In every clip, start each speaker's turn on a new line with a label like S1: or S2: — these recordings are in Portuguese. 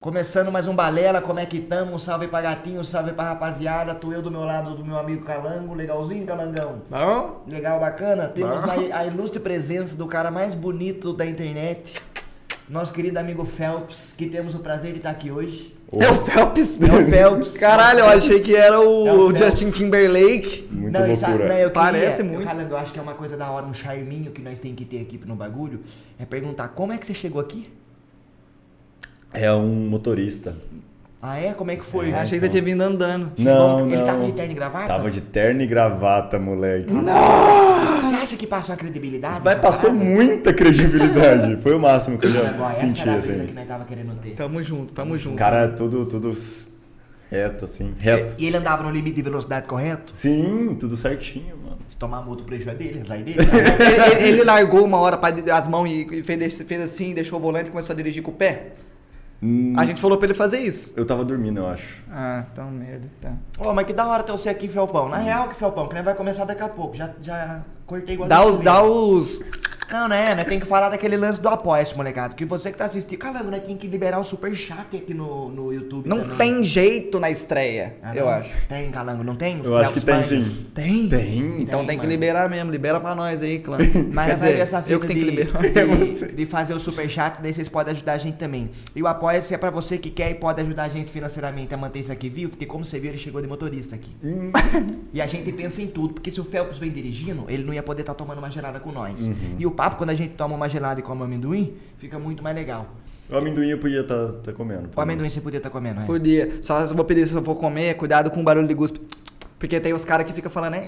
S1: Começando mais um balela, como é que tamo? Um salve pra gatinho, um salve pra rapaziada. Tu eu do meu lado, do meu amigo Calango. Legalzinho, Calangão?
S2: Não?
S1: Legal, bacana? Temos
S2: Não.
S1: aí a ilustre presença do cara mais bonito da internet, nosso querido amigo Phelps, que temos o prazer de estar aqui hoje.
S2: É o Phelps?
S1: É o Phelps.
S2: Caralho, eu achei que era
S1: É o
S2: o
S1: Phelps.
S2: Justin Timberlake.
S3: Muita
S1: Não, isso-
S3: loucura.
S1: não, eu queria-
S2: Parece
S1: eu-
S2: muito.
S1: Calango, eu acho que é uma coisa da hora, um charminho que nós tem que ter aqui no bagulho. É perguntar como é que você chegou aqui?
S3: É um motorista.
S1: Ah, é? Como é que foi?
S2: Eu achei que você tinha vindo andando.
S3: Não,
S1: Ele
S3: não.
S1: tava de terno e gravata?
S3: Tava de terno e gravata, moleque.
S1: Você acha que passou a credibilidade?
S3: Mas
S1: essa
S3: passou
S1: parada?
S3: muita credibilidade. Foi o máximo que eu já
S1: Agora, essa
S3: senti,
S1: era a brisa que
S3: assim.
S1: nós tava querendo ter.
S2: Tamo junto, tamo
S3: O
S2: junto.
S3: cara é tudo, tudo reto, assim. Reto.
S1: E ele andava no limite de velocidade correto?
S3: Sim, tudo certinho, mano.
S1: Se tomar multa, o prejuízo é dele, azar dele.
S2: Ele, ele- ele largou uma hora pra, as mãos e e fez, fez assim, deixou o volante e começou a dirigir com o pé.
S3: Hum,
S2: A gente falou pra ele fazer isso.
S3: Eu tava dormindo, eu acho.
S2: Ah, então merda, tá.
S1: Ô, mas que da hora ter você aqui, Felpão. Na real, que Felpão, que nós vai começar daqui a pouco. Já, já cortei igual
S2: Dá
S1: a
S2: os,
S1: gente
S2: dá
S1: mesmo.
S2: os...
S1: Não, né? Nós tem que falar daquele lance do apoia-se, molecado. Que você que tá assistindo. Caramba, nós tem que liberar um super chat aqui no, no YouTube.
S2: Não
S1: também.
S2: tem jeito na estreia,
S1: Ah, não?
S2: eu acho.
S1: Tem, Calango, não tem?
S3: Eu acho que tem
S1: Felps Band?
S3: sim.
S2: Tem?
S3: Tem.
S2: Então tem, que
S1: mano.
S2: liberar mesmo, libera pra nós aí, clã.
S1: Mas
S2: Quer
S1: vai ver
S2: dizer,
S1: essa fita
S2: eu que tenho
S1: de,
S2: que liberar.
S1: de, de fazer o superchat, daí vocês podem ajudar a gente também. E o Apoia-se é pra você que quer e pode ajudar a gente financeiramente a manter isso aqui vivo, porque como você viu, ele chegou de motorista aqui. e a gente pensa em tudo, porque se o Felps vem dirigindo, ele não ia poder estar tomando uma gelada com nós.
S2: Uhum.
S1: E o papo, quando a gente toma uma gelada e come amendoim, fica muito mais legal.
S3: O amendoim eu podia tá, tá comendo.
S1: O amendoim você podia estar comendo, né?
S2: Podia. Só vou pedir se eu for comer, cuidado com o barulho de guspe. Porque tem os caras que ficam falando, "Eh,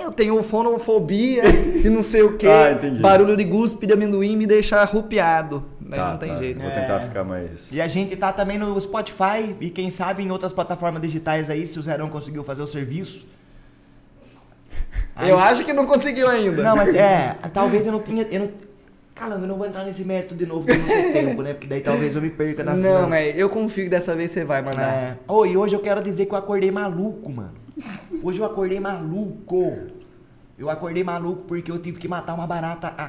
S2: eu tenho fonofobia e não sei o quê.
S3: Ah, entendi.
S2: Barulho de guspe de amendoim me deixa arrupiado. Daí
S3: Tá,
S2: não tem
S3: tá.
S2: jeito.
S3: Vou tentar ficar mais.
S1: né? E a gente tá também no Spotify e quem sabe em outras plataformas digitais aí, se o Zerão conseguiu fazer o serviço.
S2: Eu
S1: Aí-
S2: Ah, acho que não conseguiu ainda.
S1: Não, mas é, talvez eu não tinha. Eu não... Caramba, eu não vou entrar nesse método de novo porque não tem tempo, né? Porque daí talvez eu me perca na
S2: Não,
S1: mas.
S2: mas eu confio que dessa vez você vai mandar.
S1: É. Ô, e hoje eu quero dizer que eu acordei maluco, mano. Hoje eu acordei maluco. Eu acordei maluco porque eu tive que matar uma barata a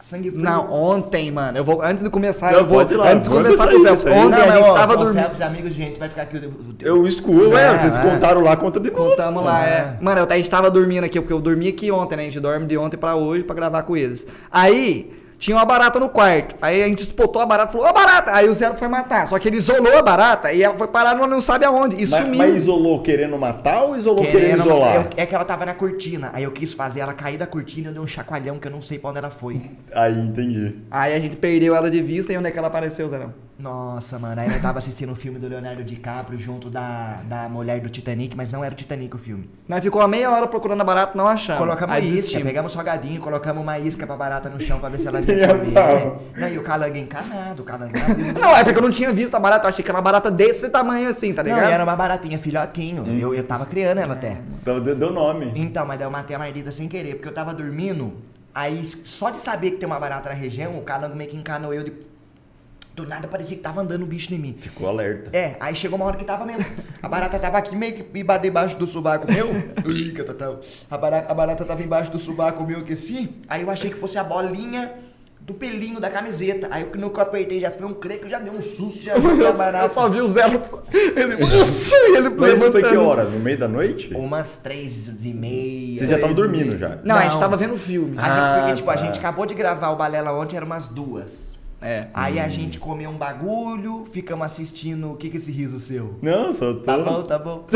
S1: sangue frio.
S2: Não, ontem, mano. Eu vou, antes de começar,
S3: Não,
S2: eu vou.
S3: pode ir lá,
S2: antes de
S3: manda
S2: começar
S3: sair,
S2: com o Felps.
S3: isso aí.
S2: Ontem
S1: Não,
S2: a
S1: mas,
S2: gente
S1: ó,
S2: tava
S1: só
S2: dormindo.
S1: Os amigos, gente, vai ficar aqui. o- o-
S3: Eu escuro, é,
S1: É,
S3: vocês
S1: é.
S3: contaram lá, conta de novo.
S2: Contamos lá, é. Mano, eu- a gente tava dormindo aqui, porque eu dormi aqui ontem, né? A gente dorme de ontem pra hoje pra gravar com eles. Aí, tinha uma barata no quarto. Aí a gente espotou a barata, falou, ó barata! Aí o Zero foi matar. Só que ele isolou a barata e ela foi parar no não sabe aonde. E
S3: Mas,
S2: sumiu.
S3: mas isolou querendo matar ou isolou querendo,
S1: Querendo,
S3: isolar?
S1: eu- é que ela tava na cortina. Aí eu quis fazer ela cair da cortina, eu dei um chacoalhão que eu não sei pra onde ela foi.
S3: Aí, entendi.
S2: Aí a gente perdeu ela de vista e onde é que ela apareceu, Zerão?
S1: Nossa, mano, aí eu tava assistindo o filme do Leonardo DiCaprio junto da, da mulher do Titanic, mas não era o Titanic o filme.
S2: Nós ficou uma meia hora procurando a barata, não achamos.
S1: Colocamos
S2: Ah, Aí tipo,
S1: uma isca,
S2: desistimos.
S3: né?
S1: pegamos salgadinho, colocamos uma isca pra barata no chão pra ver se ela vinha
S3: Minha
S1: comer.
S3: pau.
S1: Não, e o calango encanado, o calango abriu.
S2: Não, é porque eu não tinha visto a barata, eu achei que era uma barata desse tamanho assim, tá
S1: Não,
S2: ligado? Hum. É.
S1: e era uma baratinha, filhotinho. Eu, eu tava criando ela até.
S3: Então, deu deu nome.
S1: Então, mas daí eu matei a mardita sem querer, porque eu tava dormindo. Aí, só de saber que tem uma barata na região, o calango meio que encanou eu de. Do nada parecia que tava andando um bicho em mim.
S3: Ficou alerta.
S1: É, aí chegou uma hora que tava mesmo. A barata tava aqui meio que emba- debaixo do sovaco meu. Ui, catatau. a, barata, a barata tava embaixo do sovaco meu que assim. Aí eu achei que fosse a bolinha do pelinho da camiseta. Aí no que eu apertei já foi um creio, já deu um susto, já vi a
S2: Eu, eu
S1: barata.
S2: só vi o Zero. Ele. Nossa, e ele
S3: Mas isso foi que
S2: levantando,
S3: hora? No meio da noite?
S1: Umas três e meia.
S3: Vocês já estavam
S1: três e
S3: dormindo
S1: meia.
S3: já.
S2: Não, a gente
S1: Não.
S2: tava vendo o filme.
S1: A gente- porque,
S3: Ah,
S1: tipo, a
S3: tá.
S1: gente acabou de gravar o Balela ontem, eram umas duas.
S2: É.
S1: Aí
S3: Hum.
S1: a gente comeu um bagulho, ficamos assistindo. O que que é esse riso seu?
S3: Não, só tô.
S1: Tá bom, tá bom.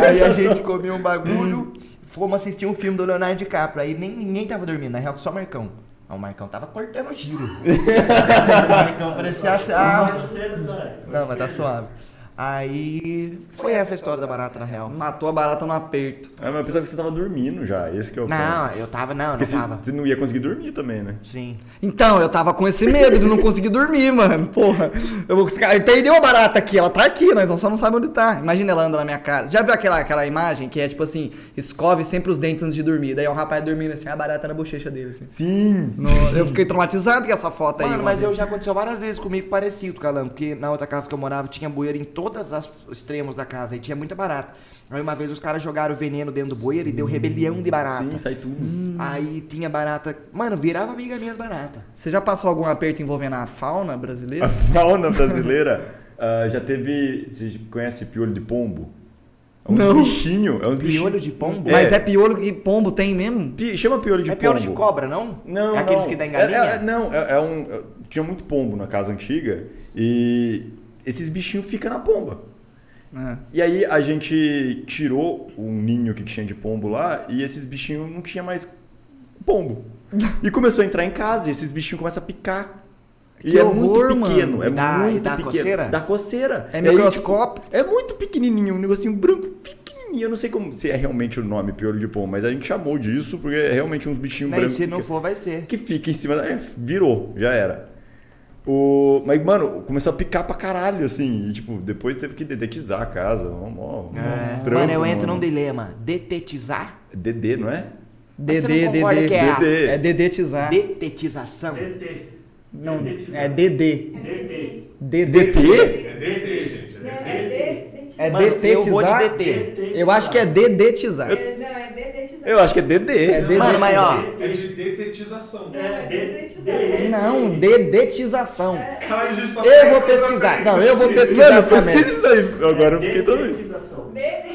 S1: aí a gente comeu um bagulho, fomos assistir um filme do Leonardo DiCaprio. Aí nem, ninguém tava dormindo, na real, só o Marcão. Ah, o Marcão tava cortando o giro. o Marcão parecia assim. Ah, não, mas tá suave. Aí foi essa a história da barata, na real.
S2: Matou a barata no aperto.
S3: Ah, mas eu pensava que você tava dormindo já. Esse que é o ponto.
S1: Não, eu tava, não, eu
S3: Porque
S1: não
S3: você,
S1: tava.
S3: você não ia conseguir dormir também, né?
S1: Sim.
S2: Então, eu tava com esse medo de não conseguir dormir, mano. Porra. Eu, vou- esse cara- ele perdeu a barata aqui, ela tá aqui, nós só não sabemos onde tá. Imagina ela anda na minha casa. Já viu aquela, aquela imagem que é tipo assim, escove sempre os dentes antes de dormir. Daí é um rapaz dormindo assim, a barata na bochecha dele, assim.
S3: Sim.
S2: No- eu fiquei traumatizado com essa foto Tá aí.
S1: Mano,
S2: uma
S1: mas
S2: vez.
S1: eu já aconteceu várias vezes comigo parecido, Calango, porque na outra casa que eu morava tinha bueira em todos os extremos da casa e tinha muita barata. Aí uma vez os caras jogaram veneno dentro do bueiro e deu rebelião de barata.
S3: Sim, sai tudo.
S1: Hum. Aí tinha barata. Mano, virava amiga minha as barata.
S2: Você já passou algum aperto envolvendo a fauna brasileira?
S3: A fauna brasileira. Ah, já teve. Você conhece piolho de pombo? É uns
S2: Não.
S3: bichinhos. É
S1: Piolho
S3: uns bichinhos.
S1: de pombo?
S2: Mas é piolho e pombo tem mesmo?
S3: Pi- Chama piolho de
S1: É
S3: pombo.
S1: piolho de cobra, não?
S3: Não,
S1: É aqueles
S3: não.
S1: que dá em
S3: É- é-
S1: galinha?
S3: é- não, é, é um. é- tinha muito pombo na casa antiga e esses bichinhos ficam na pomba.
S2: Ah.
S3: E aí a gente tirou um ninho que tinha de pombo lá e esses bichinhos não tinha mais pombo. E começou a entrar em casa e esses bichinhos começam a picar.
S2: Que
S3: e é
S2: horror,
S3: muito
S2: mano.
S3: pequeno, é
S1: E dá- e
S3: muito
S1: dá
S3: pequeno.
S1: coceira?
S3: Dá coceira.
S2: É
S3: E aí,
S2: microscópico?
S3: tipo, é muito pequenininho, um negocinho branco pequenininho. Eu não sei como se é realmente o nome piolho de pombo, mas a gente chamou disso porque é realmente uns bichinhos
S1: Né, e
S3: brancos.
S1: se não
S3: que-
S1: for, vai ser.
S3: que fica em cima da. é, virou, já era. O... Mas, mano, começou a picar pra caralho, assim. E, tipo, depois teve que dedetizar a casa. Mó, mó, mó
S1: É.
S3: trampos,
S1: mano, eu entro
S3: mano.
S1: num dilema. Detetizar?
S3: DD, não é?
S1: Mas você
S2: DD,
S1: não concorda que é a-
S2: DD. É dedetizar.
S1: Detetização?
S4: DT.
S2: Não,
S4: Dedetizar.
S2: é DD.
S4: DT.
S2: DDT?
S4: É DT, gente. É DT.
S2: É
S1: Mano, eu vou de
S2: detetizar?
S1: DT.
S2: Eu acho que é dedetizar.
S5: Não, é dedetizar.
S3: Eu acho que é DD.
S2: É DD.
S1: Mano, mas ó,
S4: DT.
S6: É de detetização.
S4: Não, é
S5: dedetizar.
S4: DT.
S2: Não, dedetização.
S6: Cara, a gente tá
S2: Eu vou pesquisar. Não, eu vou pesquisar
S3: Mano,
S2: essa
S3: pesquisa
S2: merda.
S3: isso aí. Agora eu fiquei todo.
S4: Dedetização.
S5: Dedetização.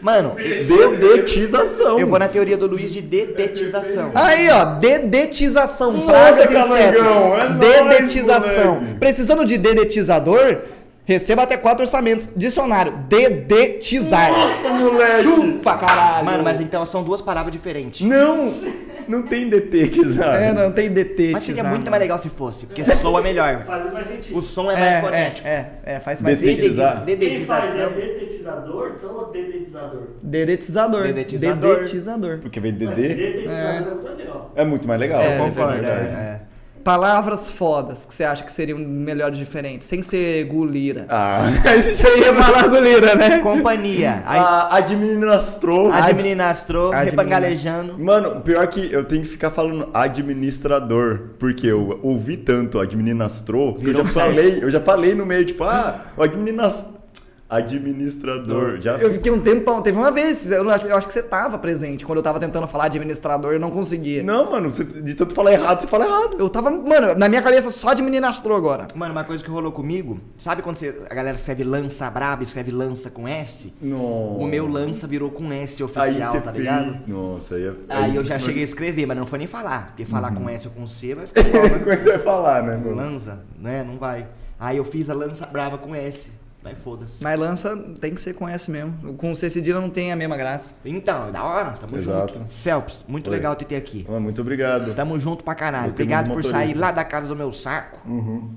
S1: Mano,
S3: Dedetização.
S1: eu vou na teoria do Luiz de detetização.
S2: Aí, ó, dedetização, pragas e insetos.
S3: Camangão, é nóis,
S2: dedetização.
S3: moleque.
S2: Precisando de dedetizador? Receba até quatro orçamentos. Dicionário, dedetizar.
S3: Nossa, moleque.
S2: Chupa, caralho.
S1: Mano, mas então são duas palavras diferentes.
S3: Não, não tem dedetizar.
S2: É, não tem detetizar.
S1: Mas seria muito mais legal se fosse, porque soa melhor.
S4: Faz mais sentido.
S1: O som é mais
S2: É,
S1: fonético.
S2: é, é, é, faz mais
S3: Dete-
S2: sentido.
S3: dedetizar.
S4: Quem faz
S3: né?
S4: é
S1: Dedetização.
S4: detetizador, então ou dedetizador?
S2: Dedetizador.
S1: Dedetizador.
S2: Dedetizador.
S3: Porque vem
S4: Mas
S3: DD.
S4: Dedetizador é muito mais legal.
S1: Eu
S3: É muito mais legal. isso é
S1: concordo,
S3: verdade.
S1: é, é.
S2: Palavras fodas que você acha que seriam melhores diferentes, sem ser gulira.
S3: Ah, aí você ia falar goleira, né?
S1: É. Companhia. Aí,
S3: A administrou.
S1: administrou,
S2: Ad-
S1: repangalejando.
S3: Mano, pior que eu tenho que ficar falando administrador, porque eu ouvi tanto administrou que eu já falei, eu já falei no meio, tipo, ah, o adminas- administrador, já
S2: Eu fiquei um tempão, teve uma vez, eu, não acho- eu acho que você tava presente, quando eu tava tentando falar administrador, eu não conseguia.
S3: Não, mano, você- de tanto falar errado, você fala errado.
S2: Eu tava, mano, na minha cabeça só de ministrador agora.
S1: Mano, uma coisa que rolou comigo, sabe quando você- a galera escreve lança braba, escreve lança com S?
S3: Não.
S1: O meu lança virou com S
S3: aí
S1: oficial,
S3: você
S1: tá
S3: fez.
S1: ligado?
S3: Nossa, aí, Uhum. é-
S1: Aí eu já
S3: mas-
S1: cheguei a escrever, mas não foi nem falar. Porque falar com S ou com C vai ficar igual,
S3: Como é que você vai falar, né,
S1: né?
S3: mano?
S1: Lanza, né? Não vai. Aí eu fiz a lança brava com S. Vai foda-se.
S2: Mas lança tem que ser com S mesmo. Com C cedilha não tem a mesma graça.
S1: Então, da hora, tamo
S3: Exato.
S1: junto. Phelps, muito
S3: Oi.
S1: legal te ter aqui.
S3: Mano, muito obrigado.
S1: Tamo junto pra caralho.
S3: Gostei
S1: Obrigado
S3: muito
S1: por
S3: do
S1: sair
S3: motorista.
S1: lá da casa do meu saco.
S3: Uhum.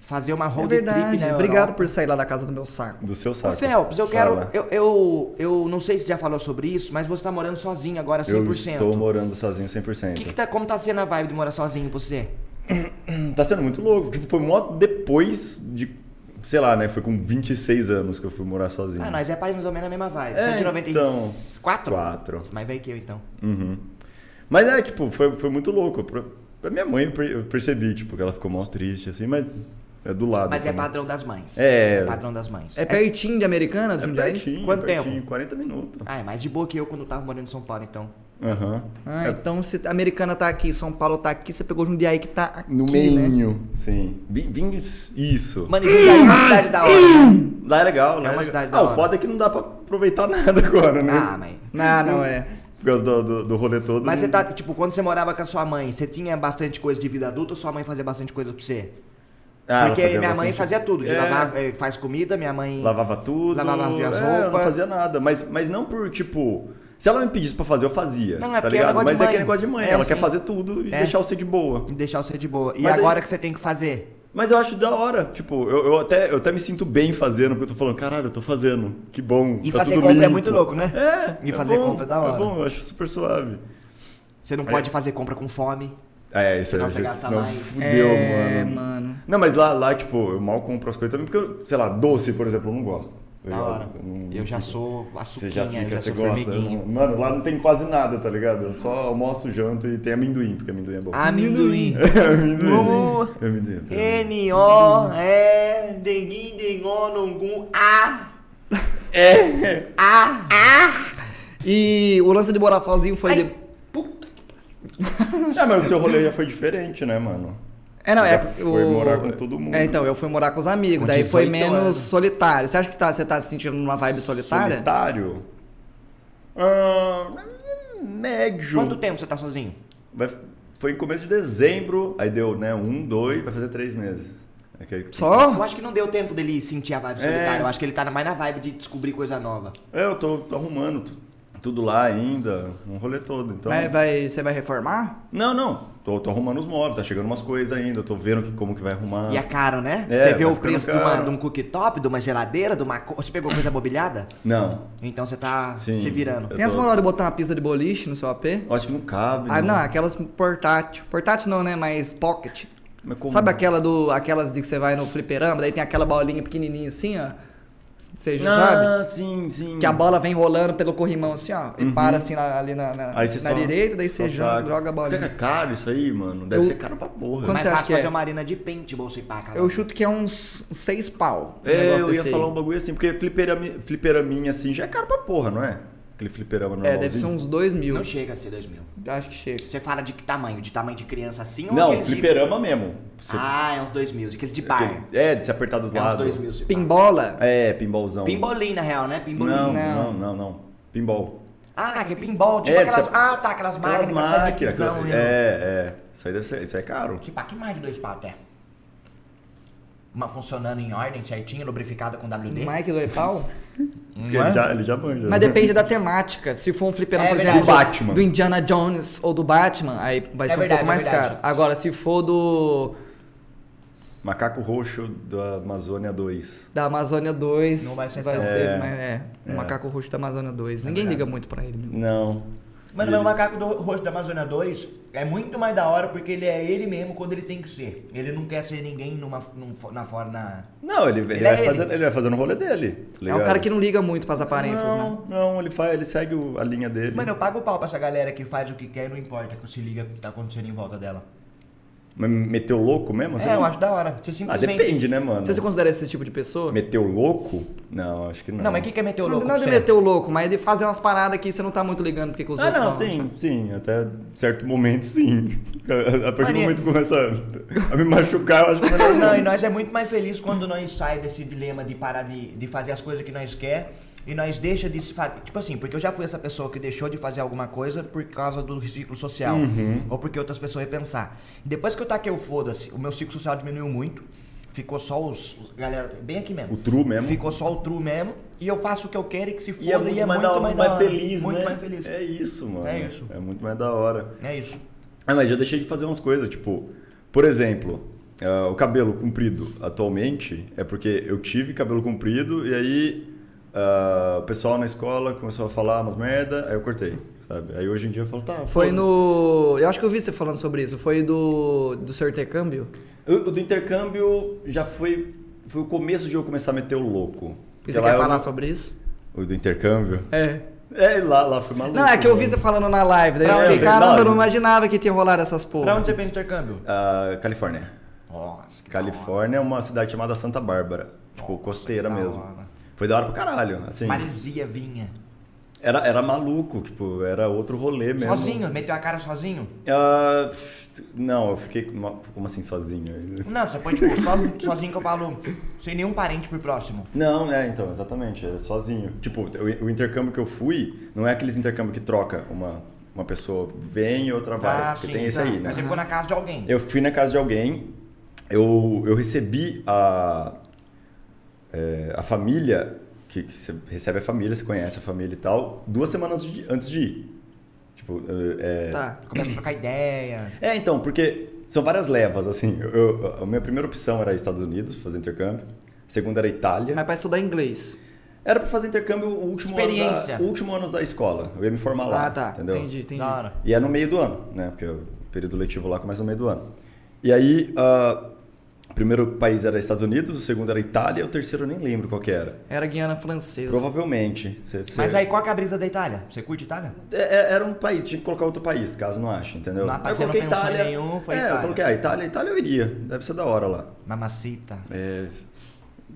S1: Fazer uma
S2: É
S1: road
S2: verdade.
S1: trip, né?
S2: Obrigado por sair lá da casa do meu saco.
S3: Do seu saco.
S1: Phelps, eu quero.
S3: Tá, então Fala.
S1: Eu, eu, eu não sei se já falou sobre isso, mas você tá morando sozinho agora 100%.
S3: Eu estou
S1: O
S3: morando sozinho 100%.
S1: que que tá, como tá sendo a vibe de morar sozinho pra você?
S3: Tá sendo muito louco. Tipo, foi mó depois de. Sei lá, né? Foi com 26 anos que eu fui morar sozinho.
S1: Ah, nós é mais ou menos a mesma vibe.
S3: É,
S1: 194?
S3: então, quatro.
S1: Mais velho que eu, então.
S3: Uhum. Mas é, tipo, foi, foi muito louco. Pra, pra minha mãe, eu per- eu percebi, tipo, que ela ficou mó triste, assim, mas é do lado.
S1: Mas é
S3: também.
S1: padrão das mães.
S3: É.
S1: Padrão das mães.
S2: É pertinho de Americana, do
S3: É
S2: Jundiaí?
S3: pertinho,
S1: um Quanto
S3: pertinho,
S1: tempo?
S3: 40 minutos.
S1: Ah, é mais de boa que eu quando tava morando em São Paulo, então.
S3: Aham.
S2: Ah,
S3: É
S2: então se a Americana tá aqui, São Paulo tá aqui, você pegou Jundiaí que tá aqui,
S3: No
S2: né?
S3: meinho, sim. Vim, vim- isso.
S1: Mano, e Jundiaí é uma cidade da hora.
S3: Lá é legal, lá
S1: É
S3: é
S1: uma
S3: legal.
S1: cidade da
S3: Ah, o
S1: hora.
S3: foda é que não dá pra aproveitar nada agora, né?
S1: Ah, mas...
S2: Não, não é.
S3: Por causa do, do, do rolê todo. né?
S1: Mas
S3: não-
S1: você tá, tipo, quando você morava com a sua mãe, você tinha bastante coisa de vida adulta ou sua mãe fazia bastante coisa pra você?
S3: Ah, ela
S1: Porque
S3: fazia
S1: minha mãe
S3: bastante-
S1: fazia tudo, de
S3: É.
S1: lavar, eh, faz comida, minha mãe...
S3: Lavava tudo.
S1: Lavava as minhas
S3: é,
S1: roupas.
S3: Eu não fazia nada. Mas, mas não por, tipo. Se ela me pedisse pra fazer, eu fazia.
S1: Não, é
S3: tá
S1: porque ela gosta de
S3: ligado? Mas é
S1: mãe.
S3: aquele negócio de mãe.
S1: É,
S3: ela
S1: sim.
S3: quer fazer tudo e
S1: É.
S3: deixar você de boa.
S1: E deixar você de boa. E
S3: Mas aí-
S1: agora que você tem que fazer?
S3: Mas eu acho da hora. Tipo, eu, eu até, eu até me sinto bem fazendo, porque eu tô falando, caralho, eu tô fazendo. Que bom.
S1: E
S3: tá
S1: fazer
S3: tudo
S1: compra é
S3: limpo."
S1: muito louco, né?
S3: É.
S1: E
S3: é
S1: fazer
S3: bom,
S1: compra é da hora.
S3: É bom, eu acho super suave.
S1: Você não pode fazer compra com fome.
S3: É, isso
S1: Senão
S3: aí.
S1: você
S3: gente,
S1: gasta
S3: senão
S1: mais.
S3: fudeu,
S2: é,
S3: mano.
S2: mano.
S3: Não, mas lá, lá, tipo, eu mal compro as coisas também, porque, eu, sei lá, doce, por exemplo, eu não gosto. tá
S1: Da
S3: ligado?
S1: hora.
S3: Eu não-
S1: Eu já sou a
S3: Você já
S2: é?
S1: suquinha, eu
S3: fica,
S1: já
S3: você
S1: sou
S3: gosta.
S1: formiguinha.
S3: Eu não- Mano, lá não tem quase nada, tá ligado? Eu só almoço, janto e tem amendoim, porque amendoim é bom.
S2: Ah,
S1: Amendoim.
S3: amendoim.
S1: No-
S3: Amendoim. tá pra mim.
S1: N-O, é, denguim, dengó, nongum, A. É. A.
S2: E o lance de morar sozinho foi... de-
S3: Ah, mas o seu rolê já foi diferente, né, mano?
S2: É, não,
S3: Já
S2: é.
S3: foi morar com todo mundo.
S2: É, então, eu fui morar com os amigos,
S1: Com
S2: daí
S1: gente
S2: foi
S1: solitária.
S2: menos solitário. Você acha que tá, você tá se sentindo numa vibe solitária?
S3: Solitário? Ah, médio.
S1: Quanto tempo você tá sozinho?
S3: Vai- foi em começo de dezembro, aí deu, né, um, dois, vai fazer três meses. É que-
S1: Eu
S2: Só?
S1: acho que não deu tempo dele sentir a vibe
S3: É.
S1: solitária. Eu acho que ele tá mais na vibe de descobrir coisa nova.
S3: É, eu tô, tô arrumando tu- tudo lá ainda, um rolê todo, então...
S2: Vai, vai, você vai reformar?
S3: Não, não, tô, tô arrumando os móveis, tá chegando umas coisas ainda, tô vendo que, como que vai arrumar.
S1: E é caro, né?
S3: É,
S1: você vê
S3: tá
S1: o
S3: ficando
S1: preço de, uma,
S3: caro.
S1: de um cooktop, de uma geladeira, de uma. co- Você pegou coisa mobiliada?
S3: Não,
S1: Então você tá
S3: Sim.
S1: se virando.
S3: Eu
S2: Tem as
S3: tô-
S2: moral de botar uma pista de boliche no seu AP?
S3: eu acho que não cabe.
S2: Ah, não, aquelas portátil. Portátil não, né? Mas pocket.
S3: Mas como?
S2: Sabe aquela do. Aquelas de que você vai no fliperama, daí tem aquela bolinha pequenininha assim, ó. Você já sabe?
S3: Ah, sim, sim.
S2: Que a bola vem rolando pelo corrimão assim, ó. E para assim na- ali na, na,
S3: Uhum. Aí você
S2: na
S3: só-
S2: direita, daí
S3: só
S2: você joga,
S3: taca.
S2: joga a bolinha.
S3: Será que é caro isso aí, mano? Deve
S2: Eu-
S3: ser caro pra porra.
S2: Quanto
S1: Mais
S2: você acha
S1: fácil
S2: que
S1: fazer
S2: é?
S1: uma arena de pente, bolsa e paca. lá.
S2: Eu chuto que é uns seis pau. um
S3: É,
S2: negócio
S3: eu ia
S2: desse aí.
S3: falar um bagulho assim, porque fliperami, fliperaminha assim já é caro pra porra, não é? Aquele fliperama
S2: É,
S3: normalzinho.
S2: deve ser uns dois mil.
S1: Não chega a ser 2 mil.
S2: Acho que chega.
S1: Você fala de que tamanho? De tamanho de criança assim ou
S3: Não,
S1: aqueles de-
S3: fliperama mesmo. Você-
S1: Ah, é uns 2 mil. Aqueles de bar.
S3: aquele- É, de se apertar do
S1: É uns
S3: lado.
S1: 2 mil. se pá.
S2: Pinbola?
S3: É, pinballzão.
S1: Pimbolim, na real, né? Pimbolim.
S3: Não,
S2: Não.
S3: não, não, não. Pinball.
S1: Ah, que é pinball. Tipo
S3: É,
S1: aquelas...
S3: você-
S1: Ah, tá. Aquelas máquinas. sabe, que são,
S3: aquela-
S1: né?
S3: É, é. Isso aí deve ser, isso aí é caro.
S1: Tipo, aqui mais de dois pau até. Uma funcionando em ordem, certinho, lubrificada com Hum, WD.
S2: Mike do Epau?
S3: Porque ele já, ele já manja.
S2: Mas
S3: né?
S2: depende da temática. Se for um
S1: É
S2: fliperama, por
S1: verdade.
S2: exemplo,
S3: Do Batman.
S2: do Indiana Jones ou do Batman, aí vai
S1: É
S2: ser um
S1: verdade,
S2: pouco mais
S1: é verdade.
S2: caro. Agora, se for do
S3: Macaco roxo da Amazônia 2.
S2: da Amazônia 2,
S1: Não vai ser
S2: vai
S1: tão-
S2: ser
S3: É.
S2: mas é, o
S3: É.
S2: Macaco Roxo da Amazônia 2. Ninguém liga muito pra ele. né? meu.
S3: Não.
S1: Mano, mas
S3: Ele-
S1: é um o macaco do rosto da Amazônia 2 é muito mais da hora porque ele é ele mesmo quando ele tem que ser. Ele não quer ser ninguém numa, num, fo- na fora na.
S3: Não, ele, ele,
S1: Ele é
S3: vai
S1: ele.
S3: fazendo, ele vai fazendo o rolê dele.
S2: É
S3: tá
S2: um
S3: ligado?
S2: cara que não liga muito pras aparências, né?
S3: não, não, ele faz, ele segue o- a linha dele.
S1: Mano, eu pago o pau pra essa galera que faz o que quer e não importa que se liga o que tá acontecendo em volta dela.
S3: Mas meteu louco mesmo? assim?
S1: é, eu acho da hora. Você
S3: Ah,
S1: simplesmente.
S3: depende, né, mano?
S2: Você se considera esse tipo de pessoa?
S3: Meteu louco? Não, acho que não.
S1: Não, mas o que, que é meter o
S2: Não,
S1: louco?
S2: não
S1: pra
S2: de
S1: você?
S2: meter o louco, mas de fazer umas paradas que você não tá muito ligando porque que
S1: é
S2: os
S3: Ah,
S2: outros
S3: não,
S2: vão
S3: sim,
S2: achar.
S3: sim. Até certo momento, sim. A, a- a partir do
S1: Mano,
S3: momento que começa a- a me machucar, eu acho que melhor não.
S1: Não, e nós é muito mais feliz quando nós sai desse dilema de parar de, de fazer as coisas que nós quer e nós deixa de se fazer. Tipo assim, porque eu já fui essa pessoa que deixou de fazer alguma coisa por causa do ciclo social.
S2: Uhum.
S1: Ou porque outras pessoas iam pensar. Depois que eu taquei o foda-se, o meu ciclo social diminuiu muito. Ficou só os, os- Galera, bem aqui mesmo.
S3: O true mesmo.
S1: Ficou só o true mesmo. E eu faço o que eu quero e que se foda
S3: E é muito, mais, da hora, muito
S1: da
S3: mais
S1: hora,
S3: feliz,
S1: Muito
S3: né?
S1: mais feliz.
S3: É isso, mano.
S1: É isso.
S3: É muito mais da hora.
S1: É isso.
S3: Ah, mas já deixei de fazer umas coisas, tipo, por exemplo, ah, o cabelo comprido atualmente é porque eu tive cabelo comprido e aí ah, o pessoal na escola começou a falar umas merda, aí eu cortei, sabe? Aí hoje em dia eu falo, tá.
S2: Foi
S3: foda-se.
S2: no. Eu acho que eu vi você falando sobre isso. Foi do. do seu intercâmbio?
S3: O o do intercâmbio já foi. Foi o começo de eu começar a meter o louco.
S2: E
S3: Porque
S2: você
S3: lá
S2: quer
S3: Então, eu-
S2: falar sobre isso?
S3: O do intercâmbio?
S2: É.
S3: É, lá, lá foi maluco. né?
S2: Não, é que eu vi
S3: mano.
S2: você falando na live, daí eu
S3: Pra
S2: fiquei,
S3: onde?
S2: caramba, eu não
S3: Não.
S2: imaginava que tinha rolado essas
S1: Pra onde
S2: porra.
S1: você pensa intercâmbio?
S3: Ah, Califórnia.
S1: Nossa, que da hora.
S3: Califórnia é uma cidade chamada Santa Bárbara. Tipo, costeira
S1: que da
S3: mesmo.
S1: hora.
S3: Foi da hora pra caralho. Assim,
S1: Maresia vinha.
S3: era, era maluco, tipo, era outro rolê mesmo.
S1: Sozinho? Meteu a cara sozinho?
S3: Ah, pff, não, eu fiquei. com uma- Como assim, sozinho?
S1: Não, você põe tipo, so- sozinho que eu falo, sem nenhum parente por próximo.
S3: Não, é, então, exatamente, é sozinho. Tipo, o, o intercâmbio que eu fui não é aqueles intercâmbio que troca uma, uma pessoa vem e outra vai. porque tem esse
S1: tá.
S3: aí, né?
S1: Mas você ficou na casa de alguém.
S3: Eu fui na casa de alguém, eu, eu recebi a, é, a família, que, que você recebe a família, você conhece a família e tal, duas semanas de- antes de ir. Tipo, eu- é,
S2: Tá.
S1: Começa a trocar ideia.
S3: é, então, porque são várias levas, assim. Eu- eu- a minha primeira opção era Estados Unidos, fazer intercâmbio. A segunda era Itália.
S2: Mas é pra estudar inglês.
S3: Era pra fazer intercâmbio o último,
S1: Experiência.
S3: Ano, da, o último ano da escola. Eu ia me formar lá.
S2: Ah, tá.
S3: Entendeu?
S2: Entendi, entendi.
S1: Da hora.
S3: E é no meio do ano, né? Porque o período letivo lá começa no meio do ano. E aí, ah, o primeiro país era Estados Unidos, o segundo era Itália, o terceiro eu nem lembro qual que era.
S2: Era Guiana Francesa.
S3: Provavelmente. cê- cê-
S1: Mas aí, qual que é a brisa da Itália? Você curte Itália?
S3: É, é, era um país, tinha que colocar outro país, caso não ache, entendeu?
S1: Não,
S3: Aí
S1: você não pensou em nenhum, foi
S3: é,
S1: Itália.
S3: eu coloquei, ah, Itália, Itália eu iria. Deve ser da hora lá.
S1: Mamacita.
S3: É,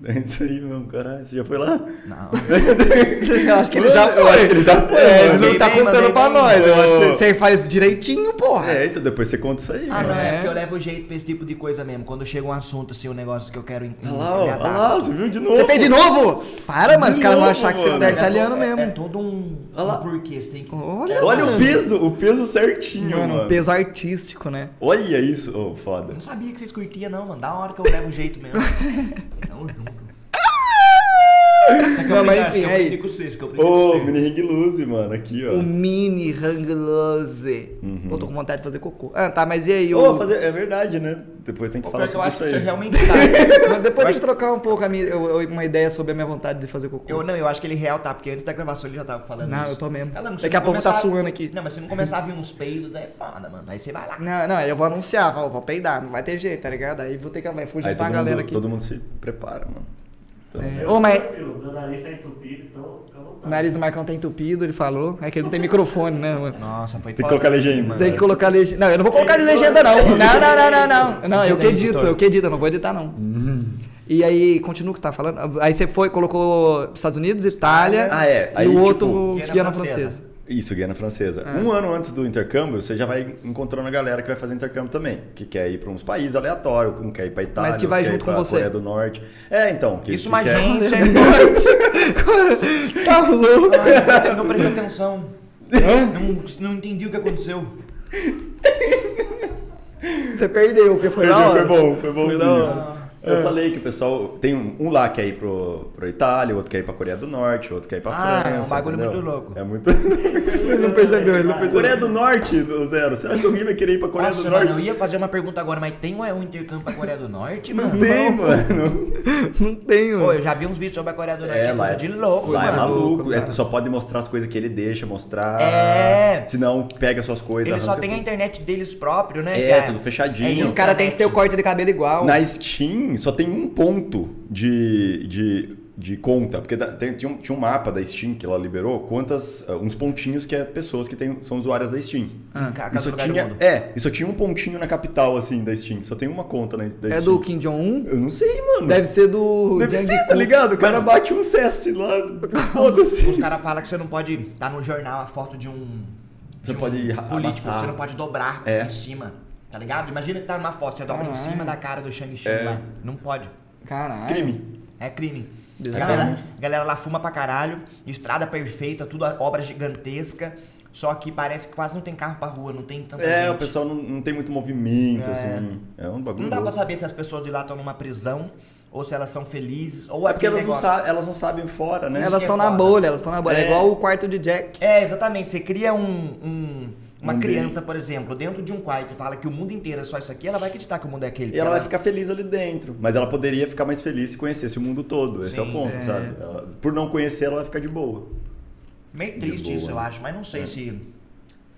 S3: É isso aí mesmo, caralho. Você já foi lá?
S1: Não.
S2: Eu acho que ele já foi.
S3: Eu acho que ele já foi.
S2: É, ele
S3: mano.
S2: não tá
S1: Mandei bem,
S2: contando
S1: mandei
S2: pra
S1: bem.
S2: nós. Eu acho que
S3: Ô.
S2: você faz direitinho, porra.
S3: É, então depois você conta isso aí,
S1: Ah,
S3: mano.
S1: não, é
S2: É.
S1: porque eu levo jeito pra esse tipo de coisa mesmo. Quando chega um assunto assim, um negócio que eu quero. en-
S3: Olha lá, ó.
S1: engatar.
S3: Olha lá, você viu de novo.
S2: Você fez de novo? Para, mano.
S3: De
S2: Os caras vão
S3: novo,
S2: achar que você
S3: mano.
S2: é italiano
S1: É- É,
S2: mesmo.
S1: todo um.
S3: Olha lá.
S1: um porquê. Você tem que.
S2: Olha,
S3: Olha
S2: mano.
S3: o peso, o peso certinho, é, mano.
S2: Mano, um peso artístico, né?
S3: Olha isso, ô, foda.
S1: Não sabia que vocês curtiam, não, mano. Da hora que eu levo jeito mesmo. Não junto. é
S2: Não, mas enfim,
S1: assim, eu
S2: aí.
S1: brinco com vocês, que eu brinco
S3: Ô,
S1: com vocês.
S3: mini ring lose, mano, aqui, ó.
S2: O mini Ranglose.
S3: Uhum.
S2: Eu tô com vontade de fazer cocô. Ah, tá, mas e aí?
S3: Ô,
S2: o-
S3: fazer... É verdade, né? Depois tem que
S1: Ô,
S3: falar
S1: pior que eu
S3: sobre
S1: acho
S3: isso
S1: que você
S3: aí.
S1: realmente tá.
S2: Mas depois tem que trocar um pouco a minha, eu- eu- uma ideia sobre a minha vontade de fazer cocô.
S1: Eu, não, eu acho que ele real tá, porque antes da gravação ele já tava falando
S2: Não,
S1: isso.
S2: eu tô mesmo.
S1: Ela, se
S2: Daqui a
S1: não
S2: pouco tá
S1: começar-
S2: suando aqui.
S1: Não, mas se não começar a vir uns peidos, daí é foda, mano. Aí você vai lá.
S2: Não, não, eu vou anunciar, vou, vou peidar, não vai ter jeito, tá ligado? Aí vou ter que vai fugir
S3: Aí
S2: pra
S3: todo
S2: tá galera
S3: mundo,
S2: aqui.
S3: todo mundo se prepara, mano. Pelo
S2: É,
S3: menos.
S2: Ô, mas
S4: Tranquilo, Meu nariz tá entupido, então fica à vontade.
S2: o nariz do Marcão tá entupido, ele falou. É que ele não tem microfone, né, mano?
S1: Nossa, foi
S3: Tem que colocar legenda.
S2: Tem que colocar legenda. Não, eu não vou colocar de legenda, não. Não, não, não, não, não. Não, eu que edito, eu que edito, eu não vou editar, não. E aí, continua o que você tá falando. Aí você foi, colocou Estados Unidos, Itália.
S3: Ah, é. Aí,
S2: e o
S3: tipo,
S2: outro
S1: Guiana
S2: Guiana
S1: Francesa.
S2: Francesa.
S3: Isso, Guiana Francesa. Um ano antes do intercâmbio, você já vai encontrando a galera que vai fazer intercâmbio também. Que quer ir pra uns países aleatórios, um quer ir pra Itália,
S2: Mas que vai
S3: outro quer
S2: junto
S3: ir
S2: com
S3: pra
S2: você.
S3: Coreia do Norte. É, então. Que,
S1: Isso,
S3: que
S1: mas
S3: quer-
S1: gente, é doido.
S2: tá louco.
S1: Ai, Não prestei atenção. Não, não entendi o que aconteceu.
S2: Você perdeu, porque foi
S3: Perdeu,
S2: da hora.
S3: Foi bom, foi bom.
S2: da hora.
S3: Eu falei que o pessoal. Tem um, um lá que quer ir pro, pro Itália, outro quer ir pra Coreia do Norte, outro quer ir pra
S1: Ah,
S3: França.
S1: é um bagulho
S3: entendeu?
S1: muito louco.
S3: É muito.
S2: Ele não percebeu, ele não percebeu.
S3: Coreia do Norte, do zero. Você acha que alguém vai querer ir pra Coreia
S1: Nossa,
S3: do
S1: mano, é
S3: Norte?
S1: eu ia fazer uma pergunta agora, mas tem é um intercâmbio pra Coreia do Norte,
S3: Não
S1: mano?
S3: tem, mano.
S2: Não tenho.
S1: Pô, eu já vi uns vídeos sobre a Coreia do Norte.
S3: É, lá
S1: coisa
S3: é
S1: de louco, né?
S3: Lá é
S1: mano.
S3: maluco. É, tu só pode mostrar as coisas que ele deixa mostrar.
S1: É.
S3: Senão, pega suas coisas.
S1: Eles só
S3: arranca
S1: tem a
S3: tudo.
S1: internet deles próprio, né?
S3: É,
S1: cara?
S3: tudo fechadinho.
S1: É
S2: Os
S1: isso,
S2: caras têm que ter o corte de cabelo igual.
S3: Na Steam só tem um ponto de, de, de conta, porque da- tem- tinha, um, tinha um mapa da Steam que ela liberou, quantas ah, uns pontinhos que é pessoas que tem, são usuárias da Steam.
S2: Ah,
S1: Em ca- cada
S3: né? Isso
S1: lugar
S3: tinha,
S1: do mundo.
S3: é, e só tinha um pontinho na capital assim da Steam, só tem uma conta na, da
S2: É
S3: Steam.
S2: do Kim Jong-un?
S3: Eu não sei, mano.
S2: Deve ser do.
S3: Deve
S2: Jang
S3: ser, tá
S2: Kook.
S3: ligado? O cara bate um CS lá,
S1: Os
S3: foda-se.
S1: caras falam que você não pode tá no jornal a foto de um.
S3: Você
S1: de um
S3: pode ra-
S1: político,
S3: amassar.
S1: você não pode dobrar
S3: É. Ah.
S1: em cima. Tá ligado? Imagina que tá numa foto, você dobra em cima da cara do Shang-Chi
S3: É.
S1: lá. Não pode.
S2: Caralho.
S3: Crime.
S1: É crime. A
S2: Bizarro.
S1: galera, a galera lá fuma pra caralho, estrada perfeita, tudo a- obra gigantesca. Só que parece que quase não tem carro pra rua, não tem tanta
S3: É,
S1: gente.
S3: o pessoal não, não tem muito movimento, assim. É um bagulho.
S1: Não dá pra
S3: louco.
S1: saber se as pessoas de lá estão numa prisão, ou se elas são felizes, ou
S3: É porque
S1: aquele
S3: elas não,
S1: negócio.
S3: sa- elas não sabem fora, né?
S2: Elas
S1: que é
S2: estão na
S1: foda.
S2: bolha, elas estão na bolha. É.
S3: É.
S2: igual o quarto de Jack.
S1: É, exatamente. Você cria um, um- uma
S3: Um
S1: criança, por exemplo, dentro de um quarto e fala que o mundo inteiro é só isso aqui, ela vai acreditar que o mundo é aquele.
S3: E ela vai ficar feliz ali dentro. Mas ela poderia ficar mais feliz se conhecesse o mundo todo. Esse é o
S1: Sim,
S3: ponto, sabe? Ela- por não conhecer, ela vai ficar de boa.
S1: é Meio
S3: De
S1: triste
S3: boa. É.
S1: isso, eu acho, mas não sei se.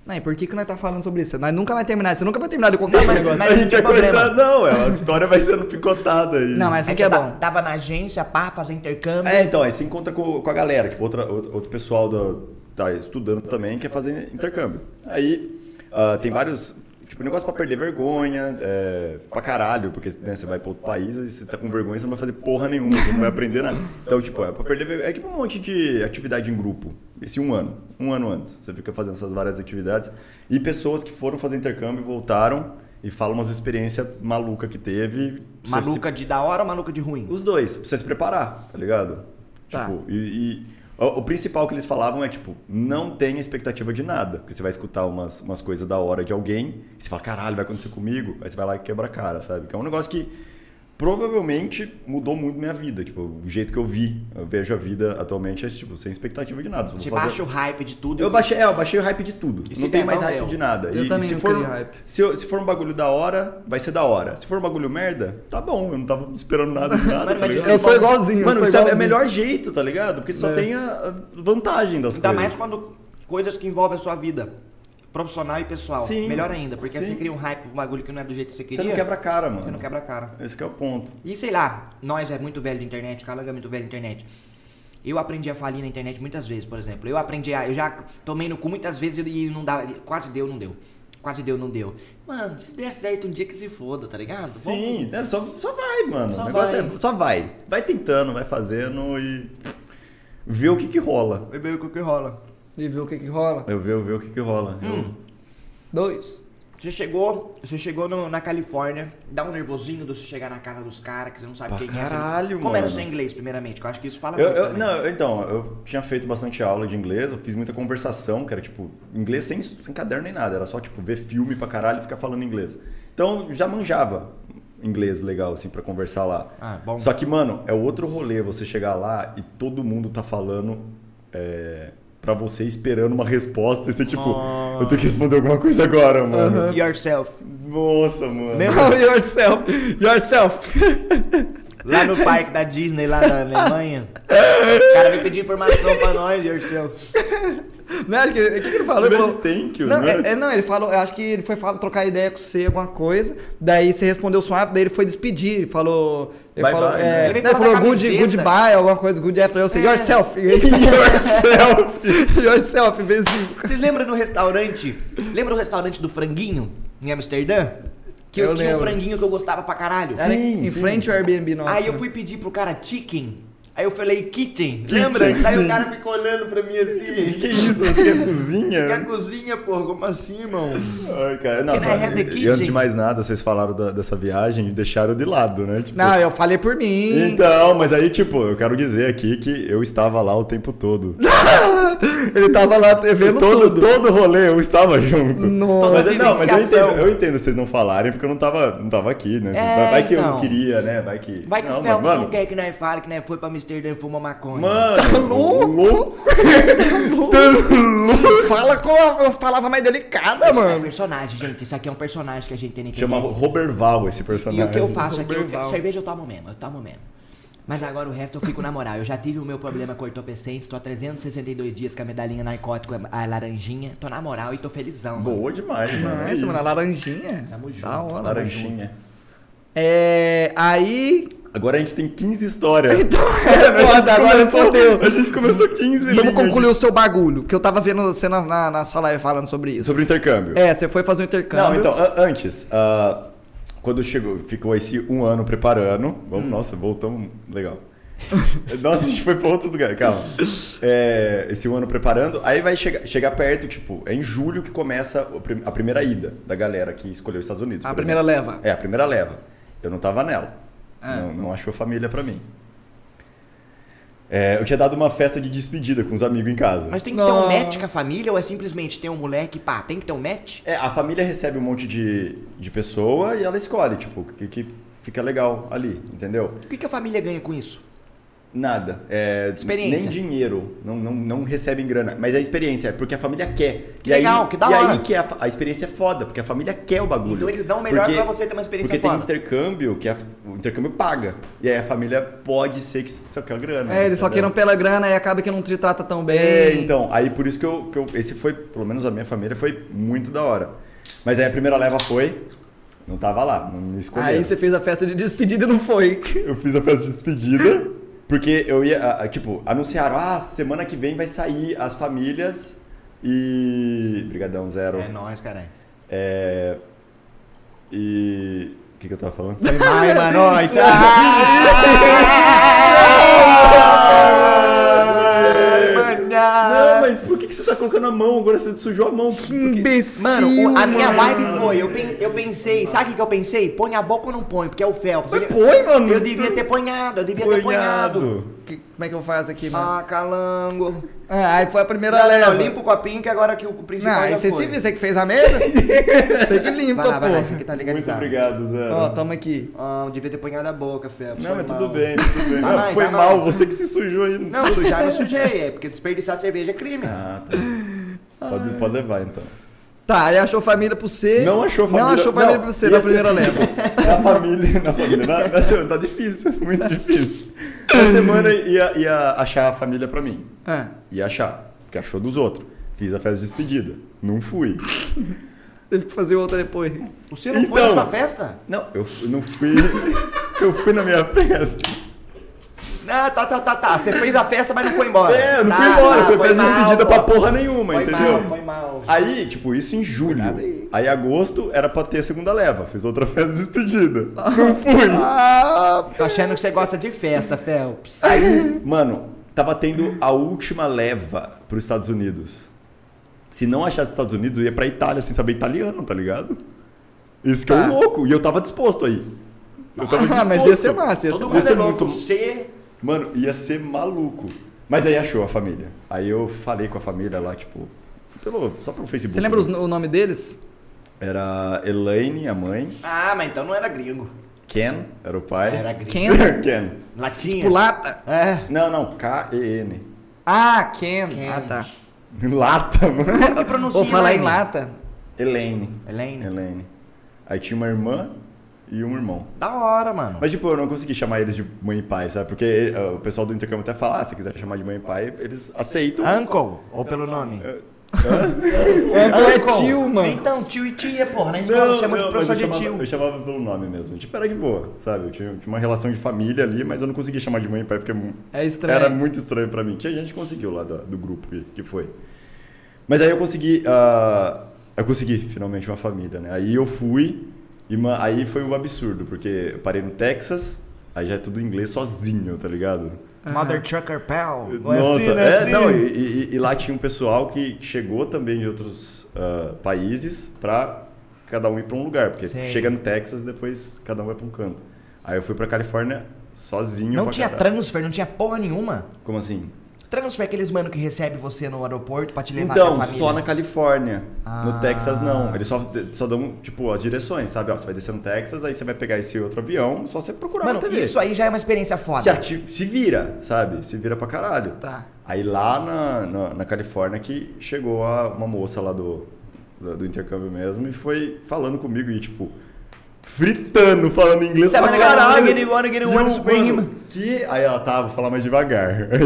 S2: Não, e por que, que nós tá falando sobre isso? Nós nunca vai terminar, você nunca vai terminar de contar esse
S1: mas-
S2: negócio.
S1: mas-
S3: a gente
S1: não
S3: vai
S1: tem problema.
S3: cortar. Não, ela- a história vai sendo picotada aí.
S2: Não, mas
S1: A
S2: assim
S1: gente
S2: que é
S1: ta-
S2: bom.
S1: Tava na agência, pá, fazer intercâmbio.
S3: É, então, aí você encontra com, com a galera, tipo, outra, outro, outro pessoal do, tá estudando também, quer fazer intercâmbio. Aí ah, tem vários. Tipo, negócio pra perder vergonha, é, pra caralho, porque né, você vai pra outro país e você tá com vergonha, você não vai fazer porra nenhuma, você não vai aprender nada. Então, tipo, é pra perder vergonha. É tipo um monte de atividade em grupo. Esse um ano. Um ano antes. Você fica fazendo essas várias atividades. E pessoas que foram fazer intercâmbio e voltaram e falam umas experiências malucas que teve. Você se
S1: Maluca de da hora ou maluca de ruim?
S3: os dois, pra você se preparar, tá ligado?
S2: Tá.
S3: Tipo, e, e o, o principal que eles falavam é, tipo, não tenha expectativa de nada. Porque você vai escutar umas, umas coisas da hora de alguém, e você fala, caralho, vai acontecer comigo. Aí você vai lá e quebra a cara, sabe? Que é um negócio que provavelmente mudou muito minha vida. Tipo, o jeito que eu vi, eu vejo a vida atualmente é, tipo, sem expectativa de nada. Se eu
S1: Você
S3: vou fazer-
S1: baixa o hype de tudo.
S3: eu baixei, é, eu baixei o hype de tudo.
S1: E se
S3: não tem
S1: der
S3: mais
S2: um
S1: bom,
S3: hype
S1: deu.
S3: de nada.
S2: Eu
S3: e,
S2: também
S3: se
S2: não
S3: for,
S2: queria hype.
S3: Se, eu- se for um bagulho da hora, vai ser da hora. Se for um bagulho merda, tá bom. Eu não tava esperando nada de nada, tá
S1: Mas
S3: ligado?
S2: Eu sou igualzinho,
S3: Mano,
S2: eu sou
S3: isso é- é o
S2: igualzinho.
S3: melhor jeito, tá ligado? Porque só tem a a vantagem das
S1: É. Ainda mais
S3: coisas.
S1: quando coisas que envolvem a sua vida profissional e pessoal.
S3: Sim.
S1: Melhor ainda, porque
S3: Sim.
S1: você cria um hype, um bagulho que não é do jeito que você queria.
S3: Você não quebra a cara, mano.
S1: Você não quebra a cara.
S3: Esse que é o ponto.
S1: E sei lá, nós é muito velho de internet, o Calango é muito velho de internet. Eu aprendi a falir na internet muitas vezes, por exemplo. Eu aprendi a. Eu já tomei no cu muitas vezes e não dá. Quase deu, não deu. quase deu, não deu. Mano, se der certo um dia que se foda, tá ligado? Vamos-
S3: Sim, é, só, só vai, mano.
S1: Só
S3: o negócio
S1: vai.
S3: É, só vai. Vai tentando, vai fazendo e. Vê o que que rola.
S1: E meio que o que rola.
S2: E ver o que que rola.
S3: Eu ver, eu ver o que que rola.
S1: Hum.
S3: Eu-
S2: Dois.
S1: Você chegou, você chegou no- na Califórnia, dá um nervosinho de você chegar na casa dos caras, que você não sabe
S3: Pra
S1: quem é.
S3: caralho,
S1: Como era o
S3: mano.
S1: seu inglês, primeiramente? Que eu acho que isso fala
S3: Eu,
S1: muito
S3: eu-
S1: também.
S3: não, então, eu tinha feito bastante aula de inglês, eu fiz muita conversação, que era tipo, inglês sem, sem caderno nem nada, era só tipo ver filme pra caralho e ficar falando inglês. Então já manjava inglês legal, assim, pra conversar lá.
S1: Ah, bom.
S3: Só que, mano, é outro rolê você chegar lá e todo mundo tá falando é, pra você esperando uma resposta e você tipo, eu tenho que responder alguma coisa agora, mano.
S1: Uhum. Yourself.
S3: Nossa, mano.
S2: Não, yourself. Yourself.
S1: Lá no parque da Disney, lá na Alemanha. O cara me pediu informação pra nós, yourself.
S2: Não é? O que, que que ele falou?
S3: Ele
S2: Ele falou-
S3: thank you,
S2: não,
S3: né?
S2: é- é, não, ele falou, eu acho que ele foi falar, trocar ideia com você, alguma coisa. Daí você respondeu suave, daí ele foi despedir. Ele falou. Ele
S3: Bye,
S2: falou,
S3: bye,
S2: é,
S3: né?
S1: Ele
S2: não, ele
S1: falou
S2: falou
S1: da
S2: good,
S1: camiseta.
S2: goodbye, alguma coisa, good after. Eu
S1: É.
S2: sei, yourself. yourself. yourself, vez cinco.
S1: Vocês lembram no restaurante? Lembra o restaurante do franguinho em Amsterdã? Que eu,
S2: Eu
S1: tinha um
S2: lembro.
S1: franguinho que eu gostava pra caralho.
S2: Era em
S3: sim.
S2: frente ao Airbnb nosso.
S1: Aí eu
S2: né?
S1: fui pedir pro cara chicken. Aí eu falei kitchen, lembra?
S3: Kitchen,
S1: Aí o
S3: sim.
S1: cara ficou olhando pra mim assim.
S3: Que isso? Você quer
S1: Que
S3: cozinha?
S1: a cozinha, porra, como assim, irmão?
S3: Ai, cara, não,
S1: Can I
S3: só-
S1: have the
S3: e antes
S1: kitchen?
S3: de mais nada, vocês falaram da- dessa viagem e deixaram de lado, né? Tipo,
S2: Não, eu falei por mim.
S3: então, mas aí, tipo, eu quero dizer aqui que eu estava lá o tempo todo.
S2: Ele tava lá vendo
S3: todo,
S2: tudo.
S3: todo rolê eu estava junto.
S2: Nossa.
S3: Mas, não, mas eu,
S1: Evidenciação.
S3: entendo, eu entendo vocês não falarem, porque eu não tava, não tava aqui, né?
S1: É,
S3: vai, vai que eu
S1: então.
S3: não queria, né? Vai que.
S1: Vai que
S3: não,
S1: o Felps
S3: mano.
S1: não quer que nós fale que nós foi pra Amsterdã e fuma maconha.
S3: Mano, um
S2: Tá louco? Fala com as palavras mais delicadas,
S1: Isso é
S2: mano.
S1: personagem, gente. Isso aqui é um personagem que a gente tem na internet.
S3: Chama Robert Val esse
S1: E
S3: personagem.
S1: o que eu faço aqui, eu,
S2: Roberval.
S1: cerveja eu tomo mesmo, eu tomo mesmo. Mas agora o resto eu fico na moral. Eu já tive o meu problema com ortopecente, tô há 362 dias com a medalhinha narcótico, a laranjinha. Tô na moral e tô felizão. mano.
S3: Boa demais, mano. é
S2: Nossa, mano, a
S3: isso.
S2: laranjinha.
S1: Tamo junto.
S2: Da hora.
S3: Laranjinha.
S2: É. Aí.
S3: Agora a gente tem 15 histórias.
S1: Então,
S2: É foda, agora
S3: começou-
S2: fodeu.
S3: A gente começou 15
S2: Vamos
S3: linhas.
S2: concluir o seu bagulho, que eu tava vendo você na, na, na sua live falando sobre isso.
S3: Sobre o intercâmbio.
S2: É, você foi fazer um intercâmbio.
S3: Não, então, an- antes, ah, quando chegou, ficou esse um ano preparando.
S2: Hum.
S3: Vamos, nossa, voltamos. Legal. nossa, a gente foi pra outro lugar, calma. É, esse um ano preparando, aí vai chegar, chegar perto, tipo, é em julho que começa o prim- a primeira ida da galera que escolheu os Estados Unidos.
S2: A
S3: por
S2: Ah, primeira Ah.
S3: exemplo.
S2: leva.
S3: É, a primeira leva. Eu não tava nela. Não, não achou família pra mim. É, eu tinha dado uma festa de despedida com os amigos em casa.
S1: Mas tem que ter
S2: Não.
S1: um match com a família ou é simplesmente ter um moleque, pá, tem que ter um match?
S3: É, a família recebe um monte de, de pessoa e ela escolhe, tipo, o que, que fica legal ali, entendeu?
S1: O que, que a família ganha com isso?
S3: Nada. É,
S1: Experiência.
S3: Nem dinheiro. Não, não, não recebem grana. Mas é experiência, é porque a família quer.
S1: Que
S3: e
S1: legal,
S3: aí,
S1: que da
S3: E
S1: hora.
S3: aí que a, fa- a experiência é foda, porque a família quer o bagulho.
S1: Então eles dão o melhor
S3: Porque-
S1: pra você ter uma experiência é
S3: Porque
S1: foda.
S3: tem intercâmbio, que a- o intercâmbio paga. E aí a família pode ser que só quer grana.
S2: É, eles só queiram
S3: entendeu?
S2: pela grana e acaba que não te trata tão bem.
S3: É, então, aí por isso que eu, que eu- Esse foi, pelo menos a minha família, foi muito da hora. Mas aí a primeira leva foi. Não tava lá, não me escolheram.
S2: Aí você fez a festa de despedida e não foi.
S3: Eu fiz a festa de despedida, porque eu ia, ah, ah, tipo, anunciaram, ah, semana que vem vai sair as famílias e... Brigadão, zero.
S1: É nóis, caralho.
S3: É... E... O que que eu tava falando?
S1: Vai, mano, ó, isso
S3: Não, mas por que, que você tá colocando a mão? Agora você sujou a mão. Porque...
S2: Imbecil.
S1: Mano, o- a minha
S2: mano.
S1: vibe foi, eu, pen- eu pensei, sabe o que, que eu pensei? Põe a boca ou não põe, porque é o Phelps. Ele-
S2: Põe, mano.
S1: eu devia ter ponhado, eu devia ter ponhado.
S3: Punhado.
S2: Que- como é que eu faço aqui, mano?
S1: Ah, calango.
S2: Ah, aí foi a primeira
S1: Não,
S2: leva.
S1: não, limpa
S3: um
S1: o copinho que agora que o principal
S2: Não, aí
S1: já
S2: você
S1: foi.
S2: se viu, você que fez a mesa? você que limpa,
S1: Vai lá, vai lá, esse
S2: pô.
S1: aqui tá
S3: Muito
S1: legalizado.
S3: obrigado, Zero.
S2: Ó, toma aqui.
S1: Ah, devia ter ponhado a boca, Phelps.
S3: Não,
S1: foi
S3: mas
S1: mal.
S3: tudo bem, tudo bem.
S1: Tá
S3: Não,
S1: mais,
S3: foi
S1: tá
S3: mal,
S1: mais.
S3: você que se sujou aí.
S1: Não, sujar não sujei, é porque desperdiçar cerveja é crime.
S3: Ah, tá. Pode, pode levar, então.
S2: Tá, aí achou família pra você.
S3: Não achou família.
S2: Não achou família
S3: Não,
S2: pra você
S3: ia
S2: na
S3: ser
S2: primeira
S3: assim,
S2: leva.
S3: Na família, na família. Na, na semana, tá difícil, muito difícil. Na semana ia, ia achar a família pra mim.
S2: Ah.
S3: Ia achar, porque achou dos outros. Fiz a festa de despedida. Não fui.
S2: Teve que fazer outra depois.
S1: Você não foi na
S3: Então.
S1: sua festa?
S3: Não, eu f- não fui. Eu fui na minha festa.
S1: Ah, tá, tá, tá, tá. Você fez a festa, mas não foi embora.
S3: É, eu não
S1: tá,
S3: fui embora,
S1: tá,
S3: foi fazer
S1: mal,
S3: despedida pra
S1: pô.
S3: porra nenhuma,
S1: Foi
S3: entendeu?
S1: mal, foi mal.
S3: Aí, tipo, isso em julho.
S1: Cuidado
S3: Aí.
S1: aí.
S3: agosto era pra ter a segunda leva. Fiz outra festa de despedida. Não fui.
S2: Ah,
S1: Tô achando que você gosta de festa, Phelps.
S3: Mano, tava tendo a última leva pros Estados Unidos. Se não achasse Estados Unidos, eu ia pra Itália sem saber italiano, tá ligado? Isso que é
S2: Tá.
S3: um louco. E eu tava disposto aí. Eu tava disposto.
S2: Ah, mas ia ser massa, ia ser
S1: Todo
S3: ia
S1: mundo
S3: ser
S1: é louco.
S3: muito-
S1: Você...
S3: Mano, ia ser maluco. Mas aí achou a família. Aí eu falei com a família lá, tipo, pelo, só pelo Facebook.
S2: Você lembra os-
S3: né?
S2: o nome deles?
S3: Era Elaine, a mãe.
S1: Ah, mas então não era gringo.
S3: Ken, era o pai.
S1: Era gringo.
S2: Ken?
S3: Ken.
S1: Latinha.
S2: Tipo, lata.
S1: É.
S3: Não, não, K-E-N.
S2: Ah, Ken.
S1: Ken.
S2: Ah, tá.
S3: Lata, mano.
S1: Como que pronuncia?
S2: Vou falar em
S1: Elaine?
S2: lata.
S3: Elaine.
S1: Elaine.
S3: Elaine. Aí tinha uma irmã e um irmão.
S1: Da hora, mano.
S3: Mas, tipo, eu não consegui chamar eles de mãe e pai, sabe? Porque eh, o pessoal do intercâmbio até fala, ah, se quiser chamar de mãe e pai, eles aceitam.
S1: Ah, Uncle, ou pelo nome.
S2: Então é
S1: Uncle.
S2: tio, mano.
S1: Então, tio e tia, porra. Na escola
S3: Não,
S1: chama de
S3: não, mas eu
S1: professor de
S3: chamava,
S1: tio.
S3: eu chamava pelo nome mesmo. Tipo, era de boa, sabe? Eu tinha, tinha uma relação de família ali, mas eu não conseguia chamar de mãe e pai porque é mu-
S2: É estranho.
S3: era muito estranho pra mim. Tinha gente que conseguiu lá do, do grupo que, que foi. Mas aí eu consegui. ah, eu consegui finalmente uma família, né? Aí eu fui, e ma- aí foi um absurdo, porque eu parei no Texas, aí já é tudo em inglês sozinho, tá ligado?
S1: Mother Trucker Pal. assim?
S3: Nossa,
S1: né?
S3: é, não, e, e- e lá tinha um pessoal que chegou também de outros ah, países pra cada um ir pra um lugar, porque
S1: Sim.
S3: chega no Texas depois cada um vai pra um canto. Aí eu fui pra Califórnia sozinho.
S1: Não
S3: pra
S1: tinha
S3: caralho.
S1: transfer, não tinha porra nenhuma.
S3: Como assim?
S1: Transfer é aqueles mano que recebe você no aeroporto pra te levar
S3: Então,
S1: com a família.
S3: só na Califórnia.
S1: Ah.
S3: No Texas, não. Eles só, só dão, tipo, as direções, sabe? Ó, você vai descer no Texas, aí você vai pegar esse outro avião, só você procurar
S1: Mano,
S3: na TV.
S1: isso aí já é uma experiência foda.
S3: Já te- se vira, sabe? Se vira pra caralho.
S2: Tá.
S3: Aí lá na, na, na Califórnia que chegou a- uma moça lá do, do, do intercâmbio mesmo e foi falando comigo e tipo, fritando, falando inglês
S1: Sabe,
S3: pra
S1: né, cara?
S3: caralho.
S1: Wanna get it, wanna get it,
S3: E
S1: wanna
S3: eu,
S1: scream.
S3: mano, que... Aí ela tava, vou falar mais devagar. Aí,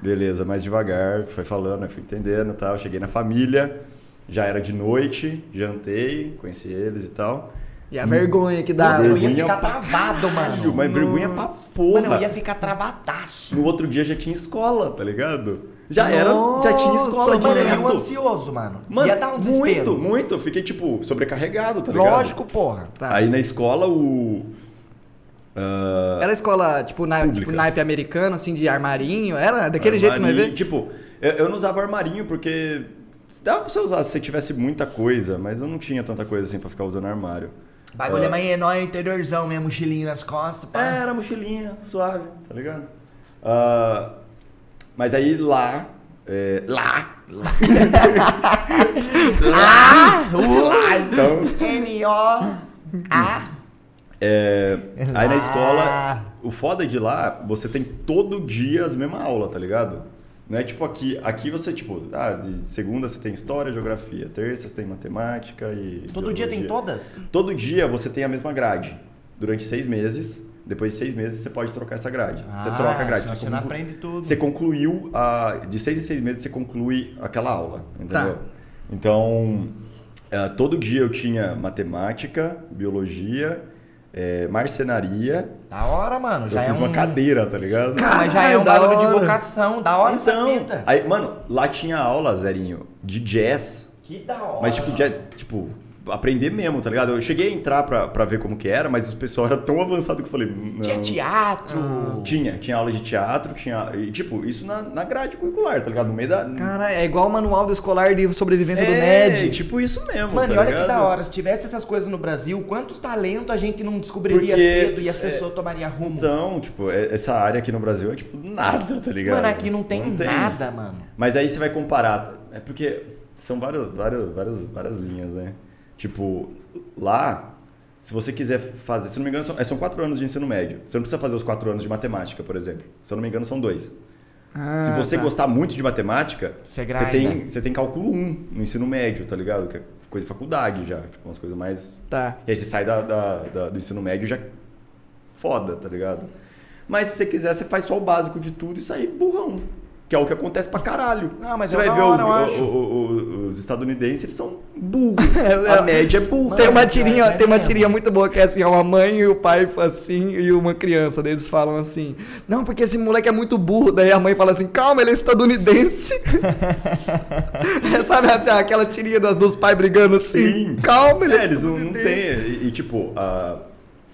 S3: Beleza, mais devagar, foi falando, eu fui entendendo e tal. Cheguei na família, já era de noite, jantei, conheci eles e tal.
S2: E a vergonha que dá.
S1: eu
S3: vergonha
S1: ia ficar
S3: pra
S1: travado, mano.
S3: Mas vergonha pra porra.
S1: Mano, eu ia ficar travadaço.
S3: No outro dia já tinha escola, tá ligado? Já era, já tinha escola
S1: Nossa, mano,
S3: direto.
S1: eu ia ansioso, mano.
S3: Mano,
S1: ia dar um desespero.
S3: muito, muito. Eu fiquei, tipo, sobrecarregado, tá ligado?
S1: Lógico, porra.
S2: Tá.
S3: Aí na escola, o... ah,
S2: Era escola, tipo, na,
S3: Pública.
S2: tipo, naipe americano, assim, de armarinho. Era daquele jeito, não é
S3: armarinho,
S2: ver?
S3: Tipo, eu, eu não usava armarinho porque... Dava pra você usar se você tivesse muita coisa, mas eu não tinha tanta coisa assim pra ficar usando armário.
S1: O Bagulho é mais enorme, interiorzão mesmo, mochilinho nas costas. Pá.
S2: Ah.
S3: É, era mochilinha, suave, tá ligado? Ah, mas aí lá... é, lá...
S2: Ah, uh.
S1: Lá,
S3: Então...
S1: N-O-A.
S3: É, aí na
S1: Ah.
S3: escola, o foda de lá, você tem todo dia as mesmas aulas, tá ligado? Não é tipo aqui, aqui você, tipo, ah, de segunda você tem história, geografia, terça você tem matemática e.
S1: Todo dia tem
S3: biologia.
S1: todas?
S3: Todo dia você tem a mesma grade. Durante seis meses. Depois de seis meses você pode trocar essa grade. você
S1: Ah,
S3: troca a grade.
S1: senão você não aprende tudo.
S3: Você concluiu. A, de seis em seis meses você conclui aquela aula. Entendeu?
S2: Tá.
S3: Então, eh, todo dia eu tinha matemática, biologia, eh, marcenaria.
S1: Da hora, mano. Já
S3: eu
S1: é
S3: fiz
S1: um...
S3: uma cadeira, tá ligado? Então,
S1: Mas já é
S2: Caralho,
S1: um
S2: da
S1: bagulho de
S2: hora.
S1: vocação. Da hora essa fita.
S3: aí, mano, lá tinha aula, Zerinho, de jazz.
S1: Que da hora.
S3: Mas, tipo, já, tipo, aprender mesmo, tá ligado? Eu cheguei a entrar pra, pra ver como que era, mas o pessoal era tão avançado que eu falei. Não.
S1: Tinha teatro.
S3: Tinha, tinha aula de teatro, tinha. E, tipo, isso na, na grade curricular, tá ligado? No meio da.
S2: Cara, é igual o manual do escolar de sobrevivência do
S3: É,
S2: MED.
S3: Tipo, isso mesmo.
S1: Mano,
S3: tá
S1: e olha
S3: ligado?
S1: que da hora. Se tivesse essas coisas no Brasil, quantos talentos a gente não descobriria
S3: Porque, é
S1: cedo e as pessoas tomariam rumo?
S3: Então, tipo, é- essa área aqui no Brasil é tipo nada, tá ligado?
S1: mano, aqui não tem, nada, mano.
S3: Mas aí você vai comparar. É porque são vários, vários, vários, várias linhas, né? Tipo, lá, se você quiser fazer. Se eu não me engano, são, é, são quatro anos de ensino médio. Você não precisa fazer os quatro anos de matemática, por exemplo. Se eu não me engano, são dois.
S2: Ah,
S3: se você
S2: tá.
S3: gostar muito de matemática,
S1: Você
S3: você
S1: grinda.
S3: tem, você tem cálculo 1 no ensino médio, tá ligado? Que é coisa de faculdade já. Tipo, umas coisas mais
S2: Tá.
S3: e aí você sai da- da- da- do ensino médio já foda, tá ligado? Mas se você quiser, você faz só o básico de tudo e sai burrão. Que é o que acontece pra caralho.
S1: Ah, mas
S3: você
S1: é
S3: vai
S1: da
S3: ver
S1: hora,
S3: os,
S1: eu acho.
S3: o- o- o- os estadunidenses, eles são burro.
S2: É,
S3: A média é burra.
S2: Tem uma
S1: Mano,
S2: tirinha,
S1: cara,
S2: tem uma
S1: é
S2: tirinha muito boa que é assim, é uma mãe e o pai assim e uma criança, daí eles falam assim: "Não, porque esse moleque é muito burro". Daí a mãe fala assim: "Calma, ele é estadunidense". É, Sabe até aquela tirinha das dos pais brigando assim?
S3: Sim.
S2: Calma, ele é,
S3: É, eles não, não têm.
S2: estadunidense".
S3: E, e, tipo, a,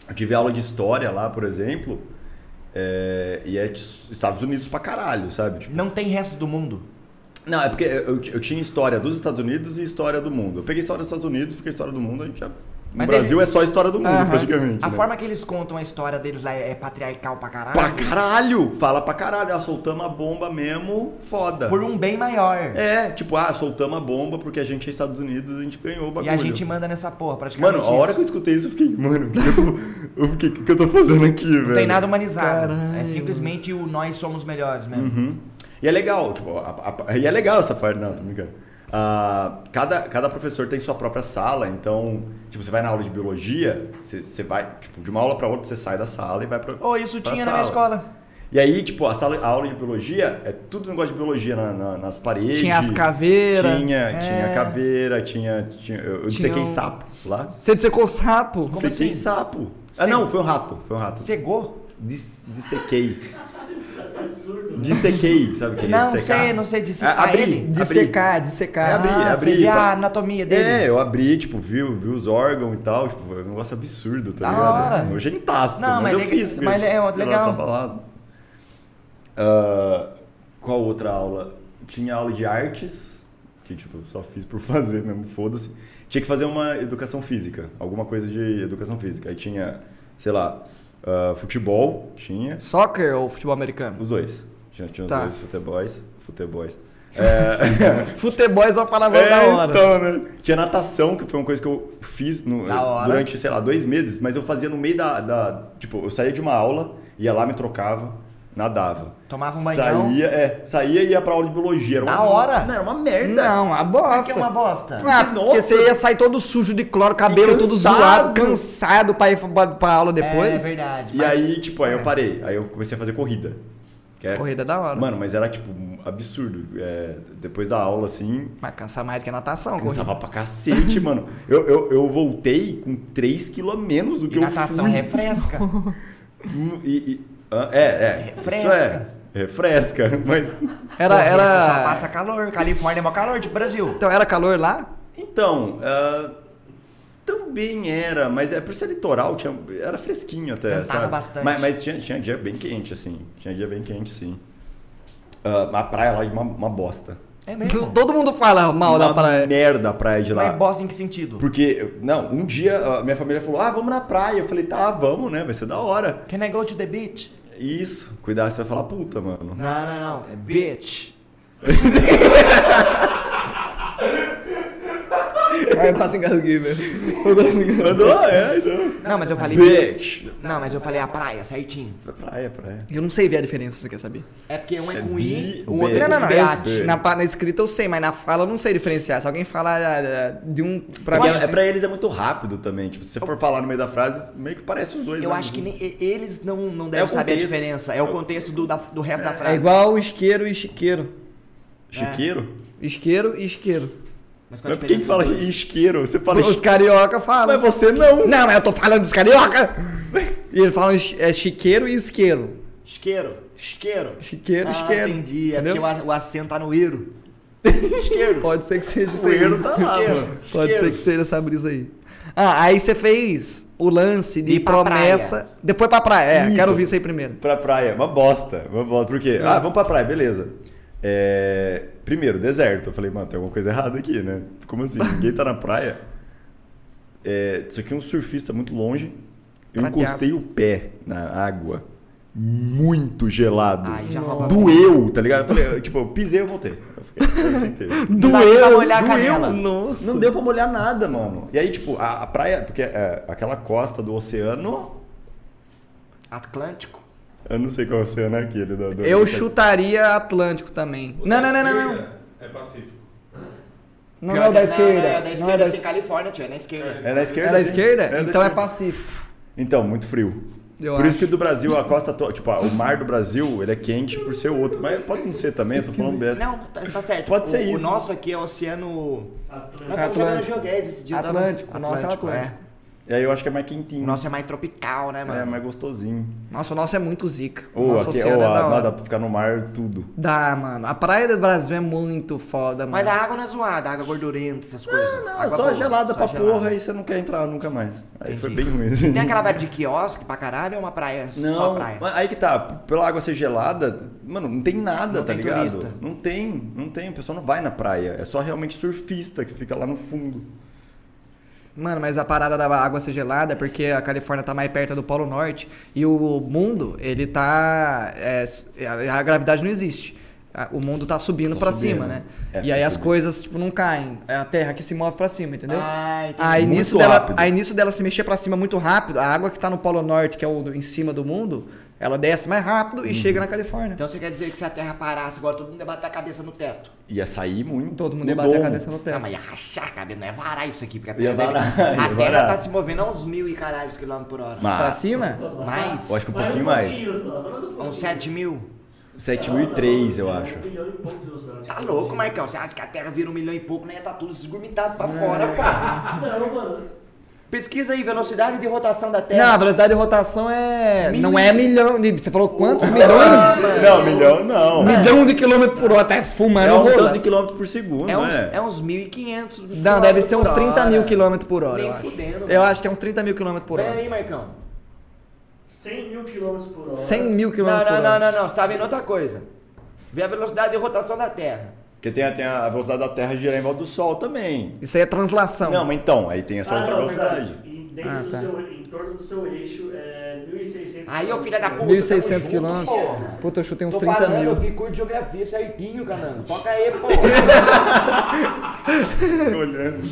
S3: eu tive aula de história lá, por exemplo, é, e é de Estados Unidos pra caralho, sabe? Tipo,
S1: Não tem resto do mundo.
S3: Não, é porque eu, eu tinha história dos Estados Unidos e história do mundo. Eu peguei história dos Estados Unidos porque história do mundo a gente já. No
S1: Mas
S3: Brasil é só história do mundo,
S2: Aham.
S3: praticamente.
S1: A
S3: né?
S1: forma que eles contam a história deles lá é patriarcal pra caralho.
S3: Pra caralho! Fala pra caralho. Ah, soltamos a bomba mesmo, foda.
S1: Por um bem maior.
S3: É, tipo, ah, soltamos a bomba porque a gente é Estados Unidos, a gente ganhou o
S1: e
S3: bagulho.
S1: a gente manda nessa porra, praticamente.
S3: Mano, a hora que eu
S1: isso.
S3: escutei isso, eu fiquei, mano, o que, que eu tô- o que, que eu tô fazendo aqui, velho?
S1: Não tem nada humanizado. é
S2: Caralho.
S1: simplesmente o nós somos melhores mesmo.
S3: Uhum. E é legal, tipo, a- a- e é legal essa parte, não, tô brincando. Ah, cada, cada professor tem sua própria sala, então, tipo, você vai na aula de biologia, você, você vai, tipo, de uma aula pra outra você sai da sala e vai pra.
S1: Ô, isso
S3: pra
S1: tinha na
S3: sala.
S1: minha escola.
S3: E aí, tipo, a, sala, a aula de biologia é tudo negócio de biologia na- na- nas paredes.
S2: Tinha as caveiras.
S3: Tinha,
S1: É.
S3: tinha caveira, tinha. tinha eu eu
S2: Tinha
S3: dissequei
S2: um-
S3: sapo lá.
S2: Você secou o sapo.
S1: Como
S3: Dissequei
S1: assim?
S3: sapo. Ah,
S1: Sim.
S3: não, foi um rato. Foi um rato.
S1: Cegou?
S3: Dis, dissequei.
S4: Absurdo, né?
S3: Dissequei, sabe o que é?
S1: não
S3: dissecar?
S1: sei, não sei dissecar
S3: É, abri.
S1: ele.
S2: De
S3: Abri.
S2: secar, de secar.
S3: É abrir,
S1: ah,
S3: é
S1: você
S3: abrir,
S1: vê
S3: tá?
S1: a anatomia
S3: É,
S1: dele.
S3: eu abri, tipo, vi, vi os órgãos e tal, tipo, foi um negócio absurdo, tá
S1: Da hora.
S3: ligado? Nojentaço,
S1: Não,
S3: mas,
S1: mas
S3: eu
S1: lega-
S3: fiz, porque
S1: mas é outro
S3: sei lá,
S1: legal.
S3: eu tava lá. Ah, qual outra aula? Tinha aula de artes, que tipo, eu só fiz por fazer mesmo, foda-se. Tinha que fazer uma educação física, alguma coisa de educação física. Aí tinha, sei lá, ah, futebol, tinha,
S2: Soccer ou futebol americano?
S3: os dois. Tinha, tinha os
S2: Tá.
S3: dois, futebols, futebols.
S2: Futebol é uma palavra da
S3: É,
S2: hora.
S3: então, né? Tinha natação, que foi uma coisa que eu fiz no-
S1: Da hora.
S3: durante, sei lá, dois meses, mas eu fazia no meio da, da- Tipo, eu saía de uma aula, ia lá, me trocava, nadava.
S1: Tomava um banhão.
S3: Saía, é, saía e ia pra aula de biologia. Era
S1: Da
S3: uma-
S1: hora.
S3: Não, era uma merda.
S2: Não, a bosta.
S1: Por que é uma bosta?
S2: Ah, porque
S3: Nossa.
S2: você ia sair todo sujo de cloro, cabelo todo
S3: cansado.
S2: zoado, cansado pra ir pra, pra aula
S1: É
S2: depois.
S1: verdade.
S3: E
S1: mas- é.
S3: aí, tipo, aí eu parei. Aí eu comecei a fazer corrida. Que era-
S2: Corrida é da hora.
S3: Mano, mas era, tipo, absurdo. É, depois da aula, assim,
S2: Mas cansa mais do que a natação, corrida.
S3: Cansava pra cacete, mano. Eu, eu, eu voltei com 3 quilos a menos do que
S1: E
S3: eu
S1: natação é
S3: fui.
S1: refresca.
S3: Hum, E, e- ah, é, é.
S1: Refresca.
S3: Isso é. Refresca, mas.
S2: Era,
S1: Porra,
S2: era...
S1: isso Só passa calor. Califórnia é maior calor de Brasil.
S2: Então, era calor lá?
S3: Então, ah, também era, mas é por ser litoral, tinha, era fresquinho até,
S1: Cantava
S3: sabe?
S1: bastante.
S3: Mas, mas tinha, tinha dia bem quente, assim. Tinha dia bem quente, sim. Ah, a praia lá é uma, uma bosta.
S1: É mesmo.
S2: Todo mundo fala mal
S3: uma
S2: da Ah, praia.
S3: Merda a praia de lá.
S1: Mas é bosta em que sentido?
S3: Porque, não, um dia a minha família falou: ah, vamos na praia. Eu falei: tá, vamos, né? Vai ser da hora.
S1: Can I go to the beach?
S3: Isso, cuidado, você vai falar puta,
S1: Não,
S3: mano.
S1: não, não. É bitch.
S2: Ai, eu quase engasguei, velho.
S3: Mandou, é, então.
S1: Não, mas eu falei.
S3: Bitch.
S1: Não, mas eu falei a praia, certinho.
S3: Praia, praia.
S2: Eu não sei ver a diferença, você quer saber?
S1: É porque um é,
S3: É
S1: com I,
S3: bi-
S1: o outro é
S3: B.
S2: Não, não,
S1: com
S2: não.
S3: eu
S1: BH.
S3: sei.
S2: Eu, na, pa- na escrita eu sei, mas na fala eu não sei diferenciar. Se alguém falar ah, de um pra
S3: Porque
S2: mim...
S3: é,
S2: assim,
S3: pra eles é muito rápido também. Tipo, se você for falar no meio da frase, meio que parece os dois.
S1: Eu
S3: né?
S1: acho que nem, e- eles não, não devem
S3: o
S1: saber a
S3: contexto.
S1: diferença. É o contexto do, da- do resto da frase.
S2: É igual isqueiro e chiqueiro.
S3: Chiqueiro?
S2: É. Isqueiro e isqueiro.
S1: Mas qual a
S3: Mas por que, que
S1: diferença
S3: fala
S1: dos dois?
S3: isqueiro? Você fala
S2: Os
S3: isqueiro.
S2: carioca falam.
S3: Mas você não.
S2: Não, mas eu tô falando dos carioca! E eles falam chi- é chiqueiro e isqueiro.
S1: Isqueiro. Isqueiro.
S2: Chiqueiro,
S1: ah,
S2: isqueiro.
S1: entendi. É porque
S2: Entendeu?
S1: o, a- o acento tá no iro. Isqueiro.
S2: Pode ser que seja isso aí.
S3: Isqueiro tá lá,
S1: Isqueiro.
S3: mano.
S2: Pode ser que seja essa brisa aí. Ah, aí você fez o lance de
S1: Ir pra
S2: promessa. Depois pra praia. É,
S3: Isso.
S2: quero ouvir isso aí primeiro.
S3: Pra praia, uma bosta. Uma bosta. Por
S1: É.
S3: quê? Ah, vamos pra praia, beleza. É, Primeiro, deserto. Eu falei, mano, tem alguma coisa errada aqui, né? Como assim? Ninguém tá na praia. É, Isso aqui é um surfista muito longe. Eu
S2: Prateado.
S3: encostei o pé na água. Muito gelado.
S1: Ai, já rouba
S3: Doeu, tá ligado? Eu falei, eu, tipo, eu pisei e voltei. Eu fiquei, eu sentei.
S1: Não dá nem pra molhar a canela.
S2: Nossa.
S3: Não deu pra molhar nada, mano. E aí, tipo, a, a praia, porque é, aquela costa do oceano.
S1: Atlântico.
S3: Eu não sei qual oceano é aquele. Do, do-
S2: Eu
S3: do-
S2: chutaria Atlântico também. Não, não, não, não, não.
S6: É Pacífico.
S2: Não, não é o da esquerda.
S1: Não, é da
S2: Não é
S1: esquerda,
S2: da
S1: sim, Califórnia, tio. É na esquerda.
S3: É na esquerda?
S2: É da
S3: assim?
S2: esquerda?
S3: É da
S2: Então é
S3: esquerda.
S2: Pacífico.
S3: Então, muito frio.
S2: Eu
S3: por
S2: acho.
S3: isso que do Brasil, a costa toda. Tipo, ah, o mar do Brasil, ele é quente por ser outro. Mas pode não ser também, eu tô falando besta.
S1: Não, tá, tá certo.
S3: É. Pode ser
S1: o, O
S3: isso.
S1: nosso aqui é o Oceano. Nós
S4: Atlântico.
S1: tava jogando
S2: Atlântico.
S1: jogués esse dia, eu tava-
S2: Atlântico, o nosso é o Atlântico.
S3: E aí eu acho que é mais quentinho.
S1: O nosso é mais tropical, né, mano?
S3: é mais gostosinho.
S2: Nossa, o nosso é muito zica. O
S3: Ou
S2: nosso
S3: aqui,
S2: oceano
S3: ou
S2: é
S3: a-
S2: da
S3: não,
S2: hora.
S3: dá pra ficar no mar tudo.
S2: Dá, mano. A praia do Brasil é muito foda, mano.
S1: Mas a água não é zoada, a água gordurenta, essas coisas.
S3: Não,
S1: Água
S3: É só
S1: boa,
S3: gelada
S1: só
S3: pra
S1: gelada.
S3: porra e você não quer entrar nunca mais. Aí foi
S1: Entendi.
S3: bem ruim. assim.
S1: Tem aquela vibe de quiosque pra caralho ou é uma praia? Só
S3: Não,
S1: praia.
S3: mas aí que tá, pela água ser gelada, mano, não tem nada,
S1: Não
S3: tá
S1: tem
S3: ligado?
S1: turista.
S3: Não tem, não tem, o pessoal não vai na praia, é só realmente surfista que fica lá no fundo.
S2: Mano, mas a parada da água ser gelada é porque a Califórnia tá mais perto do Polo Norte e o mundo, ele tá. é, a, a gravidade não existe. A- O mundo tá subindo
S3: Tá
S2: pra
S3: subindo.
S2: cima, né?
S3: É,
S2: e
S3: tá
S2: aí as
S3: subindo.
S2: coisas, tipo, não caem. É a terra que se move pra cima, entendeu?
S1: Ah, entendi.
S2: Aí
S3: Muito
S2: nisso, dela,
S3: rápido.
S2: aí nisso dela se mexer pra cima muito rápido, a água que tá no Polo Norte, que é o do- em cima do mundo, ela desce mais rápido e chega na Califórnia.
S1: Então você quer dizer que se a terra parasse agora, todo mundo ia bater a cabeça no teto.
S3: Ia é sair muito. um
S2: Todo mundo
S3: no
S2: ia bater a
S3: domo.
S2: cabeça no teto.
S1: Ah, mas ia rachar a cabeça, não ia varar isso aqui, porque a
S3: Ia
S1: terra, deve-
S3: varar, ia
S1: a terra
S3: varar.
S1: tá se movendo a uns mil e caralhos quilômetros por hora.
S3: Mas
S2: Pra cima?
S1: Mais?
S3: Eu acho que um
S4: Vai
S3: pouquinho
S4: pouquinho só, só mais um
S1: A Uns
S4: pouquinho.
S1: 7 mil?
S3: 7.003, eu
S4: Não, não,
S3: acho.
S4: Um milhão e pouco de velocidade.
S1: Tá louco, Marcão? Você acha que a terra vira um milhão e pouco, né? Ia tá tudo esgurmitado pra
S2: É.
S1: fora, cara.
S2: Ah,
S4: Não, mano.
S1: Pesquisa aí, velocidade de rotação da
S2: Não, a
S1: terra.
S2: velocidade de rotação é. Não é milhão. de- Você falou quantos
S1: Ah,
S2: milhões?
S3: Não, milhão não.
S2: Milhão de quilômetros por hora, tá
S3: É
S2: fumando
S3: um
S2: rola.
S3: tanto de quilômetro por segundo,
S2: um
S1: é, uns,
S3: né?
S1: é uns 1.500.
S2: Não, deve ser uns
S1: por
S2: 30
S1: hora. né?
S2: mil quilômetros por hora,
S1: Nem
S2: eu acho.
S1: fudendo,
S2: eu
S1: mano.
S2: acho que é uns 30 mil quilômetros por
S1: Pera
S2: hora.
S1: aí, Marcão.
S4: 100 mil quilômetros por hora. Ah,
S2: 100 mil
S1: Não,
S2: quilômetros por
S1: não,
S2: hora.
S1: não, não, não. Você tá vendo outra coisa. Vê a velocidade de rotação da terra.
S3: Porque tem, a- tem a velocidade da Terra girar em volta do Sol também.
S2: Isso aí é translação.
S3: Não, mas então, aí tem
S1: é
S3: essa outra
S4: Ah, não,
S3: velocidade.
S4: verdade. E dentro
S2: Ah,
S4: do
S2: tá.
S4: seu, em torno do seu eixo é 1.600
S1: Aí, ô filha da puta.
S2: 1.600
S1: tamo junto,
S2: quilômetros.
S1: porra.
S2: Puta, eu chutei uns
S1: Tô
S2: 30
S1: falando,
S2: mil.
S1: eu fico de geografia certinho, canando. Toca aí, pô.
S3: Tô olhando.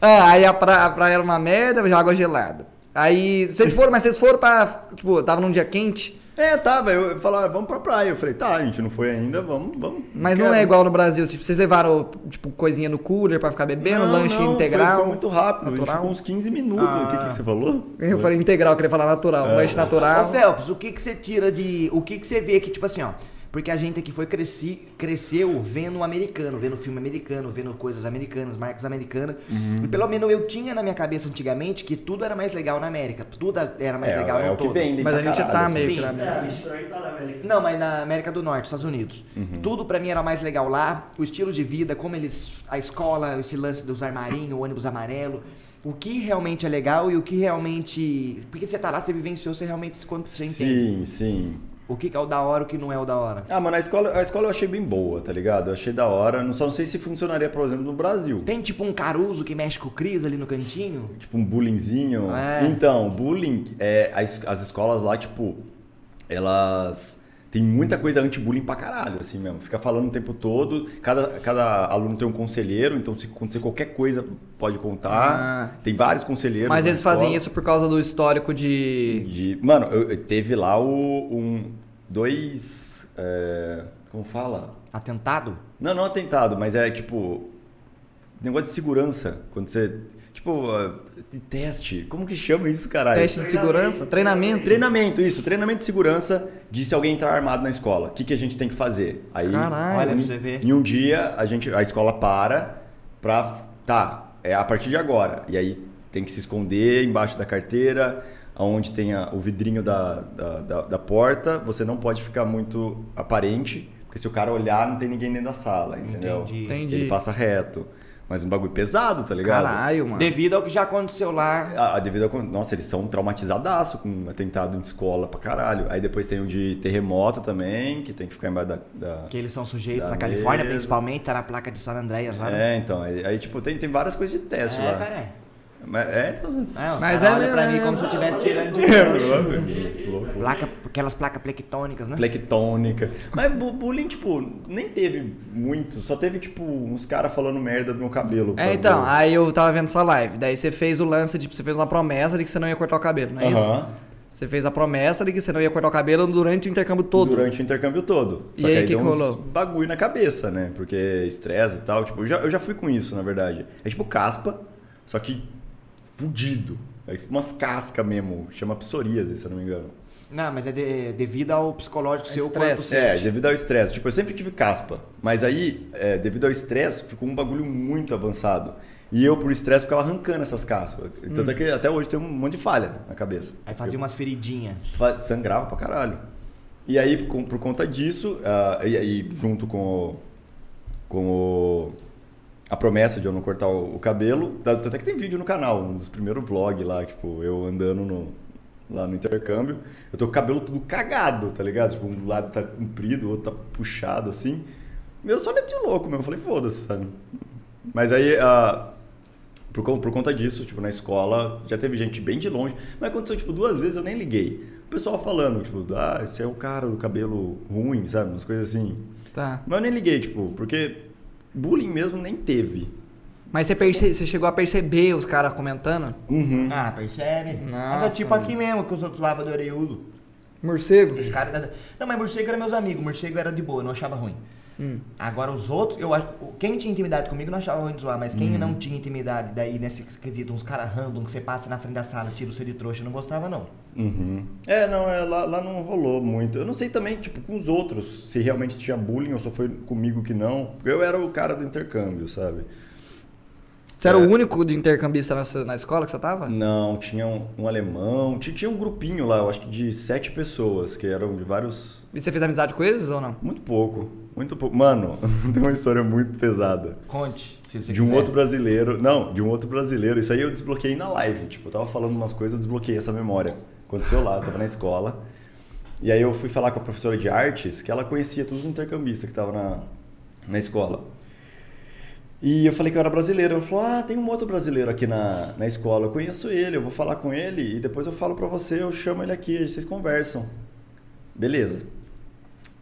S2: Ah, aí a praia, a praia era uma merda, mas água gelada. Aí, vocês foram, mas vocês foram pra. Tipo, tava num dia quente,
S3: É, tá, velho. Eu falava, vamos pra praia. Eu falei, tá, a gente não foi ainda, vamos, vamos.
S2: mas não
S3: quero.
S2: é igual no Brasil. Tipo, vocês levaram, tipo, coisinha no cooler pra ficar bebendo,
S3: Não,
S2: lanche
S3: não, foi-
S2: integral.
S3: Foi, muito rápido, a gente
S2: natural. Ah.
S3: ficou uns 15 minutos. O que, que você falou?
S2: Eu falei integral, eu queria falar natural. Lanche natural.
S1: Ô, Phelps, o que que você tira de... O que que você vê que, tipo assim, ó... Porque a gente aqui foi cresci, cresceu vendo o americano, vendo filme americano, vendo coisas americanas, marcas americanas.
S2: Uhum.
S1: E pelo menos eu tinha na minha cabeça antigamente que tudo era mais legal na América. Tudo era
S2: "Ah,
S1: mais
S3: é,
S1: legal
S3: é
S1: no
S3: o que
S1: todo.
S3: vendem.
S2: Mas
S3: pra
S2: a gente
S3: caralho,
S2: tá
S3: assim.
S2: meio
S1: Sim.
S2: que na merda.
S4: É, isso também tá na América.
S1: Não, mas na América do Norte, Estados Unidos.
S3: Uhum.
S1: Tudo pra mim era mais legal lá. O estilo de vida, como eles. A escola, esse lance dos armarinhos, o ônibus amarelo. O que realmente é legal e o que realmente. Porque você tá lá, você vivenciou, você realmente quando você entende.
S3: Sim, sim.
S1: O que que é o da hora, o que não é o da hora.
S3: Ah, mano, a escola, a escola eu achei bem boa, tá ligado? Eu achei da hora. Não, só não sei se funcionaria, por exemplo, no Brasil.
S1: Tem tipo um Caruso que mexe com o Cris ali no cantinho.
S3: Tipo, um bullyingzinho.
S2: Ah,
S1: É.
S3: Então, bullying, é, a es- as escolas lá, tipo, elas tem muita coisa anti-bullying pra caralho, assim mesmo. Fica falando o tempo todo. Cada, cada aluno tem um conselheiro, então se acontecer qualquer coisa, pode contar.
S2: Ah.
S3: Tem vários conselheiros.
S2: Mas
S3: na
S2: eles fazem
S3: escola.
S2: isso por causa do histórico de.
S3: De- mano, eu- eu- teve lá o, um. Dois. é, como fala?
S1: Atentado?
S3: Não, não atentado, mas é tipo. Negócio de segurança. Quando você. Tipo, ah, de teste. Como que chama isso, caralho?
S2: Teste de segurança, treinamento.
S3: Treinamento, isso. Treinamento de segurança de se alguém entrar armado na escola. O que, que a gente tem que fazer? Aí,
S2: Caralho.
S1: Olha pra
S3: em-
S1: você ver.
S3: Em um dia, a, gente, a escola para pra. Tá, é a partir de agora. E aí tem que se esconder embaixo da carteira, onde tem a- o vidrinho da, da, da- da porta. Você não pode ficar muito aparente, porque se o cara olhar, não tem ninguém dentro da sala, entendeu?
S1: Entendi.
S2: Entendi.
S3: Ele passa reto. Mas um bagulho pesado, tá ligado?
S2: Caralho, mano.
S1: Devido ao que já aconteceu lá.
S3: A, a devido ao, nossa, eles são traumatizadaço com um atentado em escola pra caralho. Aí depois tem o de terremoto também, que tem que ficar embaixo da. da-
S1: Que eles são sujeitos
S3: Da
S1: na Califórnia,
S3: mesa.
S1: principalmente, tá na placa de San Andreas lá. né?
S3: É, então. Aí, aí, tipo, tem, tem várias coisas de teste
S1: é
S3: lá.
S1: cara.
S3: Mas, é, então. é,
S1: É, os
S2: Mas
S1: Mas
S2: é
S1: olham pra
S2: mesmo,
S1: mim
S2: é
S1: como se eu estivesse tirando de
S3: Louco.
S1: Placa, aquelas placas plectônicas, né?
S3: Plectônica. Mas bu- bullying, tipo, nem teve muito. Só teve, tipo, uns caras falando merda do meu cabelo. por
S2: É,
S3: causa
S2: então,
S3: do-
S2: aí eu tava vendo sua live. Daí você fez o lance, de, você fez uma promessa de que você não ia cortar o cabelo, não é isso?
S3: Aham.
S2: Você fez a promessa de que você não ia cortar o cabelo durante o intercâmbio todo.
S3: Durante o intercâmbio todo.
S2: E
S3: Só
S2: aí,
S3: que aí
S2: que
S3: deu
S2: que
S3: uns
S2: rolou?
S3: bagulho na cabeça, né? Porque estresse e tal. Tipo, eu já, eu já fui com isso, na verdade. É tipo caspa, só que fudido. É tipo umas cascas mesmo. Chama psoríase, se eu não me engano.
S1: Não, mas é de- devido ao psicológico seu quanto
S2: estresse.
S1: seu.
S3: É, devido ao estresse. Tipo, eu sempre tive caspa. Mas aí, é, devido ao estresse, ficou um bagulho muito avançado. E eu, por estresse, ficava arrancando essas caspas.
S2: Hum.
S3: Tanto é que até hoje tem um monte de falha na cabeça.
S1: Aí fazia umas feridinhas.
S3: Fa- sangrava pra caralho. E aí, por, con- por conta disso, ah, e aí, junto com o, com o- a promessa de eu não cortar o, o cabelo, tá- tanto é que tem vídeo no canal, um dos primeiros vlogs lá, tipo, eu andando no, lá no intercâmbio, eu tô com o cabelo tudo cagado, tá ligado? Tipo, um lado tá comprido, o outro tá puxado, assim. Eu só meti o louco mesmo, falei, foda-se, sabe? Mas aí, ah, por, con- por conta disso, tipo, na escola, já teve gente bem de longe, mas aconteceu, tipo, duas vezes eu nem liguei. O pessoal falando, tipo, ah, esse é o cara do cabelo ruim, sabe? Umas coisas assim.
S2: Tá.
S3: Mas eu nem liguei, tipo, porque bullying mesmo nem teve.
S2: Mas você, perce- você chegou a perceber os caras comentando?
S3: Uhum.
S1: Ah, percebe?
S2: Nossa,
S1: Mas é tipo
S2: mano.
S1: aqui mesmo, que os outros lavam do orelhudo.
S2: Morcego?
S1: Os caras da- Não, mas morcego era meus amigos, morcego era de boa, eu não achava ruim.
S2: Hum.
S1: Agora os outros, eu acho- quem tinha intimidade comigo não achava ruim de zoar, mas
S2: Hum.
S1: quem não tinha intimidade, daí nesse quesito, uns caras random que você passa na frente da sala, tira o seu de trouxa, eu não gostava não.
S3: Uhum. É, não, é, lá, lá não rolou muito. Eu não sei também, tipo, com os outros, se realmente tinha bullying ou só foi comigo que não. Porque eu era o cara do intercâmbio, sabe?
S2: Você era
S3: É.
S2: o único de intercambista na, sua- na escola que você tava?
S3: Não, tinha um, um alemão, ti- tinha um grupinho lá, eu acho que de sete pessoas, que eram de vários.
S2: E você fez amizade com eles ou não?
S3: Muito pouco, muito pouco. Mano, tem uma história muito pesada.
S1: Conte, se você
S3: de um
S1: quiser.
S3: outro brasileiro. Não, de um outro brasileiro. Isso aí eu desbloqueei na live. Tipo, eu tava falando umas coisas, eu desbloqueei essa memória. Aconteceu lá, eu tava na escola. E aí eu fui falar com a professora de artes, que ela conhecia todos os intercambistas que tava na, na escola. E eu falei que eu era brasileiro. Ela falou: Ah, tem um outro brasileiro aqui na, na escola. Eu conheço ele, eu vou falar com ele e depois eu falo pra você, eu chamo ele aqui, vocês conversam. Beleza.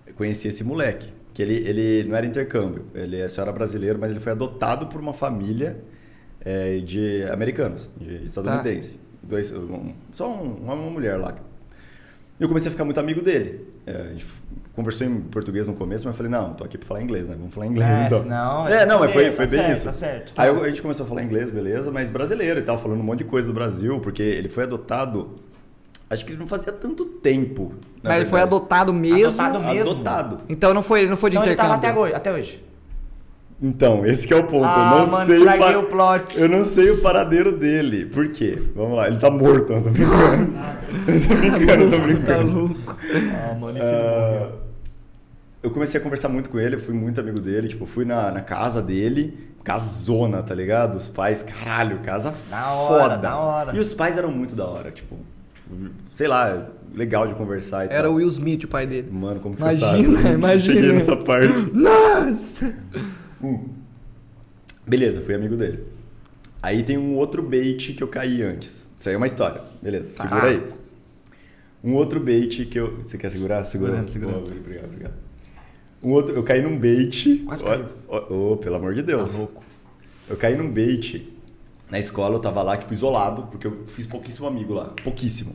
S3: Eu conheci esse moleque. Que ele, ele não era intercâmbio, ele só era brasileiro, mas ele foi adotado por uma família eh, de americanos, de
S1: Tá.
S3: estadunidense. Dois, um- só um- uma mulher lá. E eu comecei a ficar muito amigo dele. Eh, a gente f- conversou em português no começo, mas eu falei, não, tô aqui pra falar inglês, né? Vamos falar inglês
S1: É,
S3: então.
S1: senão-
S3: é, não, mas foi,
S1: Tá
S3: foi bem
S1: certo,
S3: isso.
S1: tá certo.
S3: Aí eu- a gente começou a falar inglês, beleza, mas brasileiro e tal, falando um monte de coisa do Brasil, porque ele foi adotado, acho que ele não fazia tanto tempo. na
S2: Mas ele foi
S3: verdade.
S2: adotado mesmo.
S1: Adotado É mesmo.
S3: Adotado.
S2: Então não foi, ele não foi de
S1: Então ele tava
S2: intercâmbio.
S1: até agora- até hoje.
S3: Então, esse que é o ponto.
S1: Ah,
S3: eu não
S1: mano,
S3: sei o,
S1: estraguei
S3: pa-
S1: o plot.
S3: Eu não sei o paradeiro dele. Por quê? Vamos lá, ele tá morto, eu tô brincando. eu tô brincando, eu tô
S2: Tá
S3: brincando.
S2: louco.
S1: Ah, mano, esse não
S3: Ah,
S1: morreu.
S3: eu comecei a conversar muito com ele, eu fui muito amigo dele, tipo, fui na, na casa dele, casona, tá ligado? Os pais, caralho, casa
S1: Da
S3: foda.
S1: hora, da hora.
S3: E os pais eram muito da hora, tipo, tipo, sei lá, legal de conversar e
S2: Era
S3: tal.
S2: o Will Smith, o pai dele.
S3: Mano, como que
S2: Imagina,
S3: você sabe?
S2: imagina.
S3: Cheguei nessa parte.
S2: Nossa!
S3: Hum. Beleza, fui amigo dele. Aí tem um outro bait que eu caí antes. Isso aí é uma história. Beleza,
S1: Tá.
S3: segura aí. Um outro bait que eu. Você quer segurar? Segura.
S1: Segurando, segurando.
S3: Boa, obrigado, obrigado. Um outro, eu caí num bait.
S1: Quase
S3: Olha- Ô, ô, pelo amor de Deus.
S1: Tá louco.
S3: Eu caí num bait na escola, eu tava lá, tipo, isolado, porque eu fiz pouquíssimo amigo lá. Pouquíssimo.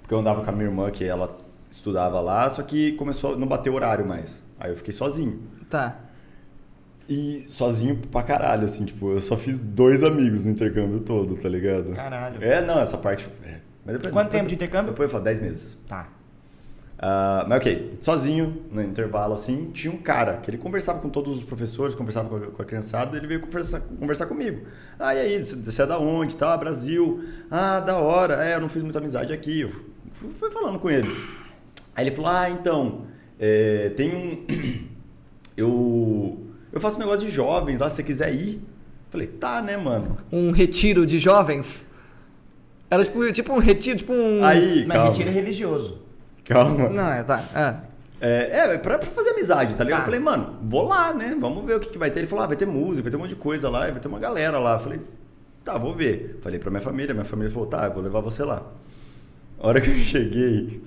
S3: Porque eu andava com a minha irmã, que ela estudava lá, só que começou a não bater horário mais. Aí eu fiquei sozinho.
S2: Tá.
S3: E sozinho pra caralho, assim, tipo, eu só fiz dois amigos no intercâmbio todo, tá ligado?
S1: Caralho.
S3: É, não, essa parte. é. Mas depois-
S1: Quanto
S3: depois-
S1: tempo de intercâmbio?
S3: Depois eu falo, 10 meses.
S1: Tá.
S3: Ah, mas ok, sozinho, no intervalo assim, tinha um cara que ele conversava com todos os professores, conversava com a, com a criançada, ele veio conversar, conversar comigo. Ah, e aí, você é da onde? Tá, Brasil. Ah, da hora. É, eu não fiz muita amizade aqui. Eu fui, fui falando com ele. Aí ele falou: Ah, então, é, tem um. Eu, eu faço um negócio de jovens lá, se você quiser ir. Falei: Tá, né, mano?
S2: Um retiro de jovens? Era tipo, tipo um retiro, tipo um.
S3: Aí,
S1: Mas
S3: calma.
S1: retiro é religioso.
S3: Calma.
S2: Não, é, tá. é.
S3: É, é pra, pra fazer amizade, tá ligado?
S1: Tá.
S3: Eu falei, mano, vou lá, né? Vamos ver o que, que vai ter. Ele falou, ah, vai ter música, vai ter um monte de coisa lá, vai ter uma galera lá. Eu falei, tá, vou ver. Falei pra minha família, minha família falou, tá, eu vou levar você lá. A hora que eu cheguei.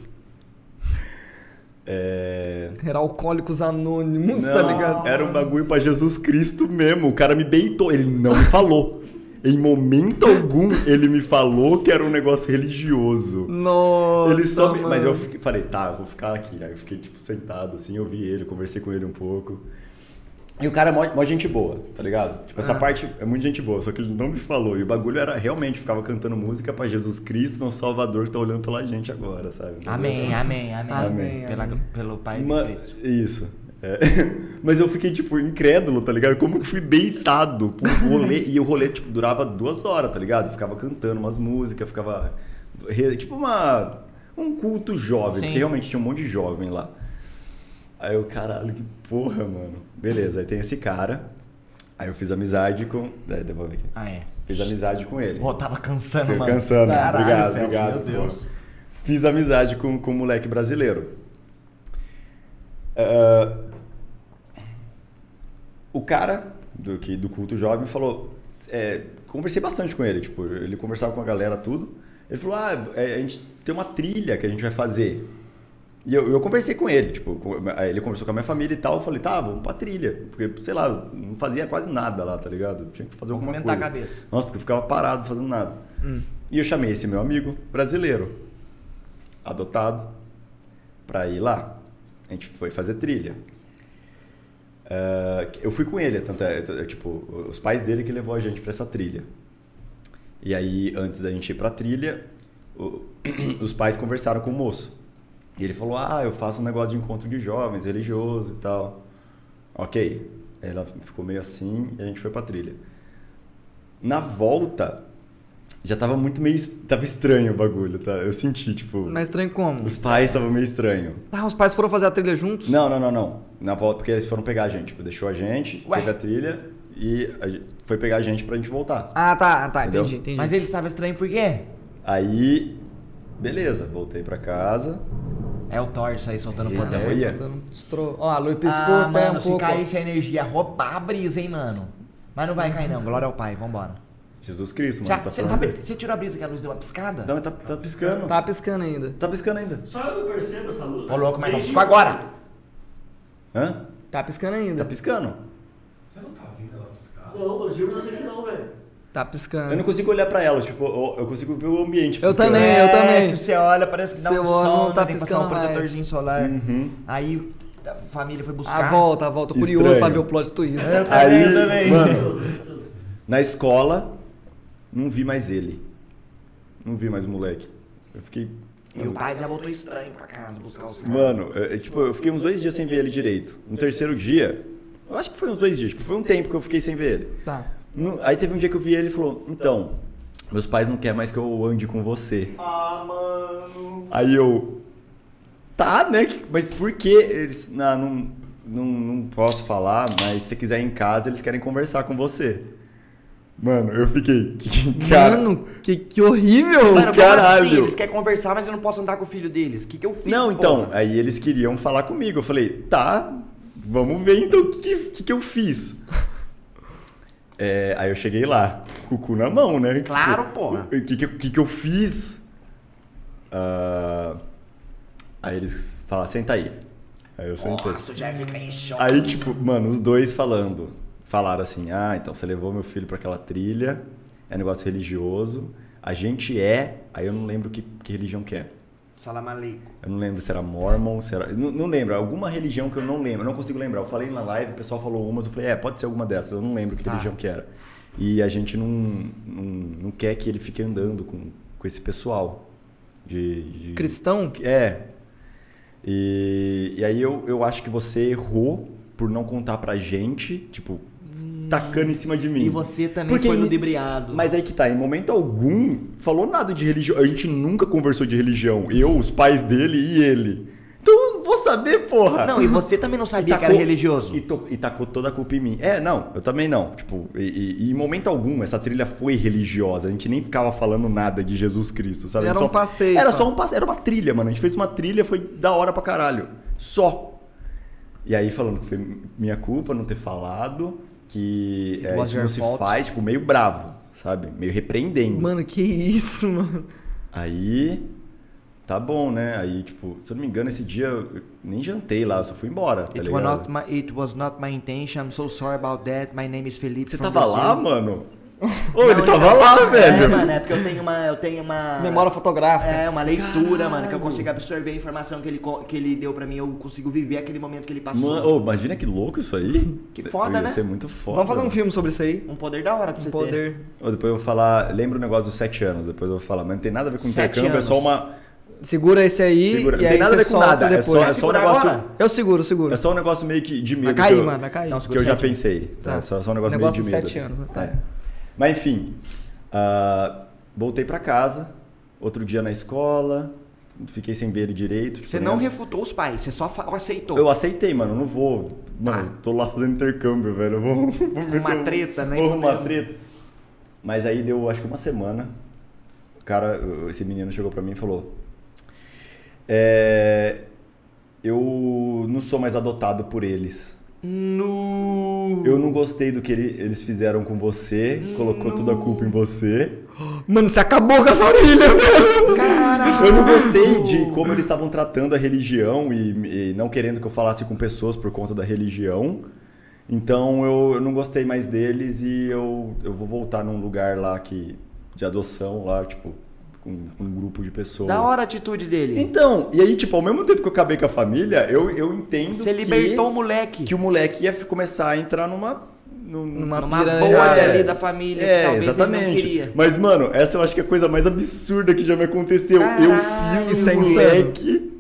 S3: É.
S2: Era alcoólicos anônimos,
S3: Não,
S2: tá ligado?
S3: Era um bagulho pra Jesus Cristo mesmo. O cara me beitou, ele não me falou. em momento algum, ele me falou que era um negócio religioso.
S2: Nossa.
S3: Ele só me...
S2: mano.
S3: Mas eu fiquei- falei, tá, eu vou ficar aqui. Aí eu fiquei, tipo, sentado, assim, eu vi ele, eu conversei com ele um pouco. E o cara é mó, mó gente boa, tá ligado? Tipo,
S2: Ah.
S3: essa parte é muito gente boa, só que ele não me falou. E o bagulho era realmente, ficava cantando música pra Jesus Cristo, nosso Salvador, que tá olhando pela gente agora, sabe?
S1: Amém, amém, amém.
S2: Amém,
S1: Pela-
S2: amém.
S1: Pelo Pai
S3: Ma-
S1: do Cristo.
S3: Isso. é. Mas eu fiquei, tipo, incrédulo, tá ligado? Como que fui beitado por um rolê. e o rolê, tipo, durava duas horas, tá ligado? Eu Ficava cantando umas músicas, ficava. re- Tipo, uma. Um culto jovem,
S1: Sim.
S3: porque realmente tinha um monte de jovem lá. Aí eu, caralho, que porra, mano. Beleza, aí tem esse cara. Aí eu fiz amizade com. É, devolve aqui.
S1: Ah, é.
S3: Fiz amizade com ele.
S1: Pô, tava cansando,
S3: Fiquei
S1: mano.
S3: cansando.
S1: Caralho,
S3: obrigado,
S1: velho,
S3: obrigado.
S1: Meu Deus.
S3: pô. Fiz amizade com, com um moleque brasileiro. Ah, o cara do, que, do culto jovem falou. é, conversei bastante com ele, tipo, ele conversava com a galera, tudo. Ele falou: Ah, é, a gente tem uma trilha que a gente vai fazer. E eu, eu conversei com ele, tipo, com- aí ele conversou com a minha família e tal. Eu falei, tá, vamos pra trilha. Porque, sei lá, eu não fazia quase nada lá, tá ligado? Tinha que fazer alguma coisa.
S1: Movimentar a cabeça. Hum.
S3: Nossa, porque eu ficava parado fazendo nada. E eu chamei esse meu amigo brasileiro, adotado, pra ir lá. A gente foi fazer trilha. Ah, eu fui com ele, tanto é, é, tipo, os pais dele que levou a gente pra essa trilha. E aí, antes da gente ir pra trilha, o- os pais conversaram com o moço. E ele falou: Ah, eu faço um negócio de encontro de jovens, religioso e tal. Ok. Aí Ela ficou meio assim e a gente foi pra trilha. Na volta, já tava muito meio. Tava estranho o bagulho, tá? Eu senti, tipo.
S2: Mas estranho como?
S3: Os pais estavam meio estranho.
S2: Ah, os pais foram fazer a trilha juntos?
S3: Não, não, não, não. Na volta, porque eles foram pegar a gente. Tipo, deixou a gente,
S1: Ué.
S3: teve a trilha e a gente- foi pegar a gente pra gente voltar.
S2: Ah, tá, tá,
S3: Entendeu?
S2: entendi, entendi.
S1: Mas ele estava estranho por quê?
S3: Aí, beleza, voltei pra casa.
S1: É o Thor aí soltando o
S3: Eita,
S1: poder.
S3: olha.
S2: Tá dando um destro- Ó, a lua piscou
S1: Ah,
S2: até
S1: mano,
S2: um
S1: se
S2: pouco.
S1: cair essa energia, roubar a brisa, hein, mano. Mas não vai cair, não. Glória ao Pai, vambora.
S3: Jesus Cristo,
S1: Já,
S3: mano.
S1: você,
S3: falando-
S1: tá- você tirou a brisa que a luz deu uma piscada?
S3: Não, mas tá, tá piscando. Tá.
S2: Tá piscando ainda.
S3: piscando ainda.
S4: Só eu não percebo essa luz.
S3: um-
S1: Ô, louco, mas não
S4: Desde-
S1: piscou agora.
S3: Hã?
S2: Tá piscando
S3: Tá
S2: ainda.
S3: piscando.
S6: Você não tá vindo lá piscar?
S4: Não, eu juro pra você que não, velho.
S2: Tá
S1: Ah.
S3: Eu não
S2: piscando.
S3: consigo olhar pra ela, tipo, eu, eu consigo ver o ambiente.
S2: Eu
S3: piscando.
S2: também. eu
S1: É, Se você olha, parece que dá
S2: Você
S1: um
S2: olha, não
S1: sono,
S2: tá
S1: tem que passar um
S2: piscando mais.
S1: protetorzinho solar.
S3: Uhum.
S1: Aí a família foi buscar.
S2: A Ah, volta, a volta. Tô Curioso
S3: Estranho. É,
S2: pra ver o plot twist.
S1: Eu também,
S3: Aí,
S1: eu também.
S3: mano,
S4: Deus, Deus, Deus.
S3: Na escola, não vi mais ele. Não vi mais o moleque. Eu fiquei.
S1: E o pai já voltou estranho pra casa buscar os caras.
S3: Mano, é, é, tipo, eu fiquei uns dois dias sem ver ele direito. No terceiro dia, eu acho que foi uns dois dias, tipo, foi um tempo que eu fiquei sem ver ele.
S2: Tá.
S3: No- Aí teve um dia que eu vi ele e falou: Então, meus pais não querem mais que eu ande com você.
S1: Ah, mano.
S3: Aí eu. Tá, né? Que- Mas por que eles. Não, não, não, não posso falar, mas se você quiser ir em casa, eles querem conversar com você. Mano, eu fiquei. Cara,
S2: Mano, que, que horrível!
S1: Mano,
S3: caralho.
S1: Como assim? Eles querem conversar, mas eu não posso andar com o filho deles. O que, que eu fiz?
S3: Não,
S1: pô?
S3: então, aí eles queriam falar comigo. Eu falei, tá, vamos ver então o que, que- que, que eu fiz. É, aí eu cheguei lá, com o cu na mão, né?
S1: Claro,
S3: Tipo,
S1: porra.
S3: O que, que, que, que eu fiz? Ah, aí eles falaram, senta aí. Aí eu sentei.
S1: Nossa, o é um Jeff fica em choque.
S3: Aí, tipo, mano, os dois falando. Falaram assim: ah, então você levou meu filho pra aquela trilha, é negócio religioso, a gente é. Aí eu não lembro que, que religião que é.
S1: Salam aleikum.
S3: Eu não lembro se era Mormon, se era. Não, não lembro, alguma religião que eu não lembro, eu não consigo lembrar. Eu falei na live, o pessoal falou umas, eu falei, é, pode ser alguma dessas, eu não lembro que
S1: Tá.
S3: religião que era. E a gente não, não, não quer que ele fique andando com, com esse pessoal de. de-
S2: Cristão?
S3: É. E, e aí eu, eu acho que você errou por não contar pra gente, tipo, tacando em cima de mim.
S1: E você também
S3: Porque
S1: foi
S3: ele-
S1: ludibriado.
S3: Mas aí que tá, em momento algum, falou nada de religião. A gente nunca conversou de religião. Eu, os pais dele e ele. Então eu não vou saber, porra.
S1: Não, e você também não sabia que era
S3: tacou-
S1: religioso.
S3: E, to- e tacou toda a culpa em mim. É, não, eu também não. Tipo, e, e- e em momento algum, essa trilha foi religiosa. A gente nem ficava falando nada de Jesus Cristo, sabe? A gente
S2: Era um
S3: só-
S2: passeio
S3: Era
S2: só.
S3: só um passeio, era uma trilha, mano. A gente fez uma trilha, foi da hora pra caralho. Só. E aí falando que foi minha culpa não ter falado, que é,
S1: was
S3: isso
S1: your
S3: não se
S1: fault.
S3: faz, tipo, meio bravo, sabe? Meio repreendendo.
S2: Mano, que isso, mano.
S3: Aí, tá bom, né? Aí, tipo, se eu não me engano, esse dia eu nem jantei lá, eu só fui embora, tá
S1: It, was
S3: ligado?
S1: not my, it was not my intention. I'm so sorry about that. My name is Felipe.
S3: Você
S1: from
S3: tava
S1: Brazil.
S3: lá, mano? Ô, ele
S1: Não,
S3: tava
S1: então-
S3: lá,
S1: é,
S3: velho.
S1: mano, é porque eu tenho uma. Eu tenho uma.
S2: Memória fotográfica.
S1: É, uma leitura, mano, que eu consigo absorver a informação que ele, co- que ele deu pra mim, eu consigo viver aquele momento que ele passou.
S3: Mano, ô, imagina que louco isso aí.
S1: Que foda,
S3: Ia
S1: né?
S3: ser muito foda.
S2: Vamos fazer um filme sobre isso aí.
S1: Um poder da hora pra você
S2: Um
S1: ter.
S2: poder.
S3: Ô, Depois eu vou falar. Lembra o negócio dos sete anos, depois eu vou falar. Mas não tem nada a ver com
S1: Sete
S3: intercâmbio, é só
S1: anos.
S3: uma.
S2: Segura esse aí.
S3: Segura.
S2: E
S3: Não
S2: aí
S3: tem nada a
S2: você
S3: ver com
S2: solta
S3: nada. É
S2: Depois.
S3: só, é só um
S1: Segura
S3: negócio.
S1: agora.
S2: Eu seguro, seguro.
S3: É só um negócio meio que de medo.
S2: Vai cair,
S3: que eu,
S2: mano, vai cair.
S1: Não,
S3: que eu já
S1: sete.
S3: pensei. Tá?
S2: Tá.
S3: Só, só um negócio meio
S2: Negócio
S3: de
S2: dos
S3: medo.
S2: sete
S3: assim.
S2: anos, tá.
S3: É. Mas enfim. ah, voltei pra casa. Outro dia na escola. Fiquei sem ver ele direito. tipo,
S1: Você
S3: né?
S1: não refutou os pais, você só fa- aceitou.
S3: Eu aceitei, mano. eu Não vou. Mano, eu tô lá fazendo intercâmbio, velho. Eu vou. vou meter
S1: Uma
S3: um-
S1: treta, né?
S3: Vou arrumar treta. Mas aí deu, acho que uma semana. O cara, esse menino chegou pra mim e falou: É. Eu não sou mais adotado por eles.
S1: No.
S3: Eu não gostei do que ele- eles fizeram com você.
S1: Hum.
S3: Colocou toda a culpa em você.
S2: Mano, você acabou com a família, velho.
S1: Caralho!
S3: Eu não gostei de
S1: Ah.
S3: como eles estavam tratando a religião e, e não querendo que eu falasse com pessoas por conta da religião. Então eu, eu não gostei mais deles e eu, eu vou voltar num lugar lá que de adoção lá, tipo, com, com um grupo de pessoas.
S1: Da hora a atitude dele.
S3: Então, e aí, tipo, ao mesmo tempo que eu acabei com a família, eu, eu entendo
S1: Você
S3: que-
S1: libertou o moleque.
S3: que, o moleque ia f- começar a entrar numa. num-
S2: Numa
S1: Numa
S2: piranha.
S1: bolha
S3: É.
S1: ali da família. que
S3: É,
S1: talvez Ele não
S3: exatamente.
S1: queria.
S3: Mas, mano, essa eu acho que é a coisa mais absurda que já me aconteceu.
S1: Caralho,
S3: eu fiz
S2: isso é
S3: um moleque,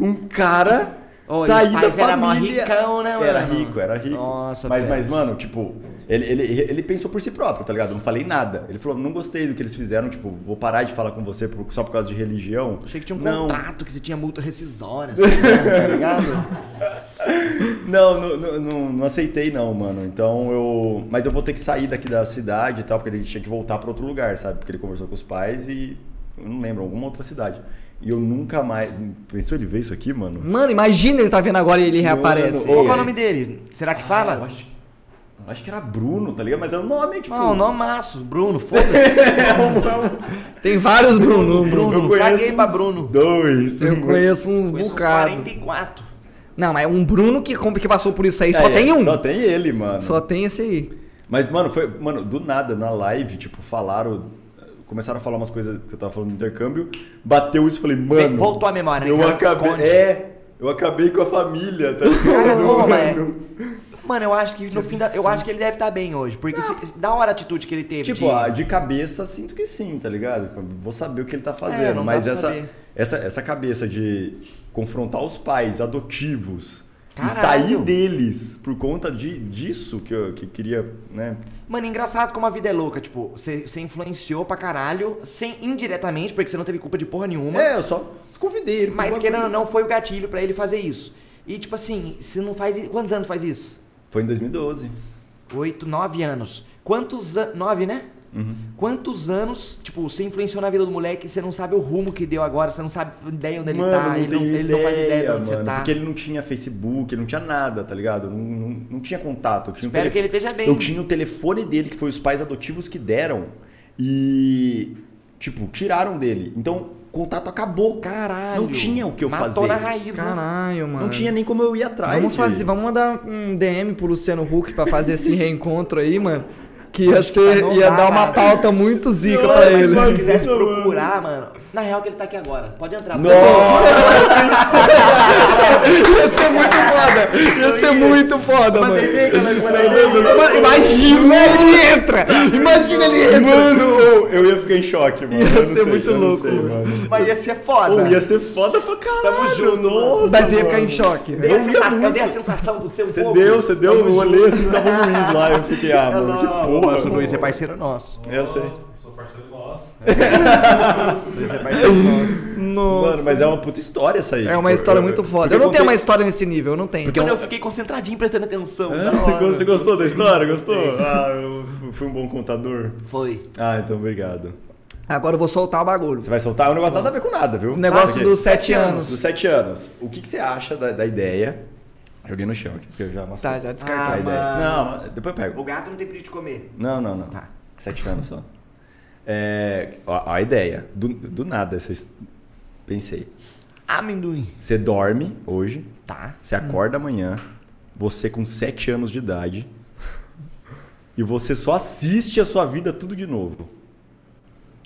S3: um cara,
S1: Ô, e os
S3: sair da
S1: pais era mó
S3: família.
S1: ricão, né, mano?
S3: Era rico, é. era rico.
S1: Nossa,
S3: mas,
S1: velho.
S3: mas, mano, tipo, ele, ele, ele pensou por si próprio, tá ligado? Eu não falei nada. Ele falou, não gostei do que eles fizeram, tipo, vou parar de falar com você por- só por causa de religião.
S1: Achei que tinha um
S3: não,
S1: contrato, que você tinha multa rescisória, assim, né, tá ligado?
S3: Não, não, não, não- não aceitei não, mano. Então eu. Mas eu vou ter que sair daqui da cidade e tal, porque ele tinha que voltar pra outro lugar, sabe? Porque ele conversou com os pais e. Eu não lembro, alguma outra cidade. E eu nunca mais. Pensou ele ver isso aqui, mano?
S2: Mano, imagina ele tá vendo agora e ele
S1: Qual
S2: reaparece.
S3: Mano,
S1: que é
S3: Ei.
S1: o nome dele? Será que
S3: Ah, eu
S1: fala?
S3: acho... eu acho que era Bruno, tá ligado? Mas era o nome, tipo.
S1: Não, não Massos, Bruno, foda-se.
S2: Tem vários Bruno. Bruno.
S3: eu conheço
S1: caguei pra
S3: uns
S1: Bruno.
S3: Dois.
S2: Eu conheço um
S1: Foi esses
S2: bocado.
S1: 44.
S2: Não, mas um Bruno que, compra- que passou por isso aí só
S3: É,
S2: tem um.
S3: Só tem ele, mano.
S2: Só tem esse aí.
S3: Mas, mano, foi. Mano, do nada, na live, tipo, falaram. Começaram a falar umas coisas que eu tava falando no intercâmbio. Bateu isso e falei, mano.
S1: voltou a memória, né,
S3: Eu
S1: cara?
S3: acabei.
S1: Esconde.
S3: É, eu acabei com a família, tá
S1: Cara, pô, mas-
S3: ligado?
S1: Mano, eu acho que no fim da, eu acho que ele deve estar bem hoje, porque se- da hora a atitude que ele teve.
S3: tipo,
S1: de-
S3: ah, de cabeça sinto que sim, tá ligado? Vou saber o que ele tá
S1: É,
S3: fazendo.
S1: não dá
S3: mas
S1: pra
S3: essa,
S1: saber.
S3: essa essa cabeça de confrontar os pais adotivos. E
S1: Caralho.
S3: sair deles por conta de, disso que eu que queria, né?
S1: Mano, engraçado como a vida é louca, tipo, você você influenciou pra caralho, sem indiretamente, porque você não teve culpa de porra nenhuma.
S3: É, eu só convidei ele. pra um
S1: Mas
S3: bagulho.
S1: querendo ou não, foi o gatilho pra ele fazer isso. E tipo assim, você não faz. i- Quantos anos faz isso?
S3: Foi em 2012.
S1: Oito, nove anos. Quantos anos. Nove, né?
S3: Uhum.
S1: Quantos anos, tipo, você influenciou na vida do moleque, você não sabe o rumo que deu agora, você não sabe ideia onde ele
S3: Mano,
S1: tá,
S3: não
S1: ele, não,
S3: tenho
S1: ele não faz ideia de onde você
S3: mano,
S1: tá.
S3: Porque ele não tinha Facebook, ele não tinha nada, tá ligado? Não, não, não tinha contato. Eu tinha um
S1: Espero
S3: o
S1: que ele
S3: telefone-
S1: esteja bem.
S3: Eu tinha o telefone dele, que foi os pais adotivos que deram. E, tipo, tiraram dele. Então, contato acabou.
S1: Caralho.
S3: Não tinha o que eu
S1: matou
S3: fazer.
S1: na raiz, né?
S2: Caralho, mano.
S3: Não tinha nem como eu ir atrás.
S2: Vamos fazer,
S3: velho.
S2: vamos mandar um DM pro Luciano Huck pra fazer esse reencontro aí, mano. Que ia ser,
S3: tá
S1: não
S2: ia
S1: dá,
S2: dar uma
S1: cara.
S2: pauta muito zica
S3: né? Não,
S2: pra
S3: mas
S2: ele.
S1: Se
S3: vai-
S1: ele quisesse
S3: Mano.
S1: procurar, mano. Na real que ele tá aqui agora. Pode entrar.
S3: Nossa,
S2: Ia ser muito foda. Ia ser muito foda, mano. Mano, Imagina ele entra! Imagina ele entra!
S3: mano, eu- eu ia ficar em choque, mano.
S2: Ia
S3: Eu não
S2: ser
S3: sei,
S2: muito
S3: eu não
S2: louco,
S3: sei,
S2: mano.
S3: mano.
S1: Mas ia ser foda.
S3: Ou ia ser foda pra caralho. Tamo junto, nossa.
S2: Mas ia ficar em
S3: mano.
S2: choque. né?
S1: Dei a sensação-
S3: muito.
S1: eu dei a sensação do seu
S3: Você
S1: corpo.
S3: deu, você deu,
S1: Tamo
S3: eu
S1: junto.
S3: olhei assim, tava o Luiz lá, eu fiquei, ah, mano, que
S1: Não,
S3: porra.
S1: mas o
S3: mano.
S1: Luiz é parceiro nosso.
S3: Eu sei.
S6: Sou parceiro nosso.
S1: Luiz é parceiro nosso.
S2: Nossa.
S3: Mano, mas é uma puta história essa aí.
S2: É uma
S3: tipo,
S2: história
S3: eu-
S2: muito
S3: eu-
S2: foda.
S3: porque
S2: Eu não tenho uma
S3: contei-
S2: história nesse nível, eu não tenho.
S1: Mano, eu fiquei concentradinho prestando atenção.
S3: Hã?
S1: da
S3: É, Você
S1: hora.
S3: go- Você gostou da história? Gostou? Ah, eu fu- fui um bom contador.
S1: Foi.
S3: Ah, então obrigado.
S2: Agora eu vou soltar o bagulho.
S3: Você vai soltar? É um negócio nada a ver com nada, viu?
S2: O negócio
S3: Aqui.
S2: dos sete anos.
S3: Dos sete anos. O que, que você acha da, da ideia? Joguei no chão aqui, porque eu já amassei.
S2: Tá, já
S1: Ah,
S3: a
S2: descartei.
S3: ideia.
S1: mano.
S3: Não, mas depois eu pego.
S1: O gato não tem perigo de comer.
S3: Não, não, não.
S1: Tá.
S3: Sete anos só. É, ó, a ideia. Do, do nada, vocês... Pensei.
S1: Amendoim.
S3: Você dorme hoje,
S1: Tá.
S3: você acorda amanhã, você com sete anos de idade, e você só assiste a sua vida tudo de novo.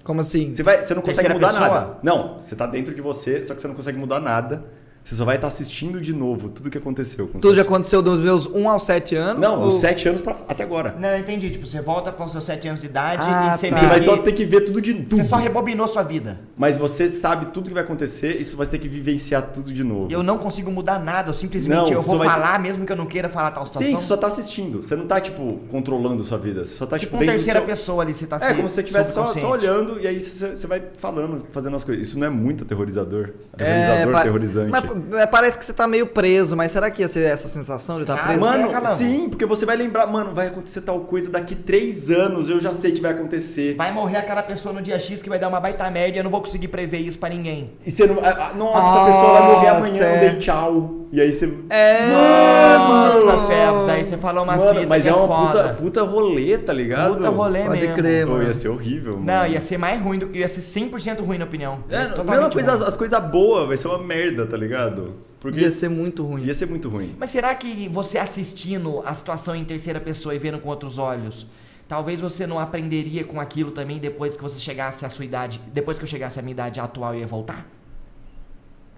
S2: Como assim?
S3: Você, vai, você não consegue
S1: Terceira
S3: mudar
S1: pessoa?
S3: nada. Não, você tá dentro de você, só que você não consegue mudar nada. Você só vai estar assistindo de novo tudo que aconteceu. com
S2: Tudo já
S3: você.
S2: aconteceu dos meus 1 aos 7 anos?
S3: Não,
S2: ou-
S3: dos 7 anos pra, até agora.
S1: Não, eu entendi. Tipo, você volta para os seus 7 anos de idade
S2: Ah,
S1: e você,
S2: tá.
S1: meio
S3: Você vai
S1: que-
S3: só ter que ver tudo de tudo.
S1: você só rebobinou sua vida.
S3: Mas você sabe tudo que vai acontecer e você vai ter que vivenciar tudo de novo.
S1: Eu não consigo mudar nada, eu simplesmente
S3: Não,
S1: eu
S3: você
S1: vou
S3: só vai-
S1: falar mesmo que eu não queira falar tal situação.
S3: Sim, você só tá assistindo. Você não tá, tipo, controlando sua vida. Você só tá, tipo,
S1: Tipo, uma
S3: dentro do
S1: terceira
S3: seu-
S1: pessoa ali, você tá
S3: É,
S1: se-
S3: como se você estivesse só, só
S1: subconsciente.
S3: olhando e aí você, você vai falando, fazendo as coisas. Isso não é muito aterrorizador?
S2: É,
S3: Aterrorizador,
S2: pa-
S3: aterrorizante.
S2: mas pa- parece que você tá meio preso, mas será que ia ser essa sensação de estar
S1: Ah,
S2: preso?
S1: mas-
S3: Mano,
S1: né, Calão?
S3: sim, porque você vai lembrar, mano, vai acontecer tal coisa daqui três anos, eu já sei que vai acontecer.
S1: Vai morrer aquela pessoa no dia X que vai dar uma baita merda e eu não vou conseguir prever isso pra ninguém.
S3: E você não. ah, ah, Nossa,
S2: Nossa,
S3: a pessoa vai morrer amanhã,
S2: é.
S3: eu dei tchau. E aí você.
S2: É,
S1: Nossa,
S2: mano.
S1: Febs, aí você falou uma
S3: mano,
S1: fita
S3: mas
S1: que
S3: é uma
S1: foda.
S3: puta, puta rolê, tá ligado?
S1: Puta rolê
S2: Pode
S1: mesmo.
S2: crer,
S3: Pô,
S2: mano.
S3: ia ser horrível, mano.
S1: Não, ia ser mais ruim, do, ia ser 100% ruim na opinião. Ia
S3: É,
S1: ser totalmente
S3: mesma coisa,
S1: ruim.
S3: as, as coisas boas vai ser uma merda, tá ligado? Porque
S2: Ia ser muito ruim.
S3: ia ser muito ruim.
S1: Mas será que você assistindo a situação em terceira pessoa e vendo com outros olhos, talvez você não aprenderia com aquilo também depois que você chegasse à sua idade, depois que eu chegasse à minha idade atual e ia voltar?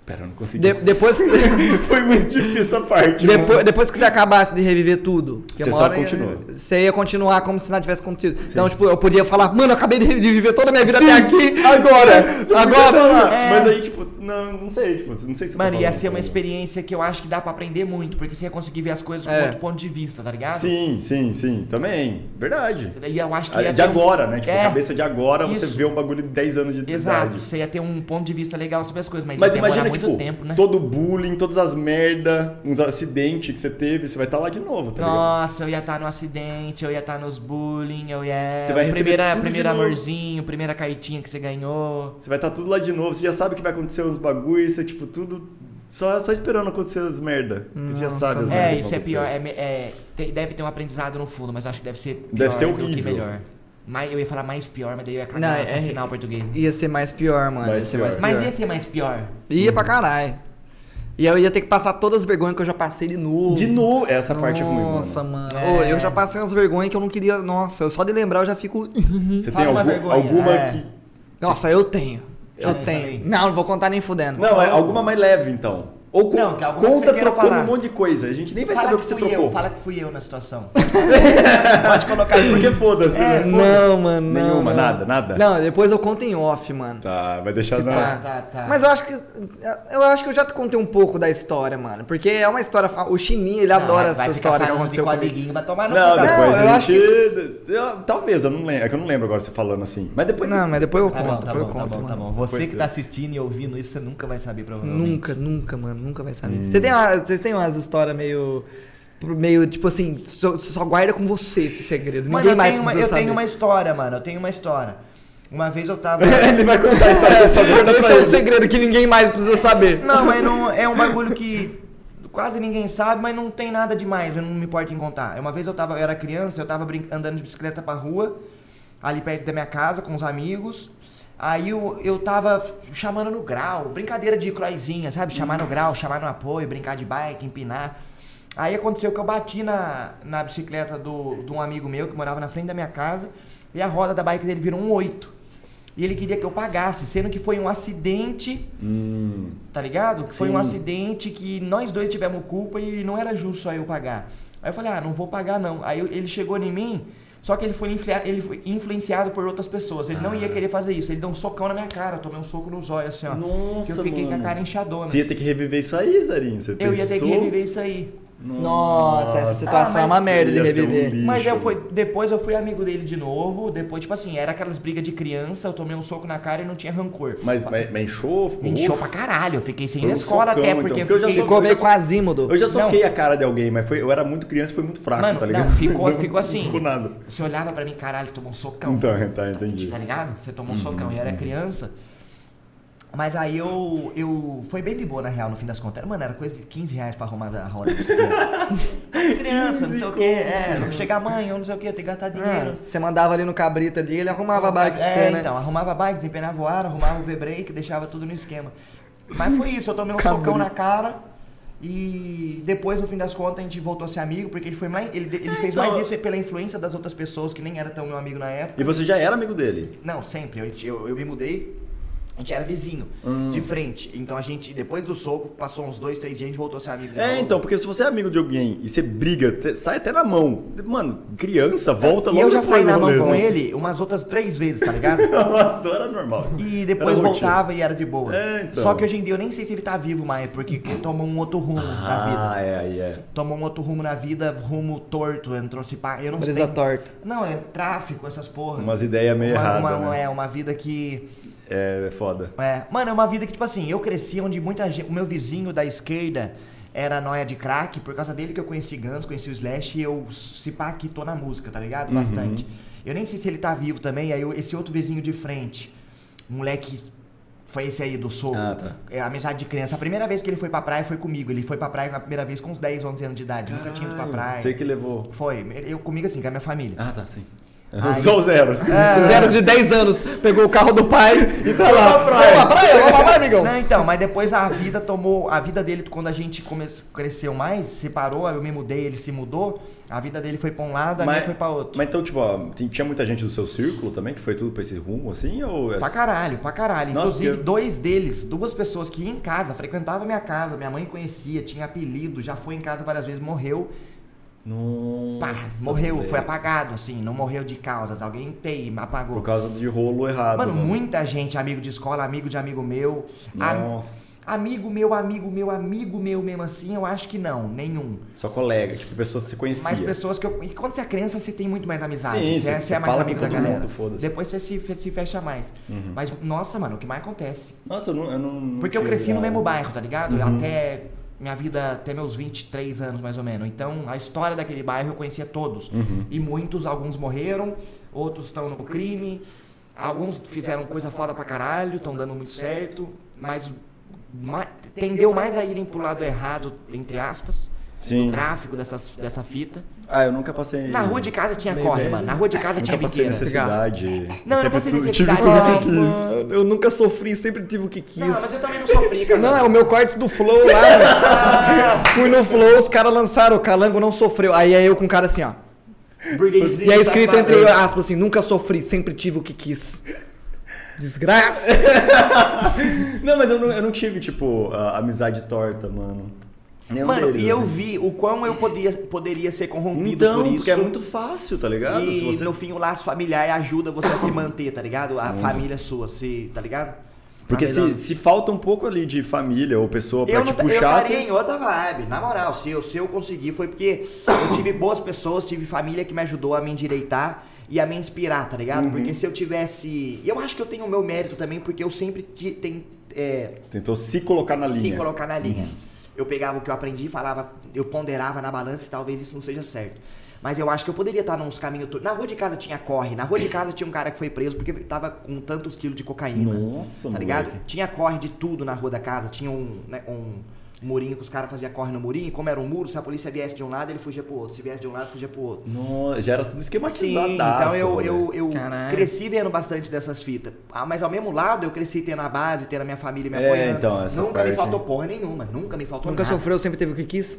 S3: Pera, eu não consegui.
S2: De- depois,
S3: Foi muito difícil essa parte. mano.
S2: depois, depois que você acabasse de reviver tudo, porque
S3: Você
S2: uma
S3: só
S2: hora ia-
S3: continua.
S2: Você ia continuar como se nada tivesse acontecido. Então, tipo, eu podia falar, mano, eu acabei de viver toda a minha vida
S3: Sim,
S2: até aqui.
S3: Agora! Você
S2: Agora!
S3: podia falar.
S1: É.
S3: Mas aí, tipo, não, não sei, tipo, não sei se você tá
S1: Mano, ia
S3: falando,
S1: ser assim, é uma
S3: tá ligado?
S1: experiência que eu acho que dá pra aprender muito, porque você ia conseguir ver as coisas com
S2: É.
S1: outro ponto de vista, tá ligado?
S3: Sim, sim, sim, também. Verdade.
S1: E eu acho que
S3: Ah,
S1: ia
S3: De
S1: ter um-
S3: agora, né? Tipo,
S1: É.
S3: cabeça de agora, você
S1: Isso.
S3: vê um bagulho de 10 anos de
S1: Exato,
S3: idade.
S1: você ia ter um ponto de vista legal sobre as coisas, mas,
S3: Mas
S1: ia demorar
S3: imagina,
S1: muito
S3: tipo,
S1: tempo, né?
S3: todo bullying, todas as merda, uns acidentes que você teve, você vai estar lá de novo, tá ligado?
S1: Nossa, eu ia estar no acidente, eu ia estar nos bullying, eu ia.
S3: Você vai
S1: o
S3: receber
S1: primeira,
S3: tudo de
S1: primeiro
S3: novo.
S1: amorzinho, primeira cartinha que você ganhou.
S3: Você vai estar tudo lá de novo, você já sabe o que vai acontecer os bagulhos, você, tipo, tudo. Só, só esperando acontecer as merda. porque Você já
S2: Nossa,
S3: sabe as
S2: mano.
S3: merda.
S1: É,
S3: que
S1: isso
S3: vão
S1: é pior.
S3: acontecer.
S1: É, me- é, tem- deve ter um aprendizado no fundo, mas eu acho que deve ser pior
S3: Deve ser
S1: do que
S3: horrível.
S1: melhor. Mas eu ia falar mais pior, mas daí eu ia
S2: Não,
S1: cagar
S2: é-
S1: é, assassinar o português. né?
S2: Ia ser mais pior, mano.
S3: Mais
S2: ia ser
S3: pior.
S2: mais pior.
S1: Mas ia ser mais pior.
S2: Ia pra caralho. E eu ia ter que passar todas as vergonhas que eu já passei de novo.
S3: De novo, essa parte é ruim. mano.
S2: Nossa, mano.
S1: É.
S2: Ô, Eu já passei umas vergonhas que eu não queria. Nossa, eu só de lembrar eu já fico.
S3: Você
S1: Fala
S3: tem
S1: uma
S3: algum-
S1: vergonha,
S3: alguma
S1: é.
S3: que.
S2: Nossa, eu tenho. Eu,
S1: Eu
S2: tenho.
S1: também.
S2: Não, não vou contar nem fudendo.
S3: Não, é alguma mais leve, então. Ou con-
S1: Não, que alguma que
S3: conta
S1: você queira
S3: trocando
S1: falar.
S3: um monte de coisa. A gente nem vai
S1: fala
S3: saber o que você
S1: fui eu,
S3: trocou.
S1: fala que fui eu na situação.
S3: Pode colocar aí, porque foda-se.
S1: É,
S3: né?
S2: Não, mano, não.
S3: Nenhuma,
S2: não.
S3: nada, nada?
S2: Não, depois eu conto em off, mano.
S3: Tá, vai deixar
S2: Se
S3: na.
S2: pá.
S1: tá, tá.
S2: Mas eu acho que. Eu acho que eu já te contei um pouco da história, mano. Porque é uma história. fa- O Chininho, ele
S1: Não, vai
S2: adora essa
S1: ficar
S2: história que
S1: falando de
S2: aconteceu comigo.
S1: codiguinho, vai tomar no
S3: Não,
S1: cu, tá?
S3: depois
S2: eu
S3: a
S2: acho
S3: gente. eu- talvez, eu não lembro. É que eu não lembro agora você falando assim. Mas depois.
S2: Não, mas depois eu
S1: Tá
S2: conto.
S1: bom, tá
S2: depois
S1: bom,
S2: eu
S1: tá
S2: conto,
S1: bom, tá
S2: mano.
S1: bom. Você que
S3: Coitado.
S1: tá assistindo e ouvindo isso, você nunca vai saber, provavelmente.
S2: Nunca, nunca, mano. Nunca vai saber. Você tem uma- vocês têm umas histórias meio. Meio, tipo assim, só, só guarda com você esse segredo.
S1: Mano,
S2: Ninguém
S1: eu,
S2: mais
S1: tenho uma,
S2: precisa
S1: eu
S2: saber.
S1: tenho uma história, mano. Eu tenho uma história. Uma vez eu tava.
S3: Ele vai contar a história dessa gorda pra
S2: Esse é o
S3: ele.
S2: segredo que ninguém mais precisa saber.
S1: Não, mas não é um bagulho que quase ninguém sabe, mas não tem nada demais, eu não me importo em contar. Uma vez eu tava, eu era criança, eu tava brin- andando de bicicleta pra rua, ali perto da minha casa, com os amigos. Aí eu, eu tava chamando no grau, brincadeira de croizinha, sabe? Chamar no grau, chamar no apoio, brincar de bike, empinar. Aí aconteceu que eu bati na, na bicicleta do, de um amigo meu que morava na frente da minha casa e a roda da bike dele virou um oito. E ele queria que eu pagasse, sendo que foi um acidente
S3: Hum.
S1: tá ligado? Que foi um
S3: Sim.
S1: acidente que nós dois tivemos culpa e não era justo só eu pagar. Aí eu falei, ah, não vou pagar não. Aí eu- ele chegou em mim, só que ele foi, influa- ele foi influenciado por outras pessoas. Ele não ia
S3: Ah.
S1: querer fazer isso. Ele deu um socão na minha cara, eu tomei um soco nos olhos, assim, ó.
S3: Nossa,
S1: que eu fiquei com
S3: mano.
S1: a cara inchadona.
S3: Você ia ter que reviver isso aí, Zarinho. Você
S1: eu ia ter que
S3: pensou?
S1: reviver isso aí.
S2: Nossa, essa situação é
S1: Ah,
S2: uma merda de
S3: Ia ser um
S2: reviver.
S3: lixo,
S1: Mas eu
S3: mano.
S1: fui, depois eu fui amigo dele de novo. Depois, tipo assim, era aquelas brigas de criança, eu tomei um soco na cara e não tinha rancor.
S3: Mas, mas, mas inchou, ficou.
S1: Me encheu
S3: roxo?
S1: pra caralho, eu fiquei sem ir
S3: Foi
S1: na
S3: um
S1: escola
S3: socão,
S1: até,
S3: então,
S1: porque,
S3: porque eu já
S1: fiquei-
S3: sou-
S2: Ficou meio
S3: Eu já-
S2: com azímodo.
S3: Eu já
S1: Não.
S3: soquei a cara de alguém, mas foi, eu era muito criança, foi muito fraco,
S1: Mano,
S3: tá ligado?
S1: não, ficou- ficou assim.
S3: Não ficou nada.
S1: Você olhava pra mim, caralho, tomou um socão.
S3: Então, tá, entendi. Uhum,
S1: Tá ligado? Você tomou um socão e era criança. Mas aí eu, eu. Foi bem de boa, na real, no fim das contas. Mano, era coisa de 15 reais pra arrumar a roda. do bicicleta. criança, não sei o quê. É, chegar mãe, eu não sei o quê, eu tenho
S3: É.
S1: que gastar dinheiro.
S2: Ah, você mandava ali no cabrito ali, ele arrumava a bike pra
S1: é,
S2: você, né?
S1: então, arrumava a bike, desempenhava o ar, arrumava o V-brake, deixava tudo no esquema. Mas foi isso, eu tomei um socão na cara. E depois, no fim das contas, a gente voltou a ser amigo, porque ele foi mais. Ele, ele fez
S3: então-
S1: mais isso pela influência das outras pessoas que nem era tão meu amigo na época.
S3: E você já era amigo dele?
S1: Não, sempre. Eu, eu, eu me mudei, a gente era vizinho,
S3: Hum.
S1: de frente. Então a gente, depois do soco, passou uns dois, três dias, a gente voltou a ser amigo. de
S3: É,
S1: novo.
S3: então, porque se você é amigo de alguém e você briga, te- sai até na mão. Mano, criança, volta
S1: E
S3: logo
S1: eu já
S3: depois
S1: saí
S3: do
S1: na mão
S3: rolê,
S1: com
S3: né?
S1: ele umas outras três vezes, tá ligado?
S3: Então era normal.
S1: E depois
S3: Era rotina.
S1: voltava e era de boa.
S3: É, então.
S1: Só que hoje em dia eu nem sei se ele tá vivo mais, porque ele tomou um outro rumo na vida.
S3: Ah, é, aí é.
S1: Tomou um outro rumo na vida, rumo torto, entrou se pá. Eu não
S2: Presa
S1: sei.
S2: torta.
S1: Não, é tráfico, essas porra.
S3: Umas ideias meio
S1: Uma-
S3: erradas.
S1: uma- uma-
S3: né?
S1: É, uma vida que.
S3: é... foda.
S1: É, mano, é uma vida que, tipo assim, eu cresci onde muita gente. O meu vizinho da esquerda era noia de crack, por causa dele que eu conheci Guns, conheci o Slash e eu se pá aqui tô na música, tá
S3: Uhum.
S1: ligado? Bastante. Eu nem sei se ele tá vivo também, aí eu- esse outro vizinho de frente, um moleque. Foi esse aí do soco.
S3: Ah, tá.
S1: É, amizade de criança. A primeira vez que ele foi pra praia foi comigo. Ele foi pra praia a primeira vez com uns 10, 11 anos de idade. Nunca tinha ido pra praia.
S3: Você Ah, que levou.
S1: Foi. Eu comigo assim, com a minha família.
S3: Ah, tá, sim.
S1: Aí- É.
S3: Só os zeros.
S2: Ah. Zero de 10 anos, pegou o carro do pai e tá lá.
S3: Vamos pra praia.
S2: Vamos pra praia, vamos pra praia, amigão.
S1: Não, então, mas depois a vida tomou. A vida dele, quando a gente come- cresceu mais, separou, eu me mudei, ele se mudou. A vida dele foi pra um lado, a minha foi pra outro.
S3: mas então, tipo, ó, tem- tinha muita gente do seu círculo também que foi tudo pra esse rumo, assim? Ou é-
S1: Pra caralho, pra caralho.
S3: Nossa,
S1: Inclusive,
S3: porque-
S1: dois deles, duas pessoas que iam em casa, frequentavam minha casa, minha mãe conhecia, tinha apelido, já foi em casa várias vezes, morreu.
S3: Nossa,
S1: Pá, morreu,
S3: velho.
S1: foi apagado, assim, não morreu de causas. Alguém TI apagou.
S3: Por causa de rolo errado.
S1: Mano, muita gente, amigo de escola, amigo de amigo meu. am-
S3: Nossa.
S1: Amigo meu, amigo meu, amigo meu mesmo assim, eu acho que não, nenhum.
S3: Só colega, tipo, pessoas que se conheciam.
S1: Mas pessoas que eu. E quando você é criança, você tem muito mais amizade.
S3: Sim,
S1: você, é-
S3: você
S1: você é mais
S3: fala
S1: amigo
S3: com
S1: da
S3: todo
S1: galera.
S3: mundo, foda-se. Uhum.
S1: Depois você se, fe- se fecha mais. Mas, nossa, mano, o que mais acontece?
S3: Nossa, eu não. Eu não não
S1: Porque eu
S3: tinha
S1: cresci no
S3: virado.
S1: mesmo bairro, tá ligado?
S3: Uhum.
S1: Até minha vida, até meus 23 anos mais ou menos. Então, a história daquele bairro eu conhecia todos.
S3: Uhum.
S1: E muitos, alguns morreram, outros estão no crime, alguns fizeram coisa foda pra caralho, estão dando muito certo, mas ma- tendeu mais a irem pro lado errado, entre aspas.
S3: Sim.
S1: Do tráfico dessas, dessa fita.
S3: Ah, eu nunca passei.
S1: Na rua de casa tinha
S3: Meio
S1: corre,
S3: bem. Tipo assim,
S1: mano. Na rua de casa tinha
S3: Nunca passei
S1: biqueira.
S3: necessidade.
S1: Não, eu não
S3: Sempre
S1: passei
S3: tu- tive
S1: necessidade,
S3: tudo
S1: não.
S3: que quis.
S2: Mano, eu nunca sofri, sempre tive o que quis.
S1: Não, mas eu também não sofri, cara.
S2: Não, é o
S3: um
S2: meu corte do Flow lá. velho. Fui no Flow, os caras lançaram, o Calango não sofreu. Aí é eu com o cara assim, ó.
S1: Burguesinho,
S2: E é escrito
S1: safado.
S2: entre aspas assim, nunca sofri, sempre tive o que quis. Desgraça!
S3: Não, mas eu não, eu não tive, tipo, a- amizade torta, mano. Nenhum
S1: Mano,
S3: deles,
S1: e eu
S3: assim.
S1: vi o quão eu podia, poderia ser corrompido
S3: Então,
S1: por isso.
S3: porque é muito fácil, tá ligado?
S1: E
S3: Se você
S1: no fim o laço familiar ajuda você a se manter, tá ligado? A família sua, se, tá ligado?
S3: Porque
S1: Tá
S3: se,
S1: melhor.
S3: se falta um pouco ali de família ou pessoa pra
S1: eu
S3: te
S1: não, eu
S3: puxar,
S1: estaria
S3: você...
S1: em outra vibe, na moral. Se eu, se eu conseguir foi porque eu tive boas pessoas, tive família que me ajudou a me endireitar e a me inspirar, tá ligado?
S3: Uhum.
S1: Porque se eu tivesse. E eu acho que eu tenho o meu mérito também, porque eu sempre ti- tem, é,
S3: tentou se colocar na linha. Uhum.
S1: se colocar na linha. Eu pegava o que eu aprendi e falava, eu ponderava na balança e talvez isso não seja certo. Mas eu acho que eu poderia estar nos caminhos. to- Na rua de casa tinha corre, na rua de casa tinha um cara que foi preso porque tava com tantos quilos de cocaína.
S3: Nossa,
S1: tá
S3: moleque.
S1: ligado? Tinha corre de tudo na rua da casa, tinha um, né, um murinho que os caras faziam corre no murinho, como era um muro, se a polícia viesse de um lado, ele fugia pro outro, se viesse de um lado, fugia pro outro.
S3: Nossa, já era tudo esquematizado.
S1: Sim, então eu,
S3: né?
S1: eu, eu
S2: Caralho.
S1: cresci vendo bastante dessas fitas. Ah, mas ao mesmo lado, eu cresci tendo a base, tendo a minha família me
S3: É,
S1: apoiando.
S3: então, essa
S1: nunca
S3: parte-
S1: me faltou porra nenhuma, nunca me faltou
S2: Nunca
S1: nada.
S2: sofreu, sempre teve o que quis.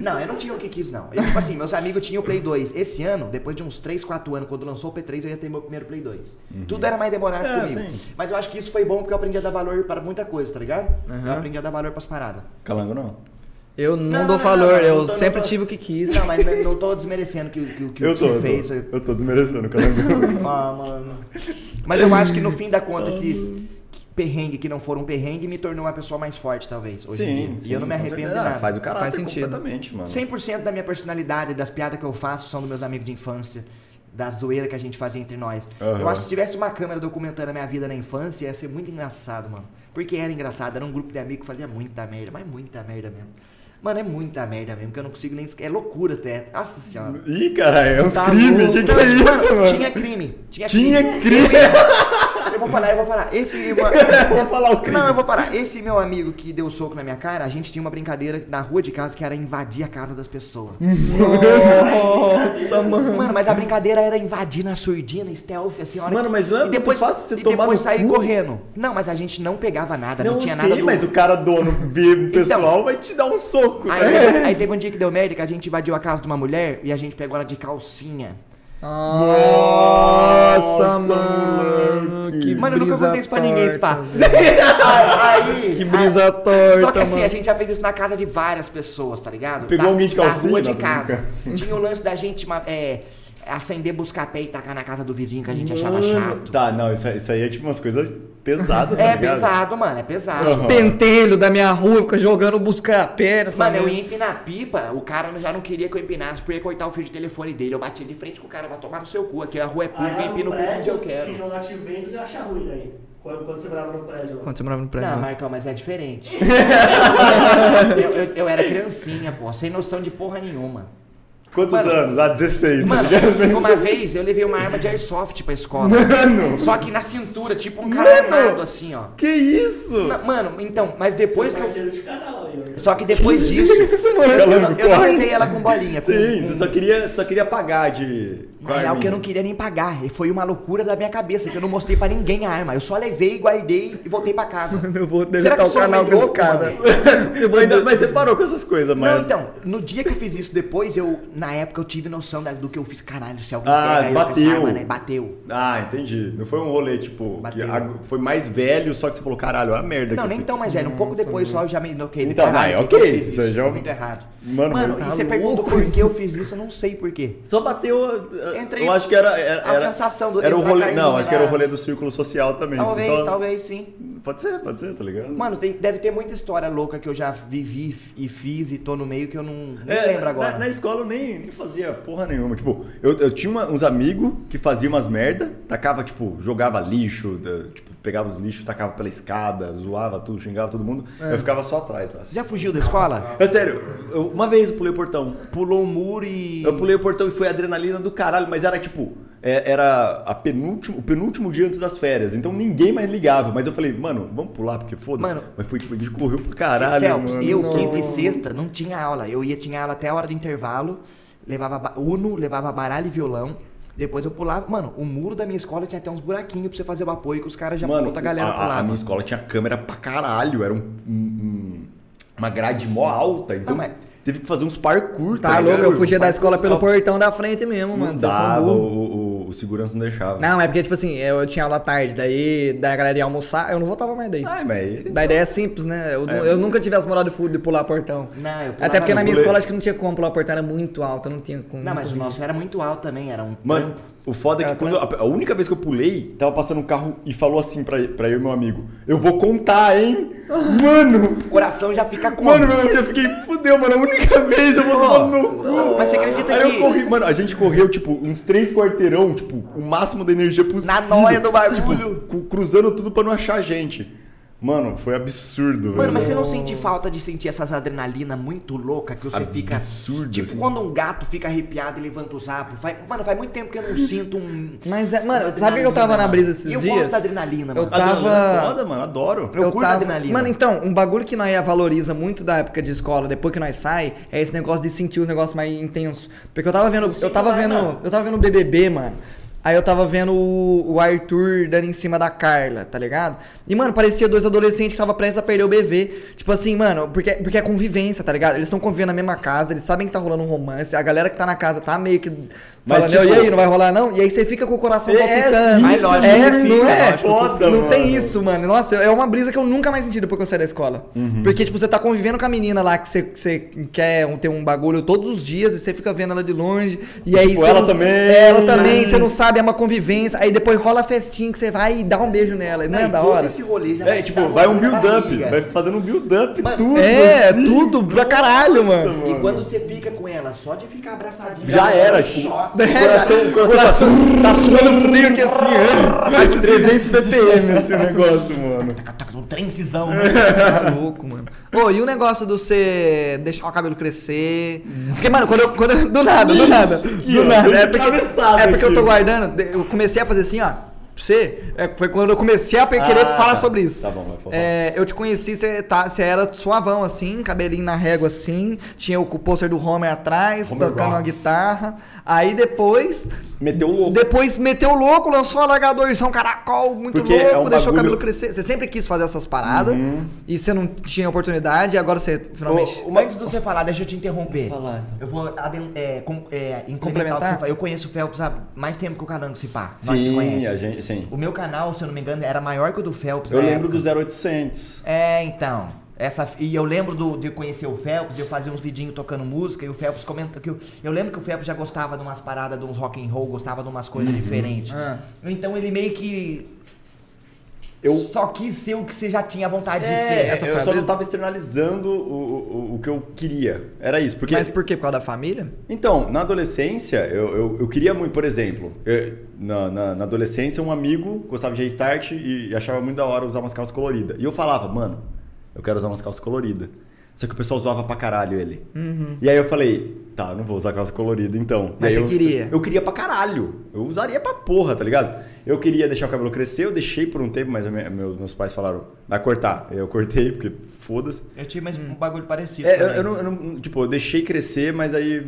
S1: Não, eu não tinha o que quis, não. Eu, tipo assim, meus amigos tinham o Play 2. Esse ano, depois de uns 3, 4 anos, quando lançou o P3, eu ia ter meu primeiro Play 2.
S3: Uhum.
S1: Tudo era mais demorado
S3: É,
S1: comigo.
S3: sim.
S1: Mas eu acho que isso foi bom porque eu aprendi a dar valor para muita coisa, tá ligado? Eu aprendi a dar valor pras paradas.
S3: Calango não.
S2: Eu não,
S1: não,
S2: dou
S1: não,
S2: valor,
S1: não, não,
S2: eu
S1: não tô,
S2: sempre
S1: não tô.
S2: tive o que quis.
S1: Não, mas eu não tô desmerecendo que, que, que o que você fez. eu-
S3: eu tô desmerecendo o Calango.
S1: Ah, mano. Mas eu acho que no fim da conta, esses perrengue que não foram perrengue me tornou uma pessoa mais forte, talvez. Hoje em
S3: sim,
S1: dia.
S3: sim.
S1: E eu não me
S3: com
S1: arrependo de
S3: certeza. Ah,
S1: nada.
S3: Faz o é caráter
S2: Faz sentido.
S3: completamente, mano.
S1: 100% da minha personalidade, das piadas que eu faço, são dos meus amigos de infância, da zoeira que a gente fazia entre nós.
S3: Aham.
S1: Eu acho que se tivesse uma câmera documentando a minha vida na infância, ia ser muito engraçado, mano. Porque era engraçado, era um grupo de amigos que fazia muita merda, mas muita merda mesmo. Mano, é muita merda mesmo, que eu não consigo nem. esque- É loucura até. Nossa senhora.
S3: Ih, caralho, é uns
S2: Tá
S3: crimes.
S2: louco.
S3: que, que é isso, mano?
S1: Tinha crime. Tinha,
S3: Tinha
S1: crime.
S3: crime.
S1: Eu eu vou falar, eu vou falar. Esse. Uma...
S3: Vou falar o crime.
S1: Não, eu vou falar. Esse meu amigo que deu soco na minha cara, a gente tinha uma brincadeira na rua de casa que era invadir a casa das pessoas.
S3: Hum.
S2: Nossa, mano.
S1: Mano, mas a brincadeira era invadir na surdina, stealth, assim, a hora
S3: Mano,
S1: que-
S3: mas não é
S1: e
S3: muito
S1: depois,
S3: fácil você
S1: e
S3: tomar
S1: depois
S3: no
S1: sair
S3: cu?
S1: correndo. Não, mas a gente não pegava nada, não,
S3: Não,
S1: tinha
S3: sei,
S1: nada. do-
S3: mas o cara dono vê o pessoal vai te dar um soco,
S1: Aí,
S3: né?
S1: teve- aí teve um dia que deu merda que a gente invadiu a casa de uma mulher e a gente pegou ela de calcinha.
S2: Nossa,
S3: Nossa,
S2: mano.
S3: moleque.
S2: Que
S1: Mano, eu nunca
S2: brisa
S1: contei isso pra ninguém,
S2: torta,
S1: Spa.
S2: velho.
S1: aí,
S2: Que brisa
S1: aí-
S2: torta,
S1: Só que assim,
S2: mano.
S1: a gente já fez isso na casa de várias pessoas, tá ligado?
S3: Pegou
S1: Na-
S3: alguém de
S1: Na
S3: calcinha,
S1: rua de
S3: não, tô
S1: casa. Tinha o lance da gente ma- é, acender, buscar pé e tacar na casa do vizinho que a gente achava chato.
S3: Tá, não, isso, aí- isso aí é tipo umas coisas pesadas, tá
S1: É
S3: ligado?
S1: pesado, mano, é pesado.
S3: Aham.
S2: Pentelho da minha rua, fica jogando buscar a perna. essa
S1: Mano, eu
S2: merda.
S1: ia empinar pipa, o cara já não queria que eu empinasse, porque ia cortar o fio de telefone dele. Eu bati de frente com o cara, vai tomar no seu cu aqui, a rua é pública,
S4: Aí
S1: empina o
S4: no
S1: pico onde
S4: prédio,
S1: eu quero.
S4: quem jogar te vendo, você acha ruim aí. Quando, quando você morava no prédio lá.
S2: Quando você morava no prédio.
S1: Não,
S2: né?
S1: Marcão, mas é diferente. eu, eu- eu era criancinha, pô, sem noção de porra nenhuma.
S3: Quantos
S1: Mano.
S3: anos? Ah, 16,
S1: Mano,
S3: tá ligado?
S1: uma vez eu levei uma arma de airsoft pra escola.
S3: Mano.
S1: Só que na cintura, tipo um
S2: Mano.
S1: cara armado, assim, ó.
S2: Que isso?
S1: Na- Mano, então, mas depois que
S4: Seu
S1: eu.
S4: parceiro tá de canal aí. ó.
S1: Só que depois disso,
S2: Isso, mano.
S1: eu, não-
S3: Calango,
S1: eu não
S3: corre.
S1: levei ela com bolinha. Com,
S3: Sim, é
S1: com-
S3: você só queria, só queria pagar de. com
S1: Na
S3: a
S1: um real,
S3: arminha.
S1: que eu não queria nem pagar. E foi uma loucura da minha cabeça, que eu não mostrei pra ninguém a arma. Eu só levei, guardei e voltei pra casa.
S2: Eu vou
S1: Será que eu
S2: deletar tá o
S1: sou
S2: canal
S1: meio
S2: desse
S1: louco,
S2: cara.
S1: mano?
S2: Eu vou
S3: Ainda-
S2: ainda...
S3: mas você parou com essas coisas, mas.
S1: Não, então, no dia que eu fiz isso depois, eu, na época, eu tive noção da- do que eu fiz. Caralho, se alguém
S3: Ah,
S1: pega eu com
S3: bateu.
S1: essa arma, né? Bateu.
S3: Ah, entendi. Não foi um rolê, tipo, que
S1: Bateu.
S3: ag- foi mais velho, só que você falou, caralho, olha a merda
S1: Não,
S3: que eu
S1: nem
S3: fiz.
S1: tão mais velho. Um pouco depois só eu já me noquei.
S3: Então,
S1: Caralho,
S3: vai,
S1: por que
S3: ok.
S1: eu fiz
S3: Você
S1: isso?
S3: já-
S1: Foi Muito errado.
S3: Mano,
S1: Mano,
S3: tá
S1: e você um pergunta
S2: louco.
S1: por que eu fiz isso, eu não sei por quê.
S3: Só bateu. eh,
S1: Entrei-
S3: eu acho que era. era
S1: a
S3: era-
S1: sensação do-
S3: Era o
S1: entrar
S3: rolê,
S1: carne
S3: não,
S1: na-
S3: acho que era o rolê do círculo social também. você
S1: Talvez,
S3: só-
S1: talvez sim.
S3: Pode ser, pode ser, tá ligado?
S1: Mano, tem- deve ter muita história louca que eu já vivi f- e fiz e tô no meio que eu não, não
S3: É,
S1: lembro
S3: na-
S1: agora.
S3: Na, escola eu nem, nem fazia porra nenhuma. Tipo, eu, eu tinha uma- uns amigos que faziam umas merda, tacava, tipo, jogava lixo, da- tipo, pegava os lixos, tacava pela escada, zoava tudo, xingava todo mundo.
S1: É.
S3: Eu ficava só atrás lá.
S1: Você
S3: assim.
S1: já fugiu da escola?
S3: É sério, eu- uma vez eu pulei o portão.
S1: Pulou um muro e.
S3: Eu pulei o portão e foi adrenalina do caralho, mas era tipo, é, era a penúltimo, o penúltimo dia antes das férias, então ninguém mais ligava. Mas eu falei, mano, vamos pular, porque foda-se.
S1: Mano.
S3: Mas foi tipo, a gente correu pro caralho,
S1: Phelps,
S3: mano.
S1: eu,
S2: não.
S1: quinta e sexta, não tinha aula. Eu ia, tinha aula até a hora do intervalo. Levava ba- Uno, levava baralho e violão. Depois eu pulava. Mano, o muro da minha escola tinha até uns buraquinhos pra você fazer o apoio que os caras já
S3: Mano,
S1: puta a galera
S3: a- a,
S1: pulava.
S3: minha escola tinha câmera pra caralho, era um, um- um- uma grade mó alta, então
S1: Não, mas-
S3: teve que fazer uns parkour,
S2: Tá louco,
S3: ligado?
S2: eu fugia da escola pelo
S3: Não
S2: portão da frente mesmo, mano. Vocês são
S3: dava,
S2: burros.
S3: o, o- o segurança não deixava.
S2: Não, é porque, tipo assim, eu tinha aula à tarde, daí da galera ia almoçar, eu não voltava mais daí.
S3: Ai, Ah, mas...
S2: Da ideia é simples, né? Eu,
S3: É.
S2: eu nunca tive as moral de, fu- de pular portão.
S1: Não, eu pulava
S2: Até porque na
S1: no
S2: minha
S3: rolê.
S2: escola acho que não tinha como pular portão, era muito alta, não tinha como.
S1: Não, mas o
S2: conseguia.
S1: nosso era muito alto também, era um.
S3: Mano, o foda é que
S2: Era
S3: quando a, a única vez que eu pulei, tava passando um carro e falou assim pra, pra eu e meu amigo, eu vou contar, hein? Mano,
S1: O coração já fica com.
S3: mano, meu, eu já fiquei, fudeu, mano, a única vez eu vou tomar no meu cu.
S1: Mas você acredita
S3: Aí
S1: que-
S3: eu corri, mano, a gente correu, tipo, uns três quarteirão, tipo, o máximo da energia possível.
S1: Na noia do bagulho.
S3: Tipo, cu- cruzando tudo pra não achar a gente. Mano, foi absurdo,
S1: Mano,
S3: velho.
S1: mas você não sente falta de sentir essas adrenalina muito louca que você fica.
S3: Absurdo,
S1: Tipo,
S3: assim.
S1: quando um gato fica arrepiado e levanta o sapo. Faz, mano, faz muito tempo que eu não sinto um.
S2: Mas, é, mano,
S1: uma
S2: sabe que eu tava
S1: adrenalina,
S2: na brisa
S1: mano?
S2: esses
S1: eu
S2: dias?
S1: gosto da adrenalina,
S2: Eu
S1: mano.
S2: tava-
S3: Adrenalina é Foda, mano, adoro.
S1: Eu curto adrenalina.
S2: Mano, então, um bagulho que nós valoriza muito da época de escola, depois que nós sai, é esse negócio de sentir os negócios mais intensos. Porque eu tava vendo, eu tava
S4: vai,
S2: vendo,
S4: mano.
S2: eu tava vendo o BBB, mano. Aí eu tava vendo o, o Arthur dando em cima da Carla, tá ligado? E, mano, parecia dois adolescentes que tava prestes a perder o bebê. Tipo assim, mano, porque, porque é convivência, tá ligado? Eles estão convivendo na mesma casa, eles sabem que tá rolando um romance, a galera que tá na casa tá meio que
S3: Mas,
S2: falando, e
S3: tipo,
S2: aí, não vai rolar não? E aí você fica com o coração
S3: É,
S2: palpitando.
S1: mas lógico que
S2: é, não
S1: fica,
S2: é?
S3: lógico que fica,
S2: não tem
S3: mano.
S2: isso. Isso, mano, nossa, é uma brisa que eu nunca mais senti depois que eu saí da escola.
S3: Uhum.
S2: Porque, tipo, você tá convivendo com a menina lá que você, que você quer um- ter um bagulho todos os dias e você fica vendo ela de longe. E aí
S3: Tipo,
S2: você
S3: ela
S2: não-
S3: também.
S2: É, Ela também, você não sabe, é uma convivência. Aí depois rola a festinha que você vai e dá um beijo nela. Não é
S1: E
S2: da
S1: todo
S2: hora?
S1: Esse rolê já
S3: É,
S1: te
S3: tipo,
S1: dar
S3: vai um
S1: dor na
S3: build-up,
S1: barriga.
S3: vai fazendo um build-up, tudo.
S2: É,
S3: assim.
S2: tudo pra caralho, mano.
S1: E quando é um você fica com ela, só de ficar abraçadinho.
S3: Já era, tipo, o coração tá su- tá suando frio que assim, é. mais de 300 BPM esse negócio, mano.
S1: Um trenzão,
S3: É.
S1: né?
S2: Tá louco, mano. Ô, e o negócio do você deixar o cabelo crescer? Porque, mano, quando eu. Quando eu- do nada, do nada.
S3: Ih,
S2: Do
S3: ó,
S2: nada.
S3: deu
S2: É
S3: de
S2: porque,
S3: cabeçada
S2: é porque eu tô
S3: aqui.
S2: guardando. de- Eu comecei a fazer assim, ó. pra você, é, foi quando eu comecei a pe- querer
S3: Ah,
S2: falar
S3: tá.
S2: sobre isso.
S3: Tá bom, vai falar.
S2: É, eu te conheci, você tá, você era suavão assim, cabelinho na régua assim, tinha o pôster do Homer atrás,
S3: Homer
S2: tocando uma
S3: rocks.
S2: guitarra. Aí depois,
S3: Meteu o louco.
S2: depois meteu louco, lançou um alagador, um caracol muito
S3: Porque
S2: louco,
S3: é
S2: deixou
S3: um
S2: o
S3: bagulho- Uhum.
S2: cabelo crescer. Você sempre quis fazer essas paradas e você não tinha oportunidade, e agora você finalmente.
S1: Ô, ô, antes de você falar, deixa eu te interromper.
S2: Vou falar, então.
S1: Eu vou aden- é, com- é, em complementar o que
S2: Complementar?
S1: você falou. Eu conheço o Phelps há mais tempo que o canal do Cipá. Nós se
S3: Sim,
S1: conhece.
S3: a gente, sim.
S1: O meu canal, se eu não me engano, era maior que o do Phelps.
S3: Eu
S1: na
S3: lembro
S1: época.
S3: do 0800.
S1: É, então. Essa, e eu lembro do- de conhecer o Phelps, eu fazia uns vidinhos tocando música e o Phelps comenta que eu, eu lembro que o Phelps já gostava de umas paradas, de uns rock and roll, gostava de umas
S3: Uhum.
S1: coisas diferentes.
S2: Ah.
S1: Então ele meio que
S3: Eu-
S1: só quis ser o que você já tinha vontade de
S3: É,
S1: ser.
S2: essa foi
S3: eu
S2: a
S3: só não
S2: brisa?
S3: tava externalizando o, o, o que eu queria. Era isso. Porque
S2: Mas por quê? Por causa da família?
S3: Então, na adolescência, eu, eu, eu queria muito, por exemplo, eu- na, na, na adolescência, um amigo gostava de restart e achava muito da hora usar umas calças coloridas. E eu falava, mano, eu quero usar umas calças coloridas. Só que o pessoal zoava pra caralho ele. E aí eu falei, tá, eu não vou usar calça colorida então.
S2: Uhum. Mas
S3: E aí
S2: você
S3: eu,
S2: queria?
S3: Eu queria pra caralho. Eu usaria pra porra, tá ligado? Eu queria deixar o cabelo crescer, eu deixei por um tempo, mas a minha- meu- meus pais falaram, vai cortar. Eu cortei, porque foda-se.
S1: Eu tive mais um bagulho parecido.
S3: É, eu,
S1: também.
S3: eu não, eu não- Tipo, eu deixei crescer, mas aí,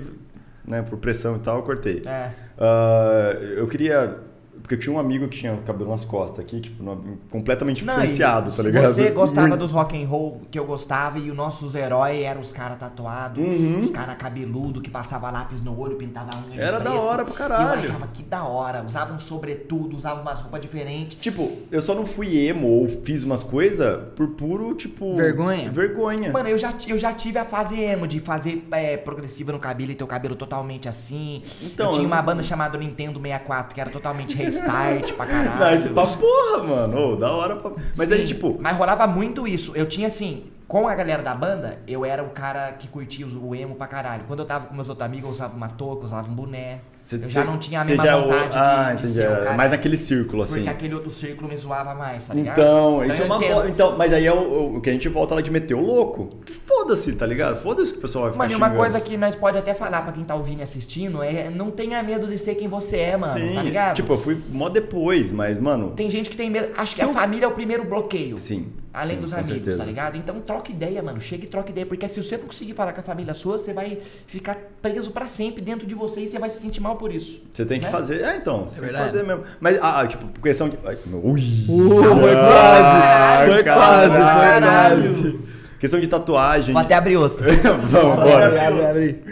S3: né, por pressão e tal, eu cortei.
S1: É.
S3: Ah, eu queria. Porque eu tinha um amigo que tinha o cabelo nas costas aqui, tipo, no- completamente
S1: Não,
S3: diferenciado,
S1: e
S3: tá ligado?
S1: Você gostava
S3: Muito.
S1: dos rock and roll que eu gostava e os nossos heróis eram os caras tatuados, os caras cabeludo que passava lápis no olho, pintava a unha. de
S3: Uhum. Era da
S1: preto.
S3: hora pra caralho.
S1: E Eu achava que da hora, usava um sobretudo, usava umas roupas diferentes.
S3: Tipo, eu só não fui emo ou fiz umas coisas por puro, tipo.
S2: Vergonha?
S3: Vergonha.
S1: Mano, eu já, ti- eu já tive a fase emo de fazer é, progressiva no cabelo e ter o cabelo totalmente assim.
S3: Então,
S1: eu tinha uma
S3: eu-
S1: banda chamada Nintendo 64 que era totalmente restart pra caralho.
S3: Não, esse papo, porra, mano. Ô, da hora pra. Mas aí,
S1: Sim,
S3: tipo.
S1: Mas rolava muito isso. Eu tinha assim. Com a galera da banda, eu era o cara que curtia o emo pra caralho. Quando eu tava com meus outros amigos, eu usava uma touca, eu usava um boné.
S3: cê-
S1: eu já
S3: cê-
S1: não tinha a
S3: cê
S1: mesma
S3: já-
S1: vontade de-
S3: Ah,
S1: de,
S3: entendi.
S1: ser o
S3: é,
S1: cara,
S3: mais naquele círculo,
S1: Porque
S3: assim.
S1: aquele outro círculo me zoava mais, tá ligado?
S3: Então, isso é uma
S1: boa.
S3: boa. Então, mas aí é o, o que a gente volta lá de meter o louco. Que foda-se, tá ligado? Foda-se que o pessoal vai ficar
S1: Mano, e uma
S3: xingando.
S1: coisa que nós pode até falar pra quem tá ouvindo e assistindo é não tenha medo de ser quem você é, mano,
S3: Sim,
S1: tá ligado?
S3: tipo, eu fui mó depois, mas, mano.
S1: Tem gente que tem medo. Acho que
S3: Se
S1: a
S3: eu-
S1: família é o primeiro bloqueio.
S3: Sim.
S1: Além
S3: sim,
S1: dos
S3: com
S1: amigos,
S3: certeza.
S1: tá ligado? Então troca ideia, mano. Chega e troca ideia. Porque se você não conseguir falar com a família sua, você vai ficar preso pra sempre dentro de você e você vai se sentir mal por isso.
S3: Você tem que
S1: Né?
S3: fazer. É, então, você tem que
S2: verdade.
S3: fazer mesmo. Mas, ah, ah, tipo, por questão de. Ai, meu- Ui!
S2: foi
S3: Ah,
S2: quase, foi
S3: caralho.
S2: quase, foi
S3: Questão de tatuagem.
S1: Vou até abrir outro.
S3: Vamos,
S2: Abre,
S3: bora.
S2: abre, abre.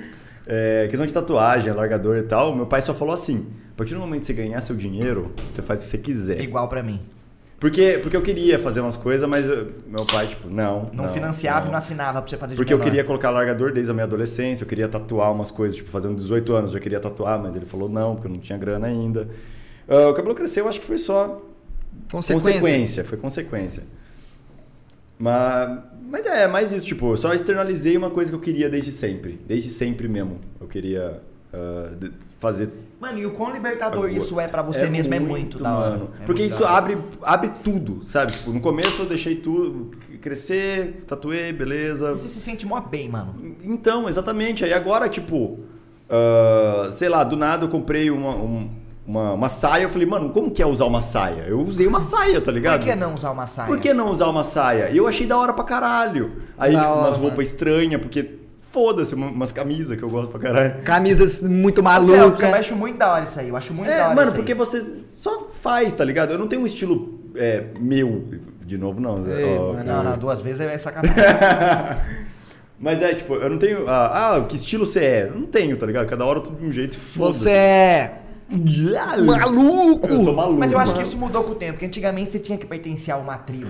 S3: É, questão de tatuagem, alargador e tal, meu pai só falou assim: a partir do momento que você ganhar seu dinheiro, você faz o que você
S2: É.
S3: quiser.
S1: Igual pra mim.
S3: Porque, porque eu queria fazer umas coisas, mas eu- meu pai, tipo, não.
S1: Não, financiava e não assinava pra você fazer de
S3: Porque eu
S1: menor.
S3: queria colocar alargador desde a minha adolescência, eu queria tatuar umas coisas, tipo, fazendo 18 anos eu queria tatuar, mas ele falou não, porque eu não tinha grana ainda. Ah, o cabelo cresceu, acho que foi só
S2: Consequência.
S3: consequência. foi consequência. Mas, mas é, mais isso, tipo, eu só externalizei uma coisa que eu queria desde sempre, desde sempre mesmo. Eu queria ah, de- fazer
S1: Mano, e o quão libertador
S3: Agora,
S1: isso é pra você mesmo é muito da hora.
S3: mano.
S1: É
S3: Porque
S1: muito
S3: isso
S1: da hora.
S3: abre, abre tudo, sabe? Tipo, no começo eu deixei tudo crescer, tatuei, beleza.
S1: Você se sente mó bem, mano.
S3: Então, exatamente. Aí agora, tipo, ah, sei lá, do nada eu comprei uma, um- uma, uma saia. Eu falei, mano, como que é usar uma saia? Eu usei uma saia, tá ligado?
S1: Por que não usar uma saia?
S3: Por que não usar uma saia? E eu achei da hora pra caralho. Aí,
S2: Da
S3: tipo,
S2: hora,
S3: umas
S2: mano.
S3: roupas estranhas, porque foda-se, uma- umas camisas que eu gosto pra caralho.
S2: Camisas muito
S1: Maluco, eu
S2: malucas.
S1: acho muito da hora isso aí. Eu acho muito
S3: tá É,
S1: da hora
S3: mano,
S1: isso aí.
S3: porque você só faz, tá ligado? Eu não tenho um estilo é, meu. De novo, não. Zé.
S2: Ei,
S3: Ó,
S2: mano,
S1: Não, não, duas vezes é sacanagem.
S3: Mas é, tipo, eu não tenho. Ah, ah, que estilo você é? Eu não tenho, tá ligado? Cada hora eu tô de um jeito e foda-se.
S2: Você é maluco.
S3: Eu sou maluco.
S1: Mas eu acho que
S3: mano.
S1: isso mudou com o tempo, porque antigamente você tinha que pertencer a uma tribo,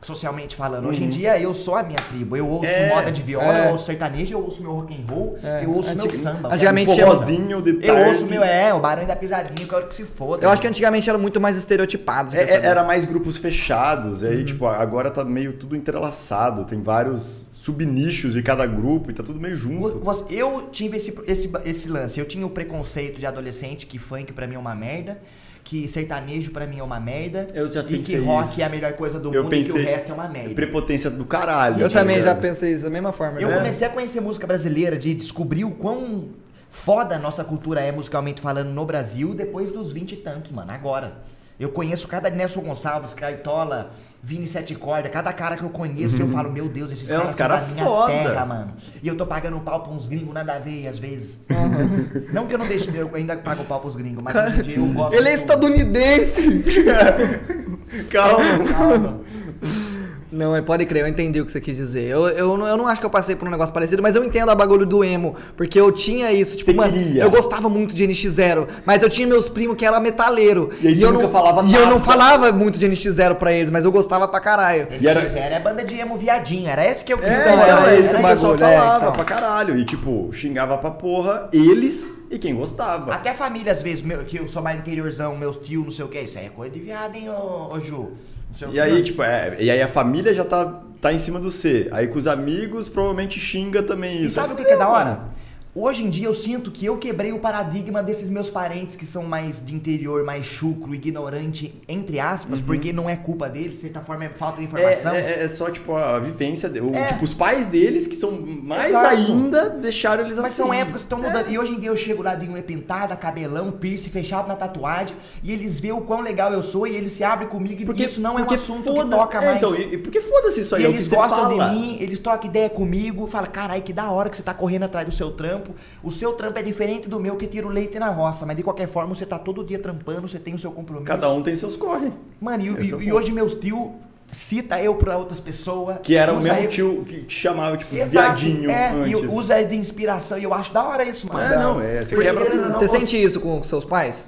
S1: socialmente falando. Hoje em dia eu sou a minha tribo. Eu ouço
S3: Uhum. É,
S1: moda de viola,
S2: é.
S1: eu ouço sertanejo, eu ouço meu rock and roll, eu ouço meu
S2: antiga-
S1: samba.
S2: antigamente-
S1: cara.
S3: Um forrozinho de
S1: eu
S3: tarde.
S1: ouço meu, é, o barulho da pisadinha, eu quero que se foda.
S2: Eu acho que antigamente era muito mais estereotipado. você
S3: É,
S2: quer saber?
S3: é, era mais grupos fechados, e aí, tipo, agora tá meio tudo entrelaçado, tem vários subnichos de cada grupo e tá tudo meio
S1: Vo-
S3: junto.
S1: vo- Eu tive esse, esse, esse lance. Eu tinha o preconceito de adolescente que funk pra mim é uma merda, que sertanejo pra mim é uma merda,
S3: Eu já
S1: e que
S3: pensei
S1: rock
S3: isso.
S1: é a melhor coisa do
S3: Eu
S1: mundo e
S3: pensei-
S1: que o resto é uma merda.
S3: Prepotência do caralho.
S2: Eu
S3: tá
S2: também já
S3: ligado?
S2: pensei isso da mesma forma.
S1: Eu
S2: né?
S1: comecei a conhecer música brasileira, de descobrir o quão foda a nossa cultura é musicalmente falando no Brasil depois dos 20 e tantos, mano, agora. Eu conheço cada Nelson Gonçalves, Caitola, Vini Sete Corda, cada cara que eu conheço, eu falo, meu Deus, esses
S3: É
S1: caras
S3: uns
S1: são
S3: cara
S1: da minha
S3: foda.
S1: terra, mano. E eu tô pagando pau pra uns gringos nada a ver, às vezes.
S3: Uhum.
S1: não que eu não deixe, eu ainda pago pau pros gringos, mas hoje em dia eu gosto.
S2: Ele é
S1: de tudo.
S2: estadunidense!
S3: Calma.
S1: Calma.
S2: Não, é, pode crer, eu entendi o que você quis dizer. Eu, eu, não- eu não acho que eu passei por um negócio parecido, mas eu entendo a bagulho do emo, porque eu tinha isso, tipo,
S3: Você
S2: mano,
S3: queria.
S2: eu gostava muito de NX0, mas eu tinha meus primos que era metaleiro.
S3: E aí você
S2: eu
S3: nunca
S2: não
S3: falava
S2: E eu não
S3: nada.
S2: falava muito de NX0 pra eles, mas eu gostava pra caralho.
S1: Ele
S3: E era-
S1: era... era banda de emo viadinho, era esse que eu
S3: É,
S2: Então,
S3: era,
S2: era
S3: esse
S2: esse
S3: o
S2: o
S3: bagulho.
S2: bagulho, é,
S3: falava
S2: então.
S3: pra caralho. E, tipo, xingava pra porra eles e quem gostava.
S1: Até a família, às vezes, meu- que eu sou mais interiorzão, meus tios, não sei o que, isso aí é coisa de viado, hein, ô, ô Ju? Não sei o
S3: E
S1: quê.
S3: aí, tipo, é, e aí a família já tá, tá em cima do C. Aí com os amigos, provavelmente xinga também
S1: E
S3: isso.
S1: sabe o que, que é da hora? Hoje em dia eu sinto que eu quebrei o paradigma desses meus parentes que são mais de interior, mais chucro, ignorante, entre aspas, porque não é culpa deles, de certa forma é falta de informação.
S3: Uhum. É, é- é só, tipo, a vivência. De, o-
S1: É.
S3: Tipo, os pais deles, que são mais
S1: Exato.
S3: ainda, deixaram eles
S1: Mas
S3: assim.
S1: são épocas que estão mudando. E hoje em dia eu chego lá de unha pintada, cabelão, piercing, fechado na tatuagem, e eles veem o quão legal eu sou e eles se abrem comigo e isso não é um
S3: porque
S1: assunto que
S3: foda-
S1: toca
S3: é,
S1: mais.
S3: Então, e, e por que foda-se isso aí?
S1: E
S3: é o que
S1: eles
S3: você
S1: gostam
S3: fala.
S1: de mim, eles trocam ideia comigo, falam, carai, que da hora que você tá correndo atrás do seu trampo. O seu trampo é diferente do meu que tira o leite na roça, mas de qualquer forma você tá todo dia trampando, você tem o seu compromisso.
S3: Cada um tem seus corre.
S1: Mano, e,
S3: Esse é o
S1: e- e
S3: ponto.
S1: hoje meus tio cita eu pra outras pessoas.
S3: Que era o
S1: usa
S3: mesmo
S1: eu-
S3: tio que te chamava, tipo,
S1: Exato,
S3: viadinho
S1: é,
S3: antes.
S1: e usa de inspiração, e eu acho da hora isso, mano.
S3: É, não, é, você
S1: um- Porque,
S3: quebra
S1: querendo ou
S3: tudo.
S1: não,
S2: Você sente isso com seus pais?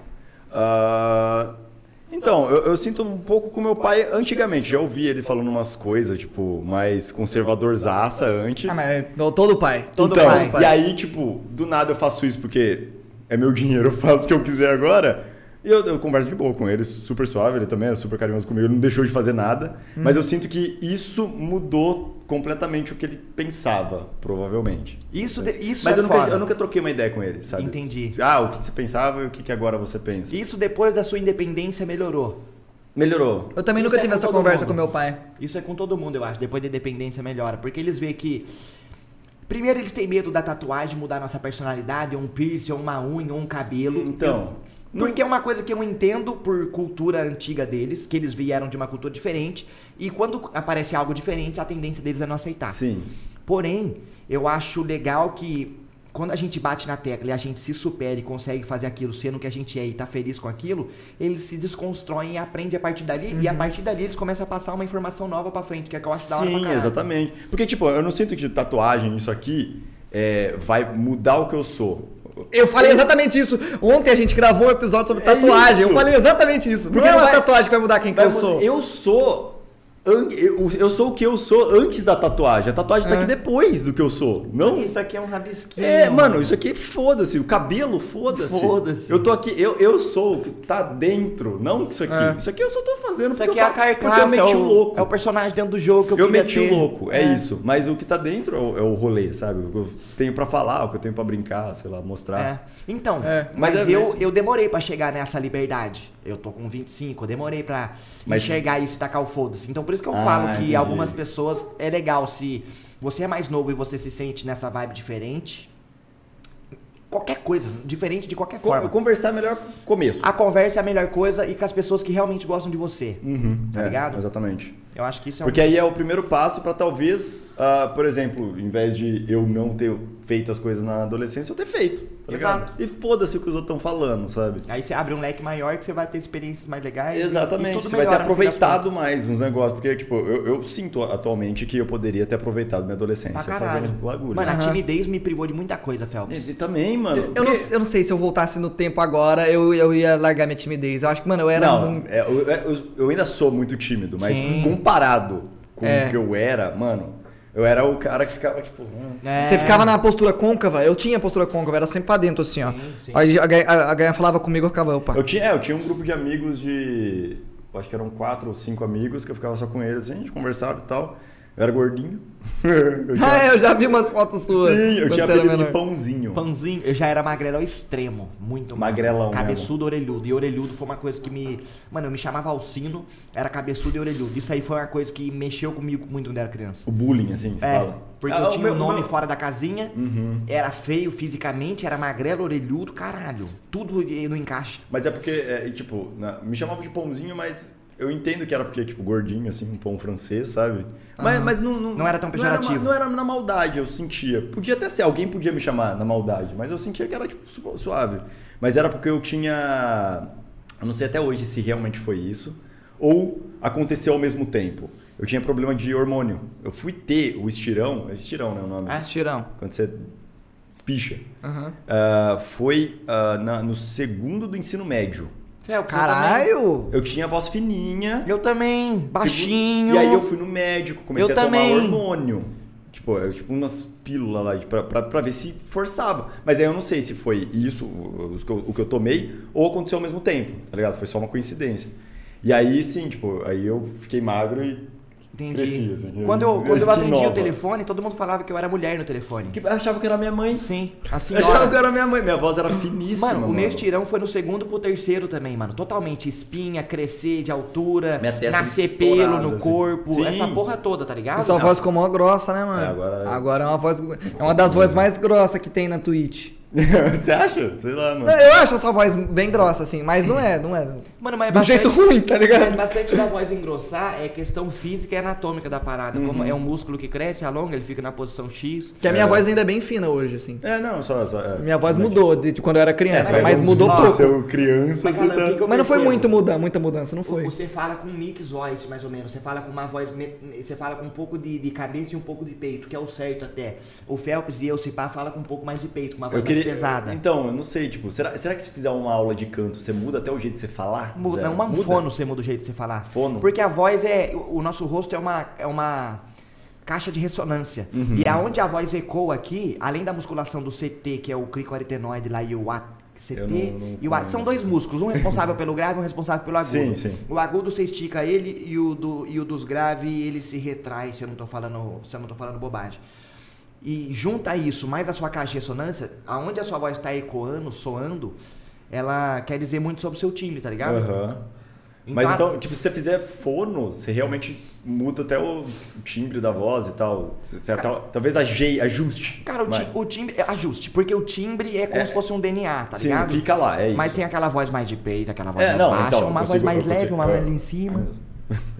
S3: Ah, então, eu, eu sinto um pouco com meu pai antigamente. Já ouvi ele falando umas coisas, tipo, mais conservadorzaça antes.
S2: Ah, mas não, todo pai.
S1: Todo
S3: então,
S1: pai.
S3: e aí, tipo, do nada eu faço isso porque é meu dinheiro, eu faço o que eu quiser agora. E eu, eu converso de boa com ele, super suave, ele também é super carinhoso comigo, ele não deixou de fazer nada.
S1: Hum.
S3: Mas eu sinto que isso mudou completamente o que ele pensava, provavelmente.
S1: Isso, de- isso
S3: Mas
S1: é
S3: eu nunca,
S1: foda.
S3: eu nunca troquei uma ideia com ele, sabe?
S1: Entendi.
S3: Ah, o que que você pensava e o que que agora você pensa.
S1: Isso depois da sua independência melhorou.
S3: Melhorou.
S2: Eu também nunca
S1: Isso é
S2: tive
S1: com
S2: essa
S1: todo
S2: conversa
S1: mundo.
S2: com meu pai.
S1: Isso é com todo mundo, eu acho. Depois da dependência melhora. Porque eles veem que. Primeiro, eles têm medo da tatuagem mudar nossa personalidade, ou um piercing, ou uma unha, ou um cabelo.
S3: Então,
S1: Eu- Porque é uma coisa que eu entendo por cultura antiga deles, que eles vieram de uma cultura diferente, e quando aparece algo diferente, a tendência deles é não aceitar.
S3: Sim.
S1: Porém, eu acho legal que quando a gente bate na tecla e a gente se supera e consegue fazer aquilo sendo o que a gente é e tá feliz com aquilo, eles se desconstroem e aprendem a partir dali, e a partir dali eles começam a passar uma informação nova pra frente, que é o que eu acho da hora pra
S3: Uhum. Sim,
S1: caralho.
S3: exatamente. Porque, tipo, eu não sinto que tipo, tatuagem, isso aqui, é, vai mudar o que eu sou.
S2: Eu falei exatamente isso. Ontem a gente gravou um episódio sobre
S3: É
S2: tatuagem.
S3: isso.
S2: eu falei exatamente isso.
S3: Porque
S2: não é uma
S3: vai-
S2: tatuagem que vai mudar quem que
S3: Vai
S2: eu
S3: mudar-
S2: sou.
S3: Eu sou. an- Eu eu sou o que eu sou antes da tatuagem. A tatuagem tá aqui depois do que eu sou. Não?
S1: Isso aqui é um rabisquinho.
S3: É, mano, isso aqui foda-se. O cabelo, foda-se.
S1: Foda-se.
S3: Eu tô aqui, eu, eu sou o que tá dentro, não isso aqui.
S2: É.
S3: Isso aqui eu só tô fazendo
S1: Isso aqui
S3: porque eu
S1: é a
S3: fa- porque eu
S1: carcaça, é
S3: meti o
S1: o,
S3: louco.
S1: é o personagem dentro do jogo que eu,
S3: Eu
S1: queria
S3: meti
S1: ter.
S3: o louco, é, isso. Mas o que tá dentro é o, é o rolê, sabe? O que eu tenho pra falar, o que eu tenho pra brincar, sei lá,
S1: É.
S3: mostrar.
S1: Então,
S2: É,
S1: mas,
S3: mas é
S1: eu,
S3: mesmo.
S1: eu demorei pra chegar nessa liberdade. Eu tô com 25, eu demorei pra
S3: Mas-
S1: enxergar isso e tacar o foda-se. Então por isso que eu
S3: Ah,
S1: falo que
S3: entendi.
S1: algumas pessoas é legal se você é mais novo e você se sente nessa vibe diferente. Qualquer coisa, diferente de qualquer
S3: Con-
S1: forma.
S3: Conversar é melhor começo.
S1: A conversa é a melhor coisa e com as pessoas que realmente gostam de você.
S3: Uhum,
S1: Tá
S3: é,
S1: ligado?
S3: Exatamente.
S1: Eu acho que isso é
S3: Porque aí é o primeiro passo pra talvez, ah, por exemplo, em vez de eu não ter feito as coisas na adolescência, eu ter feito, tá
S1: Exato.
S3: ligado? E foda-se o que os outros estão falando, sabe?
S1: um... Aí você abre um leque maior que você vai ter experiências mais legais. e- e
S3: Exatamente,
S1: tudo
S3: você vai ter
S1: melhora no fim das
S3: aproveitado mais uns negócios, porque, tipo, eu, eu sinto atualmente que eu poderia ter aproveitado minha adolescência
S1: contas. Pra caralho.
S3: fazendo bagulho. né?
S1: Mano, a
S2: Aham.
S1: timidez me privou de muita coisa, Phelps.
S3: E também, mano.
S2: Eu não,
S3: porque-
S2: eu não sei se eu voltasse no tempo agora, eu, eu ia largar minha timidez. Eu acho que, mano, eu era
S3: Não,
S2: muito.
S3: é, eu, eu- eu ainda sou muito tímido, mas
S1: Sim.
S3: comparado com
S2: É.
S3: o que eu era, mano, eu era o cara que ficava, tipo, hum,
S1: É.
S2: Você ficava na postura côncava, eu tinha postura côncava, era sempre pra dentro, assim, ó.
S1: Sim, sim.
S2: Aí a, Gai- a, a Gaia falava comigo, eu ficava, opa.
S3: Eu tinha, é, eu tinha um grupo de amigos de. eu Acho que eram quatro ou cinco amigos que eu ficava só com eles, assim, a gente conversava e tal. Eu era gordinho. Eu
S2: Ah,
S3: tinha-
S2: é, eu já vi umas fotos suas.
S3: Sim, eu
S2: quando
S3: tinha
S2: você era
S3: apelido de
S2: menor.
S3: pãozinho.
S1: Pãozinho, eu já era magrelo ao extremo, muito magro.
S3: Magrelão
S1: Cabeçudo, orelhudo. E orelhudo foi uma coisa que me. Mano, eu me chamava Alcino, era cabeçudo e orelhudo. Isso aí foi uma coisa que mexeu comigo muito quando eu era criança.
S3: O bullying, assim, se
S1: É,
S3: fala.
S1: porque
S3: Ah,
S1: eu
S3: o
S1: tinha
S3: meu-
S1: um nome
S3: meu- Uhum.
S1: fora da casinha, era feio fisicamente, era magrelo, orelhudo, caralho. Tudo eh, no encaixe.
S3: Mas é porque, é, e, tipo, na- me chamava de pãozinho, mas eu entendo que era porque, tipo, gordinho, assim, um pão francês, sabe? Mas, mas não,
S1: Ah, Não era tão pejorativo.
S3: Não era, na maldade, eu sentia. Podia até ser, alguém podia me chamar na maldade, mas eu sentia que era, tipo, su- suave. Mas era porque eu tinha. Eu não sei até hoje se realmente foi isso, ou aconteceu ao mesmo tempo. Eu tinha problema de hormônio. Eu fui ter o estirão, é estirão, né? O nome.
S2: Ah, estirão.
S3: Quando você espicha.
S2: Aham.
S3: Ah, foi ah, na- no segundo do ensino médio.
S1: Fel,
S2: Caralho!
S3: Eu tinha a voz fininha.
S1: Eu também, baixinho.
S3: E aí eu fui no médico, comecei
S1: Eu
S3: a
S1: também.
S3: tomar hormônio. Tipo, eu, tipo umas pílulas lá de- pra, pra, pra ver se forçava. Mas aí eu não sei se foi isso, o, os que eu- o que eu tomei, ou aconteceu ao mesmo tempo, tá ligado? Foi só uma coincidência. E aí sim, tipo, aí eu fiquei magro e
S1: Entendi.
S3: cresci, assim.
S1: Quando eu, quando eu
S3: Esquinova.
S1: atendia o telefone, todo mundo falava que eu era mulher no telefone.
S3: Que- Eu achava que era minha mãe.
S1: Sim, a
S3: Eu achava que
S1: senhora.
S3: era minha mãe. Minha voz era finíssima.
S1: Mano, o meu
S3: mano.
S1: estirão foi no segundo pro terceiro também, mano. Totalmente espinha, crescer de altura,
S3: Minha testa
S1: nascer
S3: estourada,
S1: pelo no
S3: assim.
S1: corpo,
S3: Sim.
S1: essa porra toda, tá ligado?
S2: E sua voz ficou mó grossa, né, mano?
S3: Ah, É, agora-
S2: é uma voz. É uma das vozes mais grossas que tem na Twitch.
S3: Você acha? Sei lá, mano.
S2: Não, É, eu acho essa voz bem grossa, assim, mas não é, não é.
S1: Mano, mas é
S2: Do jeito ruim, tá ligado?
S1: Mas bastante da voz engrossar é questão física e anatômica da parada. Como é um músculo que cresce, alonga, ele fica na posição X.
S2: Uhum. Que a minha
S3: É.
S2: voz ainda é bem fina hoje, assim.
S3: É, não, só. só é.
S2: Minha voz mudou de de quando eu era criança,
S3: É,
S2: mas
S3: vamos
S2: mudou
S3: dizer
S2: pouco.
S3: que Você é criança,
S1: Mas,
S3: você
S1: Alan, o que que
S3: tá...
S1: eu
S2: Mas não foi
S1: percebo?
S2: muito mudança, muita mudança, não foi.
S1: Você fala com mix voice, mais ou menos. Você fala com uma voz. me- Você fala com um pouco de, de cabeça e um pouco de peito, que é o certo até. O Phelps e eu, se pá, fala com um pouco mais de peito, com uma voz
S3: Eu queria...
S1: mais pesada.
S3: Então, eu não sei, tipo, será, será que se fizer uma aula de canto, você muda até o jeito de você falar?
S1: Muda, é
S3: Zé?
S1: uma fono você muda o jeito de você falar.
S3: Fono?
S1: Porque a voz é. O o nosso rosto é uma. É uma caixa de ressonância.
S3: Uhum.
S1: E aonde a voz ecoa aqui, além da musculação do CT, que é o cricoaritenoide lá e o AT. CT
S3: Eu não- não
S1: e o AT são
S3: conheço.
S1: dois músculos, um responsável pelo grave e um responsável pelo agudo.
S3: Sim, sim.
S1: O agudo você estica ele e o, do, e o dos graves ele se retrai, se eu não tô falando, se eu não tô falando bobagem. E junta isso mais a sua caixa de ressonância, aonde a sua voz está ecoando, soando, ela quer dizer muito sobre o seu timbre, tá ligado?
S3: Aham. Mas
S1: a-
S3: então, tipo, se você fizer fono, você realmente muda até o timbre da voz e tal. Você- você até- talvez aje- ajuste.
S1: Cara, o,
S3: Mas-
S1: tim- o timbre. é Ajuste, porque o timbre é como se fosse um DNA, tá
S3: Sim,
S1: ligado?
S3: fica lá, é isso.
S1: Mas tem aquela voz mais de peito, aquela voz
S3: É,
S1: mais
S3: não,
S1: baixa,
S3: então, eu
S1: uma voz
S3: consigo-
S1: mais
S3: eu
S1: leve,
S3: consigo-
S1: uma
S3: é.
S1: mais em cima.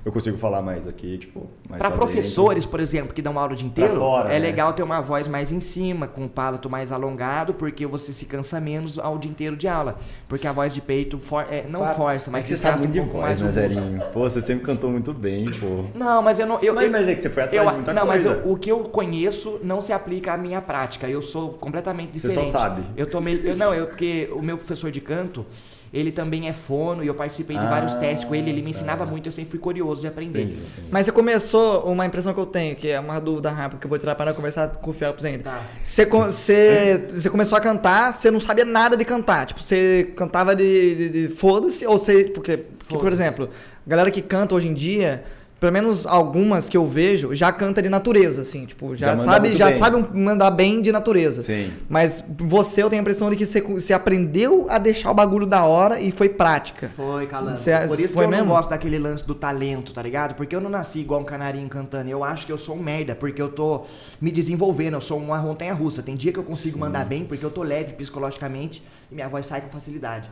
S3: Eu consigo falar mais aqui, tipo... Mais
S1: Pra
S3: dentro.
S1: professores, por exemplo, que dão aula o dia inteiro,
S3: fora,
S1: é
S3: né?
S1: legal ter uma voz mais em cima, com o palato mais alongado, porque você se cansa menos ao dia inteiro de aula. Porque a voz de peito for- é, não força, mas
S3: É que você
S1: desgasta
S3: sabe muito de
S1: um pouco mais
S3: voz, né,
S1: o músculo.
S3: Zerinho? Pô, você sempre cantou muito bem, pô.
S1: Não, mas eu não. Eu,
S3: Mas,
S1: eu-
S3: mas é que você foi atrás
S1: eu-
S3: de muita
S1: não,
S3: coisa.
S1: mas eu- o que eu conheço não se aplica à minha prática. Eu sou completamente
S3: Você só
S1: diferente.
S3: sabe.
S1: Eu tomei. Eu, não, eu porque o meu professor de canto, ele também é fono e eu participei de
S3: Ah,
S1: vários testes com ele. Ele me ensinava
S3: tá.
S1: muito, eu sempre fui curioso de aprender.
S3: Entendi, entendi.
S2: Mas você começou, uma impressão que eu tenho, que é uma dúvida rápida que eu vou tirar para não conversar com o Felps ainda.
S1: Tá.
S2: Você, co- você, você começou a cantar, você não sabia nada de cantar. Tipo, você cantava de, de- de foda-se, ou você. Porque, porque, por
S1: Foda-se.
S2: exemplo, a galera que canta hoje em dia, pelo menos algumas que eu vejo, já canta de natureza, assim. Tipo, já,
S3: Já manda
S2: sabe,
S3: muito
S2: já
S3: bem.
S2: sabe um- mandar bem de natureza.
S3: Sim.
S2: Mas você, eu tenho a impressão de que você, você aprendeu a deixar o bagulho da hora e foi prática.
S1: Foi, calando.
S2: Você
S3: é-
S2: acha-
S1: Por isso
S2: foi
S1: que eu
S2: mesmo?
S1: não gosto daquele lance do talento, tá ligado? Porque eu não nasci igual um canarinho cantando. Eu acho que eu sou um merda, porque eu tô me desenvolvendo. Eu sou uma montanha russa. Tem dia que eu consigo mandar bem, porque eu tô leve psicologicamente e minha voz sai com facilidade.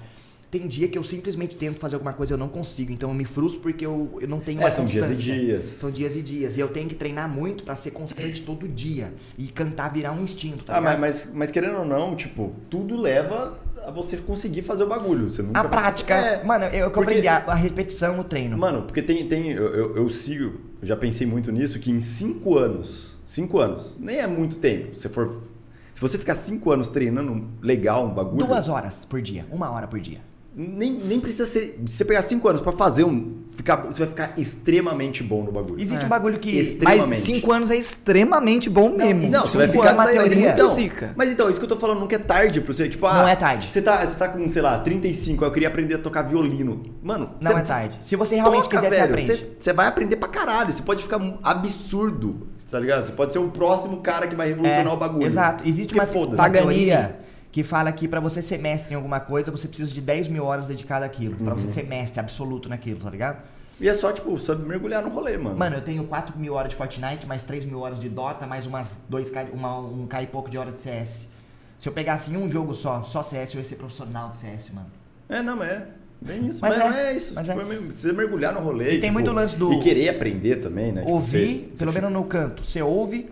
S1: Tem dia que eu simplesmente tento fazer alguma coisa e eu não consigo. Então eu me frustro porque eu, eu não tenho
S3: É,
S1: uma
S3: são dias e
S1: constância.
S3: dias.
S1: São dias e dias. E eu tenho que treinar muito pra ser constante todo dia. E cantar virar um instinto, tá
S3: Ah,
S1: ligado?
S3: mas, mas, mas querendo ou não, tipo, tudo leva a você conseguir fazer o bagulho. Você nunca
S1: A prática.
S3: É,
S1: Mano, eu, eu que
S3: Porque-
S1: aprendi a, a repetição no treino.
S3: Mano, porque tem. tem eu, eu, eu sigo, eu já pensei muito nisso, que em cinco anos. Cinco anos, nem é muito tempo. Se for. Se você ficar cinco anos treinando legal um bagulho.
S1: Duas horas por dia, uma hora por dia.
S3: Nem, nem precisa ser. Se você pegar cinco anos pra fazer um. Ficar, você vai ficar extremamente bom no bagulho.
S1: Existe
S2: É.
S1: um bagulho que.
S3: Extre-
S2: Mas
S3: Extremamente.
S2: 5 anos é extremamente bom mesmo.
S3: Não,
S1: Cinco
S3: você vai
S1: anos
S3: ficar
S1: na
S3: mas é
S1: teoria.
S3: muito
S2: Então,
S3: zica. Mas então, isso que eu tô falando nunca é tarde pra você. Tipo, ah,
S1: Não é tarde.
S3: Você tá, você tá com, sei lá, 35, eu queria aprender a tocar violino. Mano,
S1: Não
S3: você
S1: é tarde. Se você realmente
S3: toca,
S1: quiser,
S3: velho.
S1: você aprende.
S3: Você, você vai aprender pra caralho. Você pode ficar um absurdo, tá ligado? Você pode ser o próximo cara que vai revolucionar
S1: É,
S3: o bagulho.
S1: Exato. Existe
S3: Porque
S1: uma,
S3: foda-se.
S1: uma
S2: Paganini.
S1: teoria que fala que pra você ser mestre em alguma coisa, você precisa de 10 mil horas dedicadas àquilo. Pra
S3: Uhum.
S1: você ser mestre absoluto naquilo, tá ligado?
S3: E é só, tipo, só mergulhar no rolê, mano.
S1: Mano, eu tenho 4 mil horas de Fortnite, mais 3 mil horas de Dota, mais umas 2K, uma, um K e pouco de hora de CS. Se eu pegasse um jogo só, só CS, eu ia ser profissional de CS, mano.
S3: É, não, é. Bem isso,
S1: Mas
S3: mas, não
S1: é,
S3: é isso.
S1: mas
S3: tipo,
S1: é.
S3: é mesmo, Você mergulhar no rolê.
S1: E tem
S3: tipo,
S1: muito lance do-
S3: E querer aprender também, né? Tipo,
S1: ouvir,
S3: você-
S1: pelo
S3: você
S1: menos no canto, você ouve,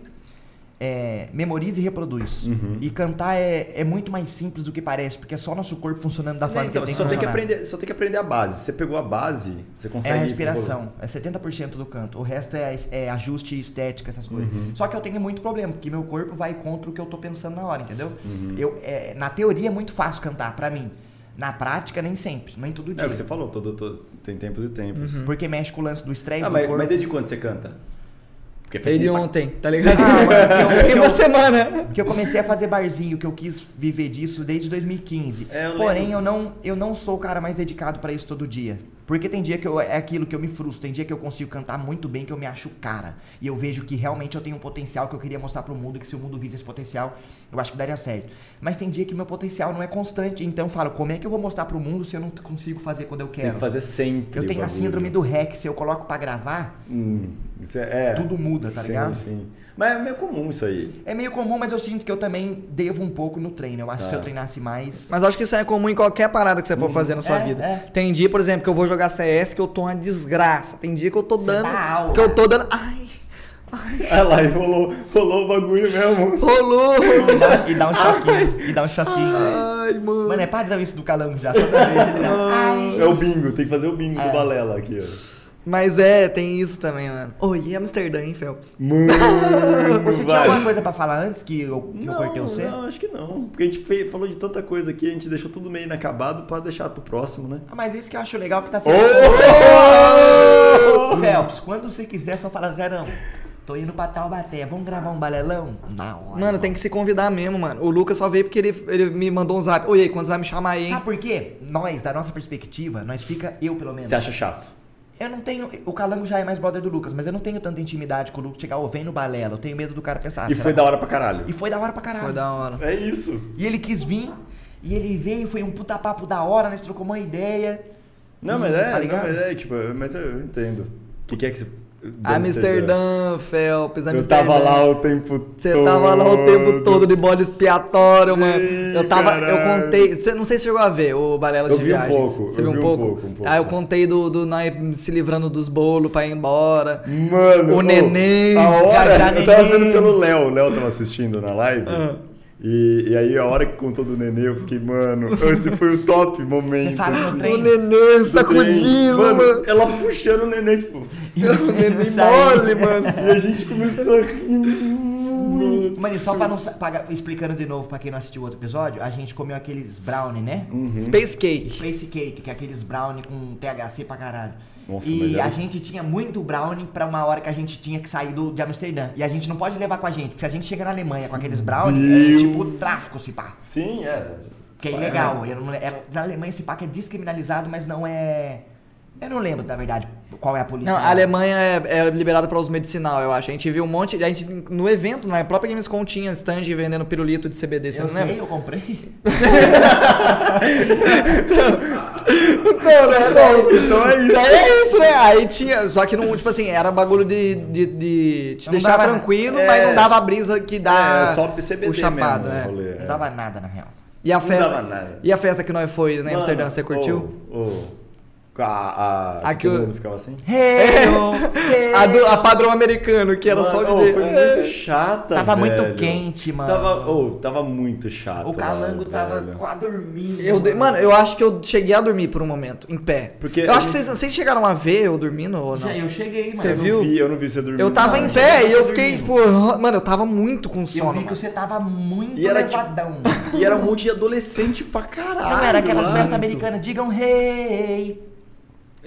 S1: é, memoriza e reproduz.
S3: Uhum.
S1: E cantar é, é muito mais simples do que parece, porque é só nosso corpo funcionando da
S3: Não,
S1: forma
S3: então,
S1: Tá que ele
S3: só
S1: tem
S3: tem
S1: que
S3: que
S1: funcionar.
S3: aprender, só tem que aprender a base. Você pegou a base, você
S1: É a
S3: consegue.
S1: respiração, é 70% do canto. O resto é, é ajuste estético, essas coisas.
S3: Uhum.
S1: Só que eu tenho muito problema, porque meu corpo vai contra o que eu tô pensando na hora, entendeu?
S3: Uhum.
S1: Eu, é, na teoria é muito fácil cantar, pra mim. Na prática, nem sempre, nem todo
S3: É
S1: dia.
S3: o que você falou, todo, todo- tem tempos e tempos.
S1: Porque mexe com o lance do estresse
S3: Ah,
S1: Uhum. do
S3: mas,
S1: corpo.
S3: mas desde quando você canta? Porque
S2: Fez de
S3: culpa-
S2: ontem, tá ligado?
S1: mano, eu-
S2: Tem uma
S1: eu-
S2: semana.
S1: Porque eu comecei a fazer barzinho, que eu quis viver disso desde 2015.
S3: É, eu lembro
S1: Porém,
S3: disso.
S1: eu não, eu não sou o cara mais dedicado pra isso todo dia. Porque tem dia que eu, é aquilo que eu me frustro, tem dia que eu consigo cantar muito bem, que eu me acho o cara. E eu vejo que realmente eu tenho um potencial que eu queria mostrar pro mundo, que se o mundo visse esse potencial, eu acho que daria certo. Mas tem dia que meu potencial não é constante, então eu falo, como é que eu vou mostrar pro mundo se eu não consigo fazer quando eu
S3: Você tem que
S1: quero?
S3: fazer sempre.
S1: Eu
S3: o
S1: tenho a
S3: bagulho.
S1: síndrome do hack, se eu coloco pra gravar,
S3: Hum, isso é, é.
S1: tudo muda, tá
S3: sim,
S1: ligado?
S3: Sim. Mas é meio comum isso aí.
S1: É meio comum, mas eu sinto que eu também devo um pouco no treino. Eu acho que
S3: Tá.
S1: se eu treinasse mais.
S2: Mas eu acho que isso é comum em qualquer parada que você for fazer na sua
S1: É,
S2: vida.
S1: é.
S2: Tem dia, por exemplo, que eu vou jogar CS que eu tô uma desgraça. Tem dia que eu tô dando.
S1: dá aula.
S2: Que eu tô dando. Ai,
S3: Olha lá, e rolou, rolou o bagulho mesmo.
S2: rolou!
S1: E dá, e dá um choquinho. e dá um choquinho.
S2: Ai, mano.
S1: Mano, é padrão isso do calango já. Toda vez ele dá.
S3: É o bingo, tem que fazer o bingo
S1: É.
S3: do Balela aqui, ó.
S2: Mas é, tem isso também, mano. Oi, e Amsterdã, hein, Phelps?
S3: Mano,
S1: Você tinha
S3: vai.
S1: alguma coisa pra falar antes que eu, que eu
S3: Não,
S1: cortei você?
S3: não, acho que não. Porque a gente fe- falou de tanta coisa aqui, a gente deixou tudo meio inacabado pra deixar pro próximo, né?
S1: Ah, mas isso que eu acho legal que tá sendo. Ô, Phelps, quando você quiser, é só fala, Zerão. Tô indo pra Taubaté, vamos gravar um balelão? Na hora.
S2: Mano, tem que se convidar mesmo, mano. O Lucas só veio porque ele, ele me mandou um zap. Oi, aí, quando você vai me chamar aí, hein?
S1: Sabe por quê? Nós, da nossa perspectiva, nós fica, eu pelo menos.
S3: Você acha chato?
S1: Eu não tenho. O Calango já é mais brother do Lucas, mas eu não tenho tanta intimidade com o Lucas chegar, ô, vem no balela. Eu tenho medo do cara pensar. ah,
S3: E
S1: será
S3: foi
S1: que-
S3: da hora pra caralho.
S1: E foi da hora pra caralho.
S2: Foi da hora.
S3: É isso.
S1: E ele quis vir, e ele veio, foi um puta papo da hora, nós trocamos uma ideia.
S3: Não,
S1: E-
S3: mas é,
S1: tá
S3: não,
S1: ligado?
S3: mas é, tipo, mas eu entendo. O que, que é que você.
S2: Amsterdã, Phelps,
S3: Eu
S2: Amsterdã.
S3: tava lá o tempo
S2: Você tava lá o tempo todo de bode expiatório, mano.
S3: Ih,
S2: eu tava. Eu
S3: caralho.
S2: contei. Você não sei se chegou a ver o Balela de
S3: Eu vi um
S2: Viagens.
S3: pouco,
S2: Você
S3: eu
S2: viu
S3: vi
S2: um
S3: um
S2: pouco?
S3: pouco, um pouco,
S2: ah, eu
S3: sim.
S2: contei do, do nós se livrando dos bolos pra ir embora.
S3: Mano,
S2: O
S3: ô,
S2: neném,
S3: A hora,
S1: já já
S3: eu tava
S1: neném. Ah.
S3: vendo pelo Léo, o Léo tava assistindo na live. E, e aí, a hora que contou do neném, eu fiquei, mano, esse foi o top momento.
S1: Você fala no
S3: assim,
S1: trem.
S2: O neném
S1: tá
S3: do trem.
S2: sacudindo,
S3: mano,
S2: Tá mano.
S3: Ela puxando o neném, tipo.
S2: O neném
S1: Saiu.
S2: mole, mano.
S3: E a gente começou a rir muito.
S1: Mano, e só pra não. sa- pra- explicando de novo pra quem não assistiu o outro episódio, a gente comeu aqueles brownie, né?
S3: Hum. uhum.
S2: Space Cake.
S1: Space Cake, que é aqueles brownie com THC pra caralho.
S3: Nossa, mas é
S1: e
S3: era
S1: a
S3: isso.
S1: gente tinha muito brownie pra uma hora que a gente tinha que sair do, de Amsterdã. E a gente não pode levar com a gente, porque se a gente chega na Alemanha com aqueles brownie, é
S3: Deus.
S1: tipo tráfico, se pá.
S3: Sim, é.
S1: Que é ilegal. Eu não le- é- na Alemanha esse pacto é descriminalizado, mas não é. Eu não lembro, na verdade, qual é a política.
S2: Não, a Alemanha é, é liberada para uso medicinal, eu acho. A gente viu um monte. A gente, no evento, na própria Gamescom, tinha stand vendendo pirulito de CBD, você
S1: Eu
S2: não
S1: sei,
S2: lembra?
S1: eu comprei.
S2: Então, né? Não,
S3: Então é isso.
S2: É isso, né? Aí tinha. Só que não, tipo assim, era bagulho de, de, de te
S1: Não
S2: deixar
S1: dava-
S2: tranquilo,
S3: é.
S2: mas não dava a brisa que dá
S3: É, só CBD
S2: o chapado.
S3: mesmo, o
S2: é.
S3: rolê, é.
S1: Não dava nada, na real.
S2: E a
S3: Não
S2: festa.
S3: dava nada.
S2: né, E a festa que nós foi na Amsterdã, você curtiu?
S3: Ô, ô, A, a,
S2: A
S3: que
S2: que
S3: todo
S2: o-
S3: mundo ficava assim?
S1: Hey, oh, hey.
S2: A, do- a padrão americano, que era
S3: Mano,
S2: só de.
S3: ô, foi
S2: É.
S3: muito chata,
S1: É. Tava
S3: velho.
S1: muito quente, mano.
S3: Tava, ô, tava muito chato.
S1: o calango
S3: mano,
S1: tava
S3: velho.
S1: quase dormindo.
S2: Eu dei- mano, eu acho que eu cheguei a dormir por um momento, em pé.
S3: Porque
S2: eu
S3: eu-
S2: acho que vocês, vocês chegaram a ver eu dormindo ou não?
S1: Já, eu cheguei, mano.
S2: Você
S3: Eu
S1: Eu
S3: não
S2: viu?
S3: vi, eu não vi você dormir.
S2: Eu tava
S3: Não,
S2: em
S3: eu
S2: pé
S1: cheguei
S2: e
S1: a
S2: eu
S1: dormir.
S2: fiquei, tipo, mano, eu tava muito com sono.
S1: vi que
S2: mano.
S1: você tava muito
S3: E era tipo-
S1: levadão.
S3: E era um monte de adolescente pra caralho.
S1: Não era aquela festa
S3: mano.
S1: americana, digam hey.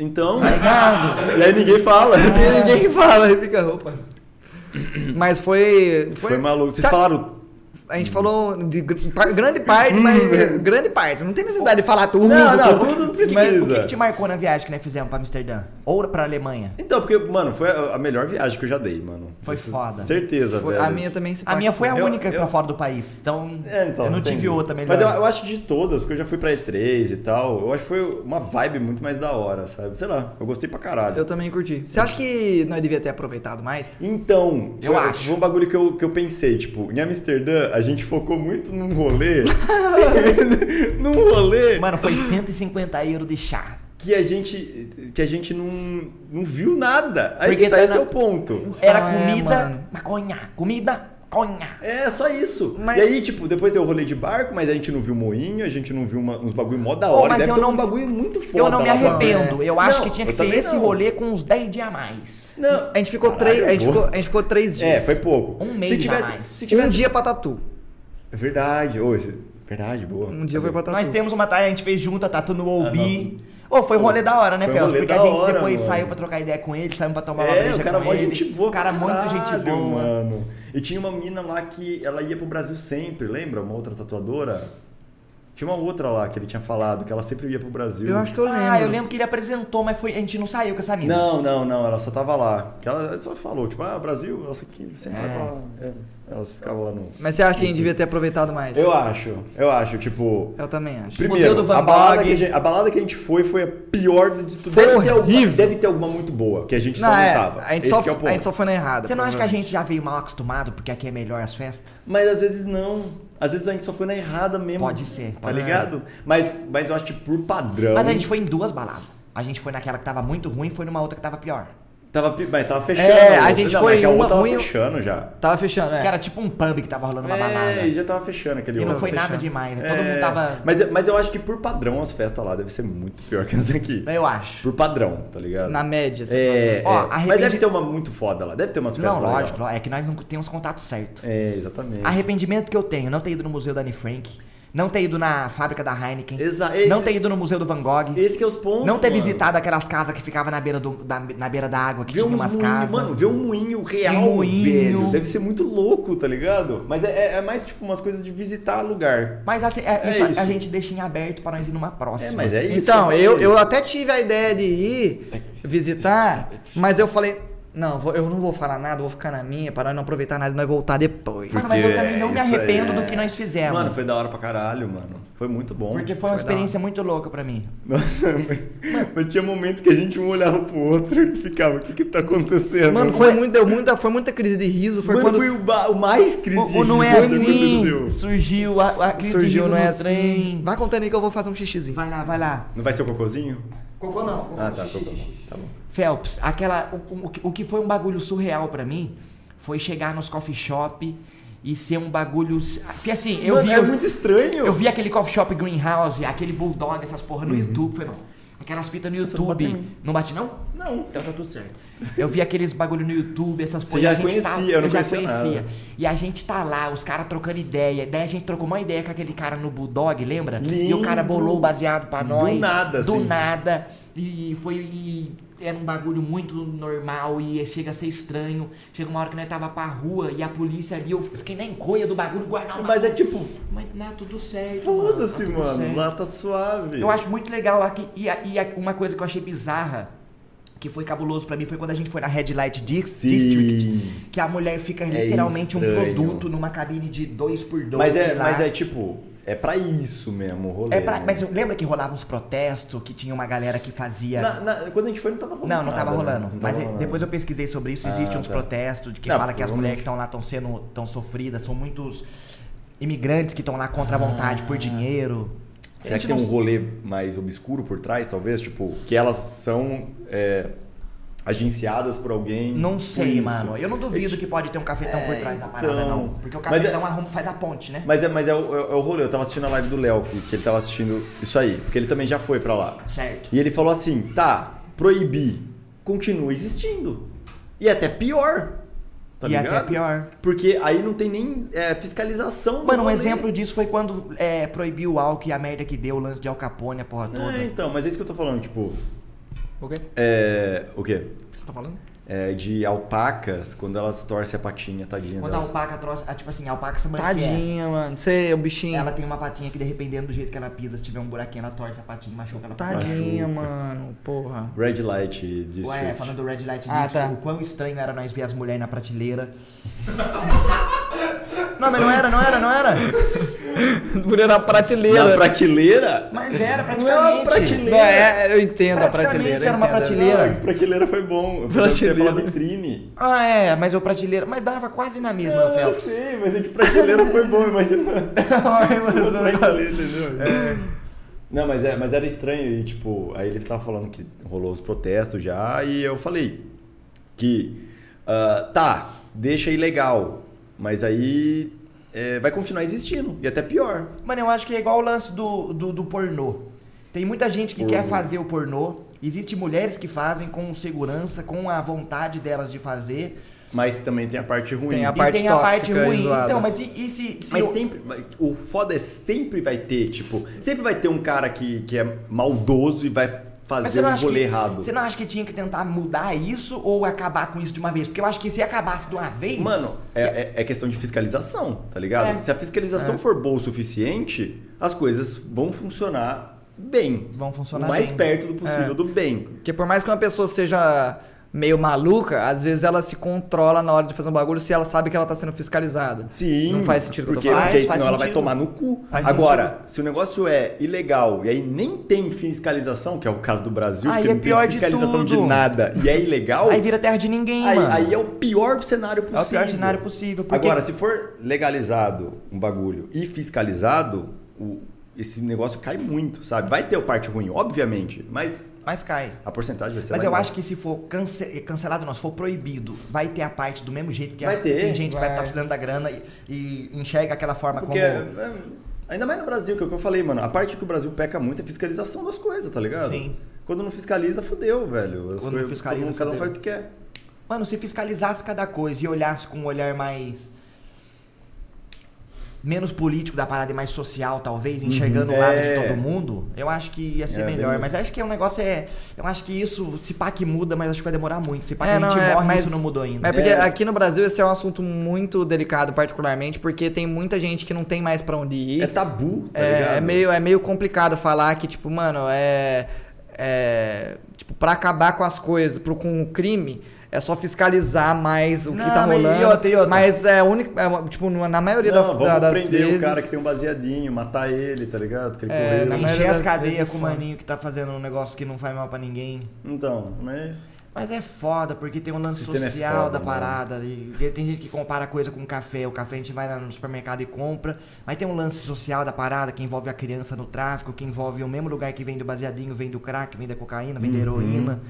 S3: Então.
S1: Obrigado.
S3: E aí ninguém fala.
S2: E
S1: É.
S2: ninguém fala, aí fica roupa. Mas foi.
S3: Foi maluco. Vocês
S2: Sabe-
S3: falaram.
S2: A gente falou de gr- par- grande parte, mas. grande parte. Não tem necessidade de falar tudo.
S3: Hum. Não, não,
S2: tudo.
S3: tudo
S1: Mas o que,
S3: precisa.
S1: que te marcou na viagem que nós fizemos pra Amsterdã? Ou pra Alemanha?
S3: Então, porque, mano, foi a a melhor viagem que eu já dei, mano.
S1: Foi
S3: Isso-
S1: foda.
S3: Certeza,
S2: Foi-
S3: velho.
S2: Tipo, a minha também se
S1: A minha foi a
S3: Eu-
S1: única
S3: eu-
S1: pra fora do país. Então,
S3: É, então,
S1: eu não
S3: entendi.
S1: tive outra melhor.
S3: Mas eu, eu acho que de todas, porque eu já fui pra E3 e tal, eu acho que foi uma vibe muito mais da hora, sabe? Sei lá, eu gostei pra caralho.
S2: Eu também curti. Você acha que nós devia ter aproveitado mais?
S3: Então,
S1: Eu
S3: foi,
S1: acho.
S3: foi um bagulho que eu, que eu pensei, tipo, em Amsterdã, a gente focou muito num rolê, num rolê
S1: Mano, foi 150 euros de chá.
S3: que a gente, que a gente não, não viu nada. Aí
S1: Porque
S3: que tá,
S1: tá
S3: esse
S1: na-
S3: é o ponto.
S1: Era
S2: Ah, é,
S1: comida,
S2: mano.
S1: maconha. Comida, conha.
S3: É, só isso.
S2: Mas-
S3: E aí, tipo, depois deu o rolê de barco, mas a gente não viu moinho, a gente não viu uma- uns bagulho mó da
S1: Pô,
S3: hora.
S1: mas
S3: Deve
S1: eu
S3: ter
S1: não-
S3: um bagulho muito foda
S1: Eu não me
S3: lá fora.
S1: arrependo.
S2: É.
S1: Eu acho
S3: Não,
S1: que tinha
S3: eu
S1: que ser
S3: também
S1: esse
S3: não.
S1: rolê com uns 10 dias a mais.
S3: Não,
S2: A gente ficou três. A gente
S3: boa.
S2: ficou, a gente ficou três dias.
S3: É, foi pouco.
S1: Um mês
S3: se
S1: a
S3: tivesse,
S1: mais.
S3: se tivesse...
S2: Um dia pra tatu.
S3: Verdade, ô, esse- verdade, boa.
S2: Um dia
S3: Tá
S2: foi pra tatu.
S1: Nós temos uma taia, a gente fez junto, a Tatu no OB. Ô, foi um
S3: Pô,
S1: rolê da hora, né,
S3: Ah, foi um
S1: Fels?
S3: rolê
S1: Porque a
S3: da
S1: gente
S3: hora,
S1: depois
S3: mano.
S1: saiu pra trocar ideia com ele, saiu pra tomar uma
S3: É,
S1: breja
S3: o cara
S1: com
S3: mó
S1: ele.
S3: gente boa.
S1: O cara muito
S3: caralho,
S1: gente boa.
S3: Mano. E tinha uma mina lá que ela ia pro Brasil sempre, lembra? Uma outra tatuadora. Tinha uma outra lá que ele tinha falado, que ela sempre ia pro Brasil.
S2: Eu acho que eu lembro.
S1: Ah, eu lembro que ele apresentou, mas foi, a gente não saiu com essa mina.
S3: Não, não, não, ela só tava lá. Que ela só falou, tipo, ah, Brasil, ela sempre sempre vai pra lá. É, Elas ficavam lá no.
S2: Mas você acha que a gente devia ter aproveitado mais?
S3: Eu acho, eu acho, tipo.
S2: Eu também acho.
S1: Museu do
S3: Primeiro,
S1: Van
S3: a balada,
S1: Gogh.
S3: que a, gente, a balada que a gente foi foi a pior de tudo.
S2: Foi
S3: deve, ter alguma,
S2: horrível.
S3: deve ter alguma muito boa, que a gente
S2: Não,
S3: só não
S2: é,
S3: tava.
S2: a, gente
S3: Esse
S2: só,
S3: que é o
S2: a
S3: ponto.
S2: gente só foi na errada.
S1: Você não acha que a gente já veio mal acostumado, porque aqui é melhor as festas?
S3: Mas às vezes não. Às vezes a gente só foi na errada mesmo.
S1: Pode ser,
S3: Tá
S1: pode
S3: ligado? Mas, mas eu acho que por padrão.
S1: Mas a gente foi em duas baladas. A gente foi naquela que tava muito ruim e foi numa outra que tava pior.
S3: Tava, pi- mas tava fechando.
S2: É, a
S3: outra.
S2: gente
S3: Não,
S2: foi
S3: mas que a
S2: em uma
S3: outra tava
S2: ruim-
S3: fechando já.
S2: Tava fechando, é.
S1: Que era tipo um pub que tava rolando uma balada.
S3: É, e já tava fechando aquele
S1: E não
S3: outro.
S1: foi nada
S2: fechando.
S1: demais. né?
S3: É,
S1: Todo mundo tava.
S3: Mas, mas eu acho que por padrão as festas lá devem ser muito pior que as daqui.
S1: Eu acho.
S3: Por padrão, tá ligado?
S2: Na média, você
S3: É,
S1: Ó,
S3: é.
S1: arrependi-
S3: Mas deve ter uma muito foda lá. Deve ter umas festas
S1: Não,
S3: lá.
S1: lógico, lógico. É que nós não temos contato certo.
S3: É, exatamente.
S1: Arrependimento que eu tenho, não ter ido no Museu da Anne Frank, não ter ido na fábrica da Heineken,
S3: Exa- esse-
S1: não ter ido no Museu do Van Gogh,
S3: Esse que é os pontos.
S1: não ter
S3: mano.
S1: visitado aquelas casas que ficavam na beira, do, da, na beira da água, que
S3: Ver
S1: tinha
S3: uns
S1: umas
S3: moinhos,
S1: casas.
S3: mano, ver um moinho real,
S1: Um moinho.
S3: velho. Deve ser muito louco, tá ligado? Mas é, é- é mais tipo umas coisas de visitar lugar.
S1: Mas assim, é-
S3: É
S1: isso a-
S3: isso.
S1: a gente deixa em aberto pra nós ir numa próxima.
S3: É, mas é isso.
S2: Então,
S3: falei.
S2: eu, eu até tive a ideia de ir visitar, mas eu falei, não, vou- eu não vou falar nada, vou ficar na minha para não aproveitar nada e nós voltar depois.
S1: Mano, mas eu
S3: Porque
S1: também não me
S3: isso
S1: arrependo
S3: é-
S1: do que nós fizemos.
S3: Mano, foi da hora pra caralho, mano. Foi muito bom.
S1: porque foi uma
S2: foi da
S1: experiência muito louca pra mim.
S3: Nossa, mas tinha momento que a gente um olhava pro outro e ficava, o que que tá acontecendo?
S2: Mano, foi muito, deu muita, foi muita crise de riso, foi
S3: Mano,
S2: quando
S3: foi um o, ba- o mais
S1: O,
S3: crítico.
S1: o não é assim surgiu a, a crise
S2: surgiu,
S1: de riso
S2: não é
S1: no
S2: assim.
S1: trem.
S2: Vai contando aí que eu vou fazer um xixizinho.
S1: Vai lá, vai lá.
S3: Não vai ser o cocôzinho?
S2: Cocô não.
S3: Ah, tá, cocô. Tá bom.
S1: Phelps, aquela. O, o que- o que foi um bagulho surreal pra mim foi chegar nos coffee shop e ser um bagulho. Porque assim, eu
S3: Mano,
S1: vi.
S3: é muito estranho.
S1: Eu vi aquele coffee shop Greenhouse, aquele Bulldog, essas porra
S3: Uhum.
S1: no YouTube, foi, mano. Aquelas fitas no
S3: não bate
S1: YouTube.
S3: em mim.
S1: Não bate, não?
S3: Não.
S1: Então tá tudo certo. Eu vi aqueles bagulho no YouTube, essas
S3: Você
S1: coisas.
S3: já
S1: a gente
S3: conhecia,
S1: tá-
S3: eu não
S1: já
S3: conhecia nada.
S1: E a gente tá lá, os caras trocando ideia. Daí a gente trocou uma ideia com aquele cara no Bulldog, lembra? E o cara
S3: Lindo.
S1: bolou o baseado pra
S3: Do
S1: nós.
S3: nada,
S1: Do
S3: assim.
S1: nada. E foi. E era um bagulho muito normal e chega a ser estranho. Chega uma hora que nós tava pra rua e a polícia ali, eu fiquei na encolha do bagulho, guardar o
S3: Mas é
S1: bagulho.
S3: tipo,
S1: Mas não, é tudo certo.
S3: foda-se,
S1: mano. tá tudo
S3: mano.
S1: certo.
S3: Lá tá suave.
S1: Eu acho muito legal aqui. E, a- e a- uma coisa que eu achei bizarra, que foi cabuloso pra mim, foi quando a gente foi na Red Light Dis-
S3: Sim. É
S1: District. Que a mulher fica literalmente um
S3: estranho.
S1: produto numa cabine de 2x2.
S3: Mas é,
S1: lá.
S3: mas é tipo, é pra isso mesmo o rolê.
S1: É pra-
S3: né?
S1: mas lembra que rolava uns protestos, que tinha uma galera que fazia.
S3: Na- na- quando a gente foi, não tava rolando.
S1: Não, não tava
S3: nada, né?
S1: rolando.
S3: Não tava
S1: Mas
S3: rolando.
S1: depois eu pesquisei sobre isso. Existe
S3: Ah,
S1: uns
S3: tá.
S1: protestos de que
S3: Não,
S1: fala que as
S3: provavelmente.
S1: mulheres que estão lá estão sendo tão sofridas. São muitos imigrantes que estão lá contra a vontade por dinheiro.
S3: Ah. Será
S2: gente
S3: que tem
S2: não-
S3: um rolê mais obscuro por trás, talvez? Tipo, que elas são é, agenciadas por alguém.
S1: Não
S3: por
S1: sei,
S3: isso.
S1: mano. Eu não duvido que pode ter um cafetão por trás da parada,
S3: então.
S1: não. Porque o
S3: Mas
S1: cafetão
S3: é-
S1: arruma, faz a ponte, né?
S3: Mas é, mas é, o, é o rolê. Eu tava assistindo a live do Léo, que, que ele tava assistindo isso aí. Porque ele também já foi pra lá.
S1: Certo.
S3: E ele falou assim: tá, proibir continua existindo. E é até pior. Tá
S1: e é
S3: ligado?
S1: até pior.
S3: Porque aí não tem nem é, fiscalização. do
S1: Mano, um
S3: rolê.
S1: exemplo disso foi quando é, proibiu o álcool e a merda que deu, o lance de Al Capone, a porra toda.
S3: É, então, mas é isso que eu tô falando, tipo.
S2: O quê?
S3: É. O quê?
S2: O que você tá falando?
S3: É, de alpacas, quando elas torcem a patinha, tadinha
S1: Quando a
S3: delas.
S1: alpaca trouxe. ah, Tipo assim, a alpaca se manquer.
S2: Tadinha, mano. Você é um bichinho.
S1: Ela tem uma patinha que, de repente, dependendo do jeito que ela pisa, se tiver um buraquinho, ela torce a patinha e machuca ela pra fora.
S2: Tadinha,
S3: Machuca.
S2: mano. Porra.
S3: Red Light District.
S1: Ué, falando do Red Light
S2: Ah,
S1: District,
S2: tá.
S1: o quão estranho era nós ver as mulheres na prateleira. não, mas não era, não era, não era.
S2: Mulher na prateleira.
S3: Na prateleira?
S1: Mas era praticamente.
S3: Não é uma prateleira.
S2: Não, é, eu entendo a
S1: Praticamente
S2: prateleira.
S1: era uma
S2: eu entendo.
S1: prateleira.
S3: Ah, prateleira foi bom. Eu pensava que você ia falar
S2: Prateleira.
S3: vitrine.
S1: Ah, é, mas o prateleira. Mas dava quase na mesma,
S3: Ah, eu
S1: Felps.
S3: sei, mas é que prateleira foi bom, imagina. As prateleiras, entendeu?
S1: É.
S3: Não, mas, é, mas era estranho e, tipo, aí ele tava falando que rolou os protestos já e eu falei que, ah, tá, deixa ilegal, mas aí é, vai continuar existindo e até pior.
S1: Mano, eu acho que é igual o lance do, do, do pornô. Tem muita gente que quer
S3: Pornô.
S1: fazer o pornô. Existem mulheres que fazem com segurança, com a vontade delas de fazer.
S3: Mas também tem a parte ruim.
S2: Tem É a
S1: e
S2: parte
S1: tem a parte
S2: tóxica e
S1: ruim.
S2: zoada.
S1: Então, mas e, e se. se
S3: Mas
S1: eu-
S3: sempre, o foda é sempre vai ter, tipo, sempre vai ter um cara que, que é maldoso e vai
S1: mas
S3: fazer um
S1: acha
S3: rolê
S1: que,
S3: errado.
S1: Você não acha que tinha que tentar mudar isso ou acabar com isso de uma vez? Porque eu acho que se acabasse de uma vez.
S3: Mano, é, é- é questão de fiscalização, tá ligado?
S1: É.
S3: Se a fiscalização for boa o suficiente, as coisas vão funcionar bem.
S1: Vão funcionar
S3: O mais
S1: bem.
S3: perto do
S2: É.
S3: possível do bem.
S2: Porque por mais que uma pessoa seja meio maluca, às vezes ela se controla na hora de fazer um bagulho se ela sabe que ela tá sendo fiscalizada.
S3: Sim.
S2: Não faz sentido o que eu
S3: porque,
S2: tô falando.
S1: falando.
S3: Porque
S1: Faz,
S3: senão
S1: faz
S3: ela vai
S1: sentido.
S3: tomar no cu.
S1: Faz
S3: Agora, se o negócio é ilegal e aí nem tem fiscalização, que é o caso do Brasil,
S1: Aí
S3: que
S1: é
S3: não
S1: pior
S3: tem
S1: de
S3: fiscalização de,
S1: tudo.
S3: nada e é ilegal,
S1: Aí vira terra de ninguém,
S3: aí,
S1: mano.
S3: aí é o pior cenário
S1: É
S3: possível.
S1: o pior cenário possível. Porque
S3: Agora, se for legalizado um bagulho e fiscalizado, o- esse negócio cai muito, sabe? Vai ter o parte ruim, obviamente, mas
S1: Mas cai.
S3: a porcentagem vai ser
S1: Mas
S3: lá
S1: eu acho
S3: embaixo.
S1: que se for cance- cancelado, não, se for proibido, vai ter a parte do mesmo jeito que
S3: Vai
S1: a-
S3: ter,
S1: tem gente que vai
S2: vai.
S1: estar precisando da grana e, e enxerga aquela forma
S3: Porque,
S1: tá como.
S3: é, ainda mais no Brasil, que é o que eu falei, mano, a parte que o Brasil peca muito é a fiscalização das coisas, tá ligado?
S1: Sim.
S3: Quando não fiscaliza, fudeu, velho. As
S1: Quando não
S3: coisas-
S1: fiscaliza,
S3: todo mundo, cada um
S1: fudeu.
S3: faz o que quer.
S1: Mano, se fiscalizasse cada coisa e olhasse com um olhar mais. menos político da parada e mais social, talvez, enxergando
S3: Uhum,
S1: o lado
S3: é.
S1: de todo mundo, eu acho que ia ser
S3: É, bem
S1: melhor.
S3: isso.
S1: Mas acho que é um negócio é. Eu acho que isso, se pá que muda, mas acho que vai demorar muito. Se pá que
S2: É,
S1: a gente
S2: não, é,
S1: morre,
S2: mas-
S1: isso não mudou ainda.
S2: Mas porque
S3: É.
S2: aqui no Brasil esse é um assunto muito delicado, particularmente, porque tem muita gente que não tem mais pra onde ir.
S3: É tabu, tá ligado?
S2: É, é meio, é meio complicado falar que, tipo, mano, é. é tipo, pra acabar com as coisas, pro, com o crime, é só fiscalizar mais o que
S1: Não,
S2: tá
S1: mas e
S2: rolando.
S1: outra, e outra?
S2: Mas é único. é uma- tipo, na maioria
S3: Não,
S2: das,
S3: vamos
S2: da- das
S3: prender
S2: vezes.
S3: o cara que tem um baseadinho, matar ele, tá ligado? Porque ele
S2: É, na
S3: correu.
S2: maioria-
S1: Encher as
S2: das
S1: cadeias
S2: vezes
S1: com o
S2: é foda.
S1: maninho que tá fazendo um negócio que não faz mal pra ninguém.
S3: Então, não é isso.
S1: Mas é foda, porque tem um lance
S3: O sistema é
S1: social
S3: foda,
S1: da
S3: mano.
S1: parada. E e tem gente que compara a coisa com café. O café a gente vai lá no supermercado e compra. Mas tem um lance social da parada que envolve a criança no tráfico, que envolve o mesmo lugar que vem do baseadinho, vem do crack, vem da cocaína, vem da heroína.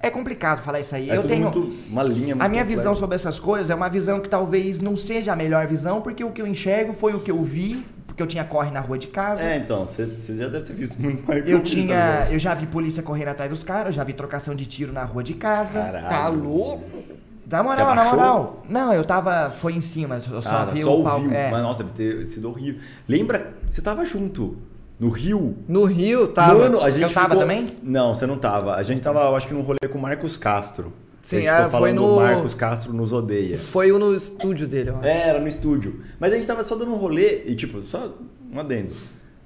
S1: É complicado falar isso aí.
S3: Uhum. É
S1: Eu
S3: tudo
S1: tenho.
S3: muito, uma linha muito
S1: A minha
S3: complexa.
S1: visão sobre essas coisas é uma visão que talvez não seja a melhor visão, porque o que eu enxergo foi o que eu vi, porque eu tinha corre na rua de casa.
S3: É, então, você você já deve ter visto muito mais que
S1: Eu
S3: vi,
S1: tinha.
S3: tá
S1: Eu já vi polícia correndo atrás dos caras, eu já vi trocação de tiro na rua de casa.
S3: ligado?
S2: Tá
S3: Caralho.
S2: louco?
S1: Na
S3: Você
S1: moral, na
S3: abaixou?
S1: moral. Não, eu tava. Foi em cima, eu só
S3: Ah,
S1: vi
S3: só
S1: o
S3: ouviu.
S1: pau. é.
S3: Mas nossa, deve ter sido horrível. Lembra, você tava junto no Rio?
S2: No Rio, tá, tava.
S3: Mano, a gente
S1: Eu tava
S3: ficou-
S1: também?
S3: Não, você não tava. A gente tava, eu acho que num rolê com o Marcos Castro.
S2: Sim,
S3: a
S1: ah,
S3: gente
S2: é,
S3: ficou
S2: foi
S3: falando
S2: no-
S3: do Marcos Castro nos odeia.
S2: Foi o no estúdio dele, ó.
S3: É, era no estúdio. Mas a gente tava só dando um rolê e, tipo, só um adendo.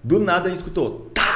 S3: Do nada a gente escutou. Tá!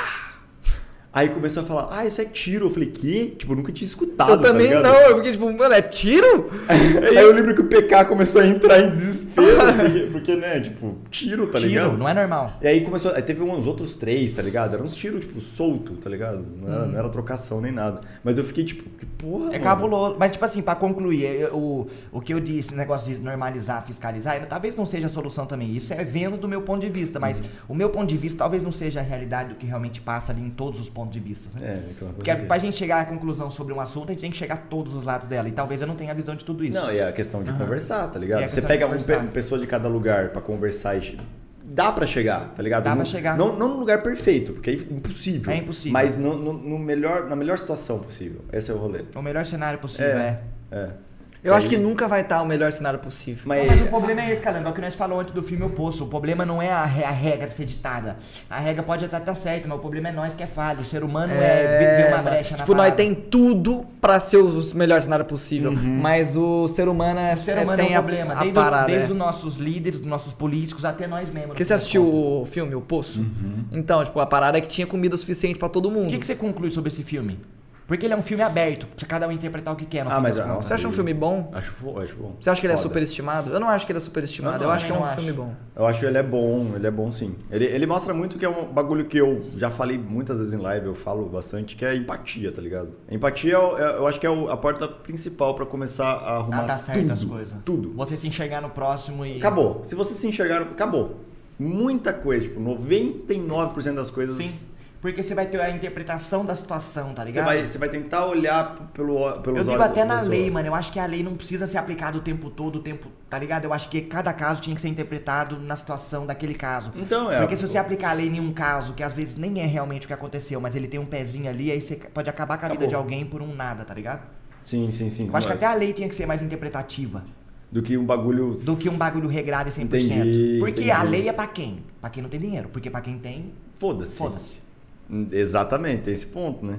S3: Aí começou a falar, ah, isso é tiro. Eu falei, que? Tipo, eu nunca tinha escutado.
S2: Eu
S3: tá
S2: também
S3: ligado?
S2: não, eu fiquei tipo, mano, é tiro?
S3: Aí eu lembro que o PK começou a entrar em desespero. porque, porque, né, tipo, tiro, tá ligado?
S1: Tiro, não é normal.
S3: E aí começou. Aí teve uns outros três, tá ligado? Era uns tiros, tipo, solto, tá ligado? Não era, não era trocação nem nada. Mas eu fiquei, tipo, que porra.
S1: Hum. É
S3: mano?
S1: cabuloso. Mas, tipo assim, pra concluir, eu- eu- o, o que eu disse, esse negócio de normalizar, fiscalizar, eu- talvez não seja a solução também. Isso é vendo do meu ponto de vista, mas
S3: Uhum.
S1: o meu ponto de vista talvez não seja a realidade do que realmente passa ali em todos os pontos de vista. Né?
S3: É, então.
S1: Porque pra gente chegar à conclusão sobre um assunto, a gente tem que chegar a todos os lados dela. E talvez eu não tenha a visão de tudo isso.
S3: Não, e é a questão de conversar, tá ligado?
S1: E é a
S3: Você
S1: questão
S3: pega
S1: de
S3: um
S1: conversar.
S3: pe- pessoa de cada lugar pra conversar e. che- Dá pra chegar, tá ligado?
S1: Dá pra
S3: Não-
S1: chegar.
S3: Não, não no lugar perfeito, porque é impossível.
S1: É impossível.
S3: Mas no, no- no melhor, na melhor situação possível. Esse é o rolê.
S1: O melhor cenário possível é.
S3: É.
S2: Eu acho que
S3: Aí-
S2: nunca vai estar o melhor cenário possível.
S3: Mas,
S1: Mas o problema é esse, caramba. É o que nós falamos antes do filme O Poço. O problema não é a, re- a regra ser ditada. A regra pode até estar certa, mas o problema é nós que é falho. O ser humano é, viver uma
S2: mano.
S1: brecha na
S2: Tipo, nós
S1: parada.
S2: tem tudo pra ser o melhor cenário possível.
S3: Uhum.
S2: Mas o ser humano é,
S1: O ser humano
S2: é,
S1: é,
S2: tem
S1: um problema.
S2: a, a
S1: desde o-
S2: parada.
S1: desde
S2: é.
S1: os nossos líderes, dos nossos políticos, até nós mesmos.
S2: Porque você assistiu o filme O Poço?
S3: Uhum.
S2: Então, tipo, a parada é que tinha comida suficiente pra todo
S1: O
S2: mundo.
S1: que, que você conclui sobre esse filme? Porque ele é um filme aberto, pra cada um interpretar o que quer. no
S3: Ah,
S1: fim
S3: mas
S1: das
S3: ah,
S1: contas.
S2: Você acha um filme bom?
S3: Acho, fo- acho bom.
S2: Você acha que ele é
S3: Foda.
S2: superestimado? Eu não acho que ele é superestimado.
S3: Eu não,
S2: eu acho que é
S1: também
S2: um
S1: não
S2: filme
S1: acho.
S2: bom.
S3: Eu acho ele é bom, ele é bom sim. Ele, ele mostra muito que é um bagulho que eu já falei muitas vezes em live, eu falo bastante, que é empatia, tá ligado? Empatia é o- é- eu acho que é o- a porta principal pra começar
S1: Ah,
S3: a arrumar
S1: tá certo
S3: tudo,
S1: as coisas.
S3: Tudo.
S1: Você se enxergar no próximo e.
S3: Acabou. Se vocês se enxergaram, acabou. Muita coisa, tipo, 99% das coisas
S1: Sim. tá Porque você vai ter a interpretação da situação, tá
S3: você
S1: ligado?
S3: vai, você vai tentar olhar p- pelo, ó- pelos
S1: Eu
S3: olhos
S1: digo até
S3: da
S1: na
S3: pessoa.
S1: lei, mano. Eu acho que a lei não precisa ser aplicada o tempo todo, o tempo, tá ligado? Eu acho que cada caso tinha que ser interpretado na situação daquele caso.
S3: Então, é.
S1: Porque se você aplicar a lei em um caso que às vezes nem é realmente o que aconteceu, mas ele tem um pezinho ali, aí você pode acabar com a vida
S3: Acabou.
S1: de alguém por um nada, tá ligado?
S3: Sim, sim, sim.
S1: Eu acho que
S3: Não é-
S1: até a lei tinha que ser mais interpretativa
S3: Do que um bagulho...
S1: do que um bagulho regrado e 100%.
S3: Entendi,
S1: porque a
S3: entendi.
S1: lei é pra quem? Pra quem não tem dinheiro. Porque pra quem tem,
S3: Foda-se. Hum,
S1: foda-se.
S3: Exatamente, tem esse ponto, né?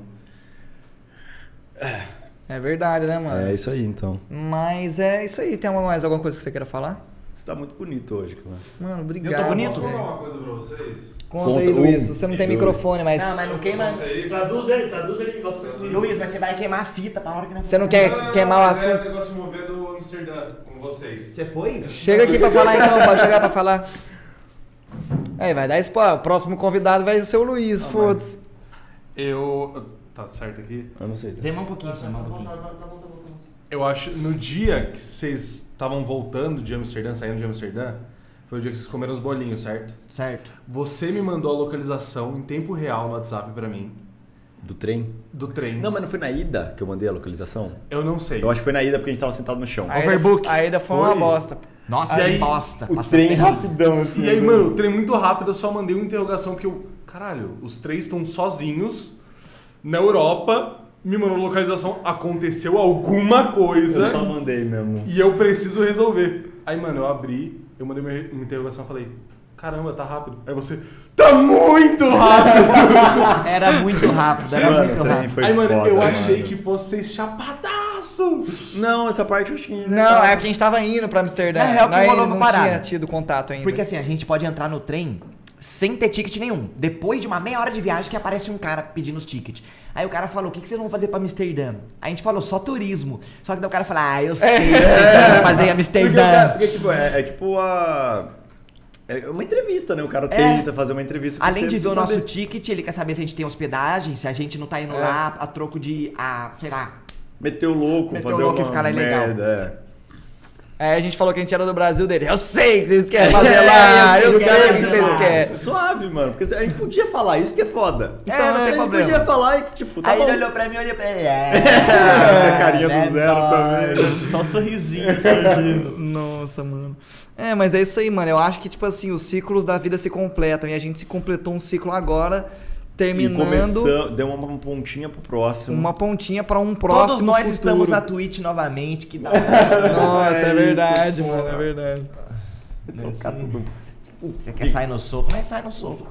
S2: É verdade, né, mano?
S3: É isso aí, então.
S2: Mas é isso aí. Tem uma- mais alguma coisa que você queira falar?
S3: Você tá muito bonito hoje, cara.
S2: Mano, obrigado.
S1: Eu tô bonito?
S6: Posso
S2: velho.
S6: falar uma coisa pra vocês?
S2: Conta,
S3: Conta
S2: aí,
S3: um
S2: Luiz. Você não
S3: e
S2: tem
S3: dois.
S2: microfone, mas.
S1: Não, mas não queima.
S6: Isso aí.
S4: Traduz ele, traduz ele, gosta desse livro.
S1: Luiz, mas você vai queimar a fita pra hora que nós
S2: Você não quer queimar o
S6: mas É
S2: assunto?
S6: o negócio movendo o Amsterdã com vocês.
S1: Você foi?
S2: Chega aqui pra falar então, pode chegar pra falar. Aí, vai dar spoiler. O próximo convidado vai ser o Luiz, foda-se.
S6: Eu. Tá certo aqui?
S3: Eu não sei. tá?
S1: Dema um pouquinho, só, manda um pouquinho.
S6: Eu acho, no dia que vocês estavam voltando de Amsterdã, saindo de Amsterdã, foi o dia que vocês comeram os bolinhos, certo?
S1: Certo.
S6: Você me mandou a localização em tempo real no WhatsApp pra mim,
S3: Do trem?
S6: do trem.
S3: Não, mas não foi na ida que eu mandei a localização?
S6: Eu não sei.
S3: Eu acho que foi na ida porque a gente tava sentado no chão.
S2: A ida-
S1: Overbook.
S2: A ida foi uma
S6: Foi.
S2: bosta.
S1: Nossa,
S6: Aí,
S1: que bosta.
S3: o
S1: Passa
S3: trem
S1: bem.
S3: rapidão, assim.
S6: E aí, mano, o trem muito rápido, eu só mandei uma interrogação porque eu. Caralho, os três estão sozinhos na Europa, me mandou a localização, aconteceu alguma
S3: Eu
S6: coisa
S3: só mandei mesmo.
S6: e eu preciso resolver. Aí, mano, eu abri, eu mandei uma, uma interrogação e falei. Caramba, tá rápido. Aí você. Tá muito rápido!
S1: Era muito rápido, era
S3: Mano,
S1: muito
S3: o trem
S1: rápido.
S3: foi
S6: Aí, mano,
S3: foda, né,
S6: eu achei
S3: mano.
S6: que fosse chapadaço!
S3: Não, essa parte eu tinha. né,
S2: Não,
S3: cara?
S2: é porque a gente tava indo pra Amsterdã.
S1: Na É real, que
S2: Nós
S1: rolou uma
S2: não
S1: parada.
S2: tinha tido contato ainda.
S1: Porque assim, a gente pode entrar no trem sem ter ticket nenhum. Depois de uma meia hora de viagem que aparece um cara pedindo os tickets. Aí o cara falou, o que, que vocês vão fazer pra Amsterdã? A gente falou, só turismo. Só que daí o cara fala, ah,
S3: É.
S1: eu sei o que
S2: É.
S1: vocês vão fazer em
S3: Porque, o cara-
S1: Amsterdã.
S3: porque, tipo, é, é tipo a. É uma entrevista, né? O cara tenta fazer uma entrevista pra
S1: Além
S3: você,
S1: de ver
S3: pra
S1: o
S3: você
S1: nosso
S3: saber. É.
S1: ticket, ele quer saber se a gente tem hospedagem, se a gente não tá indo lá a troco de, ah, sei lá.
S3: Meter o louco,
S1: Meter o
S3: fazer
S1: louco e
S3: uma
S1: ficar lá ilegal.
S3: merda, é.
S2: Aí É, a gente falou que a gente era do Brasil dele. Eu sei o que vocês querem fazer
S1: É,
S2: lá.
S1: eu
S2: Eu
S1: sei
S2: sei o
S1: que
S2: que
S1: fazer
S2: vocês
S1: lá.
S2: querem.
S3: Suave, mano. Porque a gente podia falar, isso que é foda.
S1: É,
S3: Então,
S1: não tem
S3: a gente
S1: problema.
S3: podia falar e, tipo, tá
S1: Aí
S3: bom.
S1: ele olhou pra mim, eu olhei pra ele. É,
S3: É, carinha do zero
S1: nóis.
S3: também.
S1: Só um sorrisinho surgindo.
S2: Nossa, mano. É, mas é isso aí, mano. Eu acho que, tipo assim, os ciclos da vida se completam. E a gente se completou um ciclo agora,
S3: E
S2: terminando
S3: começando, deu uma pontinha pro próximo.
S2: uma pontinha pra um próximo
S1: Todos nós
S2: futuro.
S1: estamos na Twitch novamente, que dá.
S2: Nossa, é,
S3: É isso,
S2: verdade,
S3: porra.
S2: mano. É verdade.
S1: Você quer sair no soco? Mas sai no soco.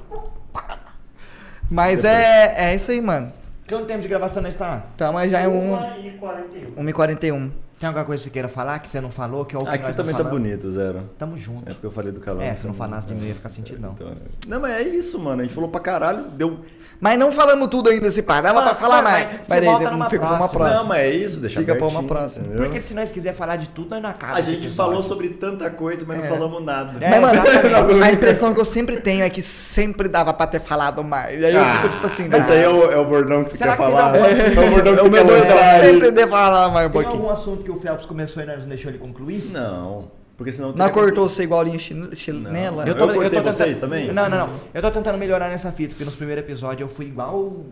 S2: Mas é, é isso aí, mano.
S1: né, Quanto tempo de gravação nós tá?
S2: Então, mas já é um...
S4: Uma e 41.
S2: 1h41.
S1: Tem alguma coisa que você queira falar que você não falou? Que é o que
S3: Ah, que você
S1: nós não
S3: também tá
S1: falamos?
S3: bonito, Zero.
S1: Tamo
S3: É
S1: junto.
S3: porque eu falei do calor.
S1: É, se não falasse de mim,
S3: é.
S1: não ia ficar sentido, não.
S3: Então, é. não, mas é isso, mano. A gente falou pra caralho, deu.
S2: Mas não falamos tudo ainda, se pá. Dava
S1: Ah,
S2: pra falar
S1: vai, vai.
S2: mais.
S1: Você
S2: Peraí,
S1: volta
S2: não
S1: numa
S2: fica pra uma
S1: próxima.
S2: próxima.
S3: Não, mas é isso, deixa
S2: Fica pra uma
S3: abertinho,
S2: próxima.
S3: entendeu?
S1: Porque se nós quiser falar de tudo, nós não acaba.
S3: A
S1: esse
S3: gente
S1: episódio.
S3: falou sobre tanta coisa, mas não falamos nada.
S1: É,
S2: Mas, mano,
S1: exatamente.
S2: a impressão que eu sempre tenho é que sempre dava pra ter falado mais.
S1: É,
S2: E aí eu fico tipo assim,
S3: Esse
S2: ah,
S3: aí é o, é o bordão que
S1: né?
S3: você
S1: Será
S3: quer
S1: que
S3: falar?
S1: dá uma-
S3: É o bordão que
S2: eu
S3: você quer
S2: meu Deus,
S3: lançar.
S2: eu sempre devo falar mais um
S1: Tem
S2: pouquinho.
S1: algum assunto que o Phelps começou e nós não deixou ele concluir?
S3: Não, porque senão... eu
S2: Não
S3: teria-
S2: cortou você igualinha chin- chinela?
S3: Não. Eu cortei vocês
S1: tenta-
S3: também? Uhum.
S1: Não, não, não. Eu tô tentando melhorar nessa fita, porque nos primeiros episódios eu fui igual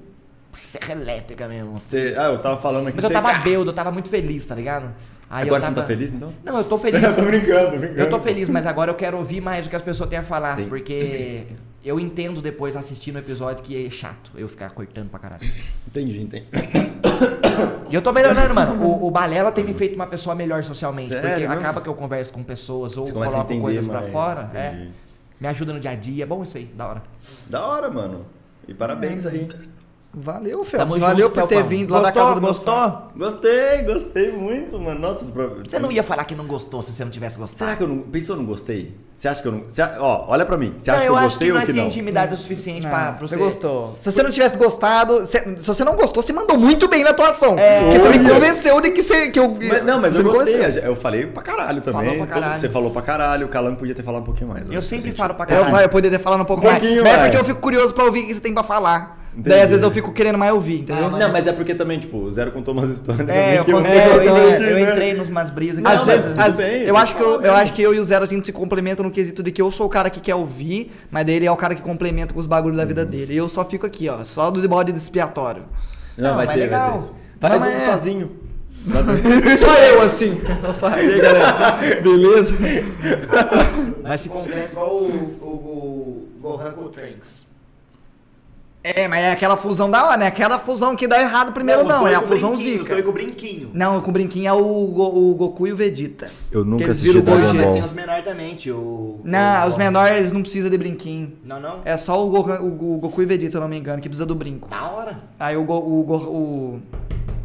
S1: serra elétrica mesmo.
S3: Você- Ah, eu tava falando aqui...
S1: Mas eu
S3: você-
S1: tava bêbado, eu tava muito feliz, tá ligado? Aí eu
S3: Agora você não
S1: tava-
S3: tá feliz, então?
S1: Não, eu tô feliz.
S3: Eu tô brincando, tô brincando.
S1: Eu tô feliz, mas agora eu quero ouvir mais o que as pessoas têm a falar,
S3: Tem.
S1: porque eu entendo depois assistindo o episódio que é chato eu ficar cortando pra caralho.
S3: Entendi, entendi.
S1: E eu tô melhorando, mano. O, o Balela tem me feito uma pessoa melhor socialmente, porque
S3: Sério, mesmo?
S1: acaba que eu converso com pessoas ou
S3: Você começa a
S1: coloco
S3: entender
S1: coisas pra
S3: mais,
S1: fora. É,
S3: entendi.
S1: me ajuda no dia a dia, é bom isso aí, da hora.
S3: Da hora, mano. E parabéns aí.
S2: Valeu,
S1: Tamo
S2: Felps. Valeu
S1: junto,
S2: por ter
S1: Felpão.
S2: vindo lá da
S1: Gostou?
S2: casa do meu
S1: Gostou?
S2: sonho.
S3: Gostei, gostei muito, mano. Nossa, pro-
S1: Você não ia falar que não gostou se você não tivesse gostado.
S3: Será que eu não. Pensou, eu não gostei? Você acha que eu não. Você a- Ó, olha pra mim. Você
S1: Não, é
S3: acha que eu gostei
S1: acho que
S3: ou que não?
S1: nós tem intimidade o suficiente
S2: Não,
S1: pra, pra
S2: você gostou. Se você não tivesse gostado, se, se você não gostou, você mandou muito bem na atuação.
S1: É.
S2: Porque você me
S3: Olha.
S2: convenceu de que você. Que eu,
S3: Mas- não, mas
S2: você
S3: eu
S2: me
S3: gostei.
S2: convenceu.
S3: Eu falei pra caralho também.
S1: Falou pra
S3: Todo-
S1: caralho.
S3: Você falou pra caralho. O Calango podia ter falado um pouquinho mais.
S1: Eu sempre
S3: senti.
S1: falo pra
S2: Eu,
S1: caralho.
S2: falei, eu poderia ter falado um pouco
S3: Um
S2: mais.
S3: pouquinho
S2: Mas é
S3: mais.
S2: porque eu fico curioso pra ouvir o que você tem pra falar. Daí
S3: Entendi.
S2: às vezes eu fico querendo mais ouvir, entendeu?
S3: Não, mas é porque também, tipo, o Zero contou umas histórias.
S1: É, eu,
S3: também que
S1: contei,
S2: É,
S1: eu,
S2: então
S1: eu-
S2: é,
S1: eu
S3: né?
S1: entrei nos umas brisas.
S3: Não,
S2: Às
S3: mas
S2: vezes,
S3: tudo
S2: às-
S3: bem,
S2: eu,
S3: tem
S2: acho
S3: que
S2: que eu,
S3: falar
S2: eu
S3: mesmo.
S2: acho que eu e o Zero a gente se complementam no quesito de que eu sou o cara que quer ouvir, mas daí ele é o cara que complementa com os bagulhos da
S3: Uhum.
S2: vida dele. E eu só fico aqui, ó, só do bode expiatório.
S3: Não,
S1: Não,
S3: vai
S1: mas
S3: ter,
S1: legal.
S3: vai ter. Faz
S1: Não,
S3: um
S1: mas é.
S3: sozinho. Vai ter.
S2: Só eu assim. Beleza?
S1: Mas se completa igual o, o, o Gohan com o Trunks.
S2: É, mas é aquela fusão da hora, né? Aquela fusão que dá errado primeiro não, é a fusão zica.
S1: com o brinquinho.
S2: Não, com o brinquinho é o, Go- o Goku e o Vegeta.
S3: Eu nunca
S2: eles
S3: assisti
S2: viram o
S3: Dragon
S2: Gohan.
S3: Ball.
S1: Tem os menores também, tio. o-
S2: Não,
S1: o-
S2: os menores eles não precisam de brinquinho.
S1: Não, não?
S2: É só o, Gohan- o Goku e o Vegeta, se eu não me engano, que precisa do brinco.
S1: Da hora.
S2: Aí o, Go- o, Go- o,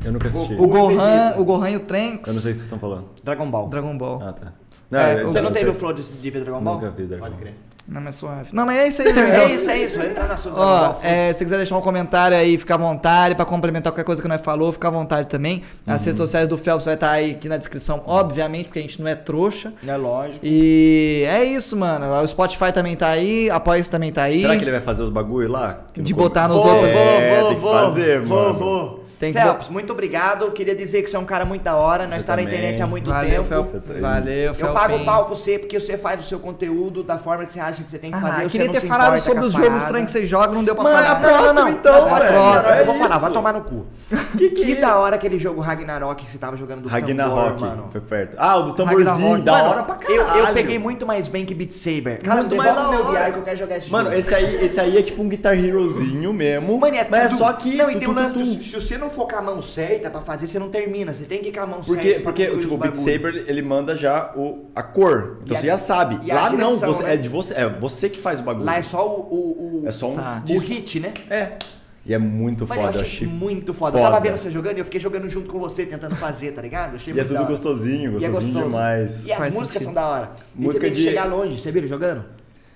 S3: Eu nunca assisti.
S2: o Gohan,
S1: Vegeta.
S2: o Gohan e o Trunks.
S1: tá
S3: Eu não sei o que vocês estão falando.
S1: Dragon Ball.
S2: Dragon Ball.
S3: Ah, tá.
S2: É,
S3: eu-
S1: Você não
S3: eu
S1: teve
S3: sei.
S1: o flow de, de ver Dragon Ball?
S3: Nunca vi Dragon
S1: Pode
S3: Ball.
S1: crer.
S2: Não, mas suave. Não, mas é isso aí, né,
S1: É
S2: amigão?
S1: isso, é isso. Vai entrar na sua Dragon
S2: Ó,
S1: Ball.
S2: é, se quiser deixar um comentário aí, fica à vontade. Pra complementar qualquer coisa que nós falou, fica à vontade também. As redes
S1: Uhum.
S2: sociais do Phelps vai estar aí aqui na descrição, obviamente, porque a gente não é trouxa.
S1: É lógico.
S2: E é isso, mano. O Spotify também tá aí, a Apoia também tá aí.
S3: Será que ele vai fazer os bagulho lá? Que
S2: De
S3: não come-
S2: botar nos outros.
S3: É, tem que fazer, mano.
S2: Tem que-
S1: Phelps, muito obrigado. Queria dizer que você é um cara muito da hora. Nós
S3: Você
S1: está na
S3: também.
S1: internet há muito
S2: Valeu,
S1: tempo.
S2: Phelps.
S3: Você tá aí.
S2: Valeu,
S1: Eu
S2: Phelps.
S1: pago o pau pra você porque você faz o seu conteúdo da forma que você acha que você tem que fazer.
S2: Ah,
S1: você
S2: queria
S1: não
S2: ter
S1: se
S2: falado
S1: importa com
S2: sobre
S1: as
S2: os jogos
S1: paradas.
S2: estranhos que vocês jogam, não deu pra
S3: Mas
S1: é
S2: falar.
S3: a próxima, então,
S2: A
S3: velho.
S2: próxima.
S3: É
S1: eu vou falar,
S3: isso. é
S1: vai tomar no cu. Que, da hora aquele jogo Ragnarok que você tava jogando dos
S3: Ragnarok,
S1: tambor, mano.
S3: foi perto. Ah, o do tamborzinho,
S2: Ragnarok.
S3: da
S2: Mano,
S3: hora pra caralho.
S1: Eu, eu peguei muito mais bem que Beat Saber. Cara,
S3: Muito mais
S1: devolve
S3: da
S1: o meu
S3: hora.
S1: VR que eu quero jogar esse
S3: Mano,
S1: jogo.
S3: esse aí, esse aí é tipo um Guitar Herozinho mesmo.
S1: Mano, é
S3: mas é
S1: tudo-
S3: só que.
S1: Não, e
S3: tu,
S1: tem um
S3: tu,
S1: lance.
S3: tu,
S1: do-
S3: tu.
S1: Se você não for com a mão certa pra fazer, você não termina. Você tem que ir com a mão
S3: Porque,
S1: certa. pra
S3: porque
S1: concluir
S3: tipo, o
S1: os
S3: Beat
S1: bagulho.
S3: Saber, ele manda já o, a cor. Então
S1: E a-
S3: você já sabe.
S1: e a
S3: Lá não,
S1: direção,
S3: você-
S1: né?
S3: é de você. É você que faz o bagulho.
S1: Lá é só o. o, o-
S3: É só um
S2: Tá.
S1: o
S3: disco.
S1: hit, né?
S3: É. E é muito
S1: Mano,
S3: foda,
S1: eu
S3: eu
S1: achei
S3: achei.
S1: muito foda. Eu
S3: foda.
S1: tava vendo você jogando e eu fiquei jogando junto com você, tentando fazer, tá ligado? Eu Achei
S3: E é
S1: muito da
S3: tudo
S1: hora.
S3: gostosinho,
S1: E é
S3: gostosinho
S1: gostoso.
S3: demais.
S1: E é as
S2: Faz
S1: músicas
S2: sentido.
S1: são da hora. E você
S3: Música
S1: tem que
S3: de-
S1: chegar longe, você viu ele jogando?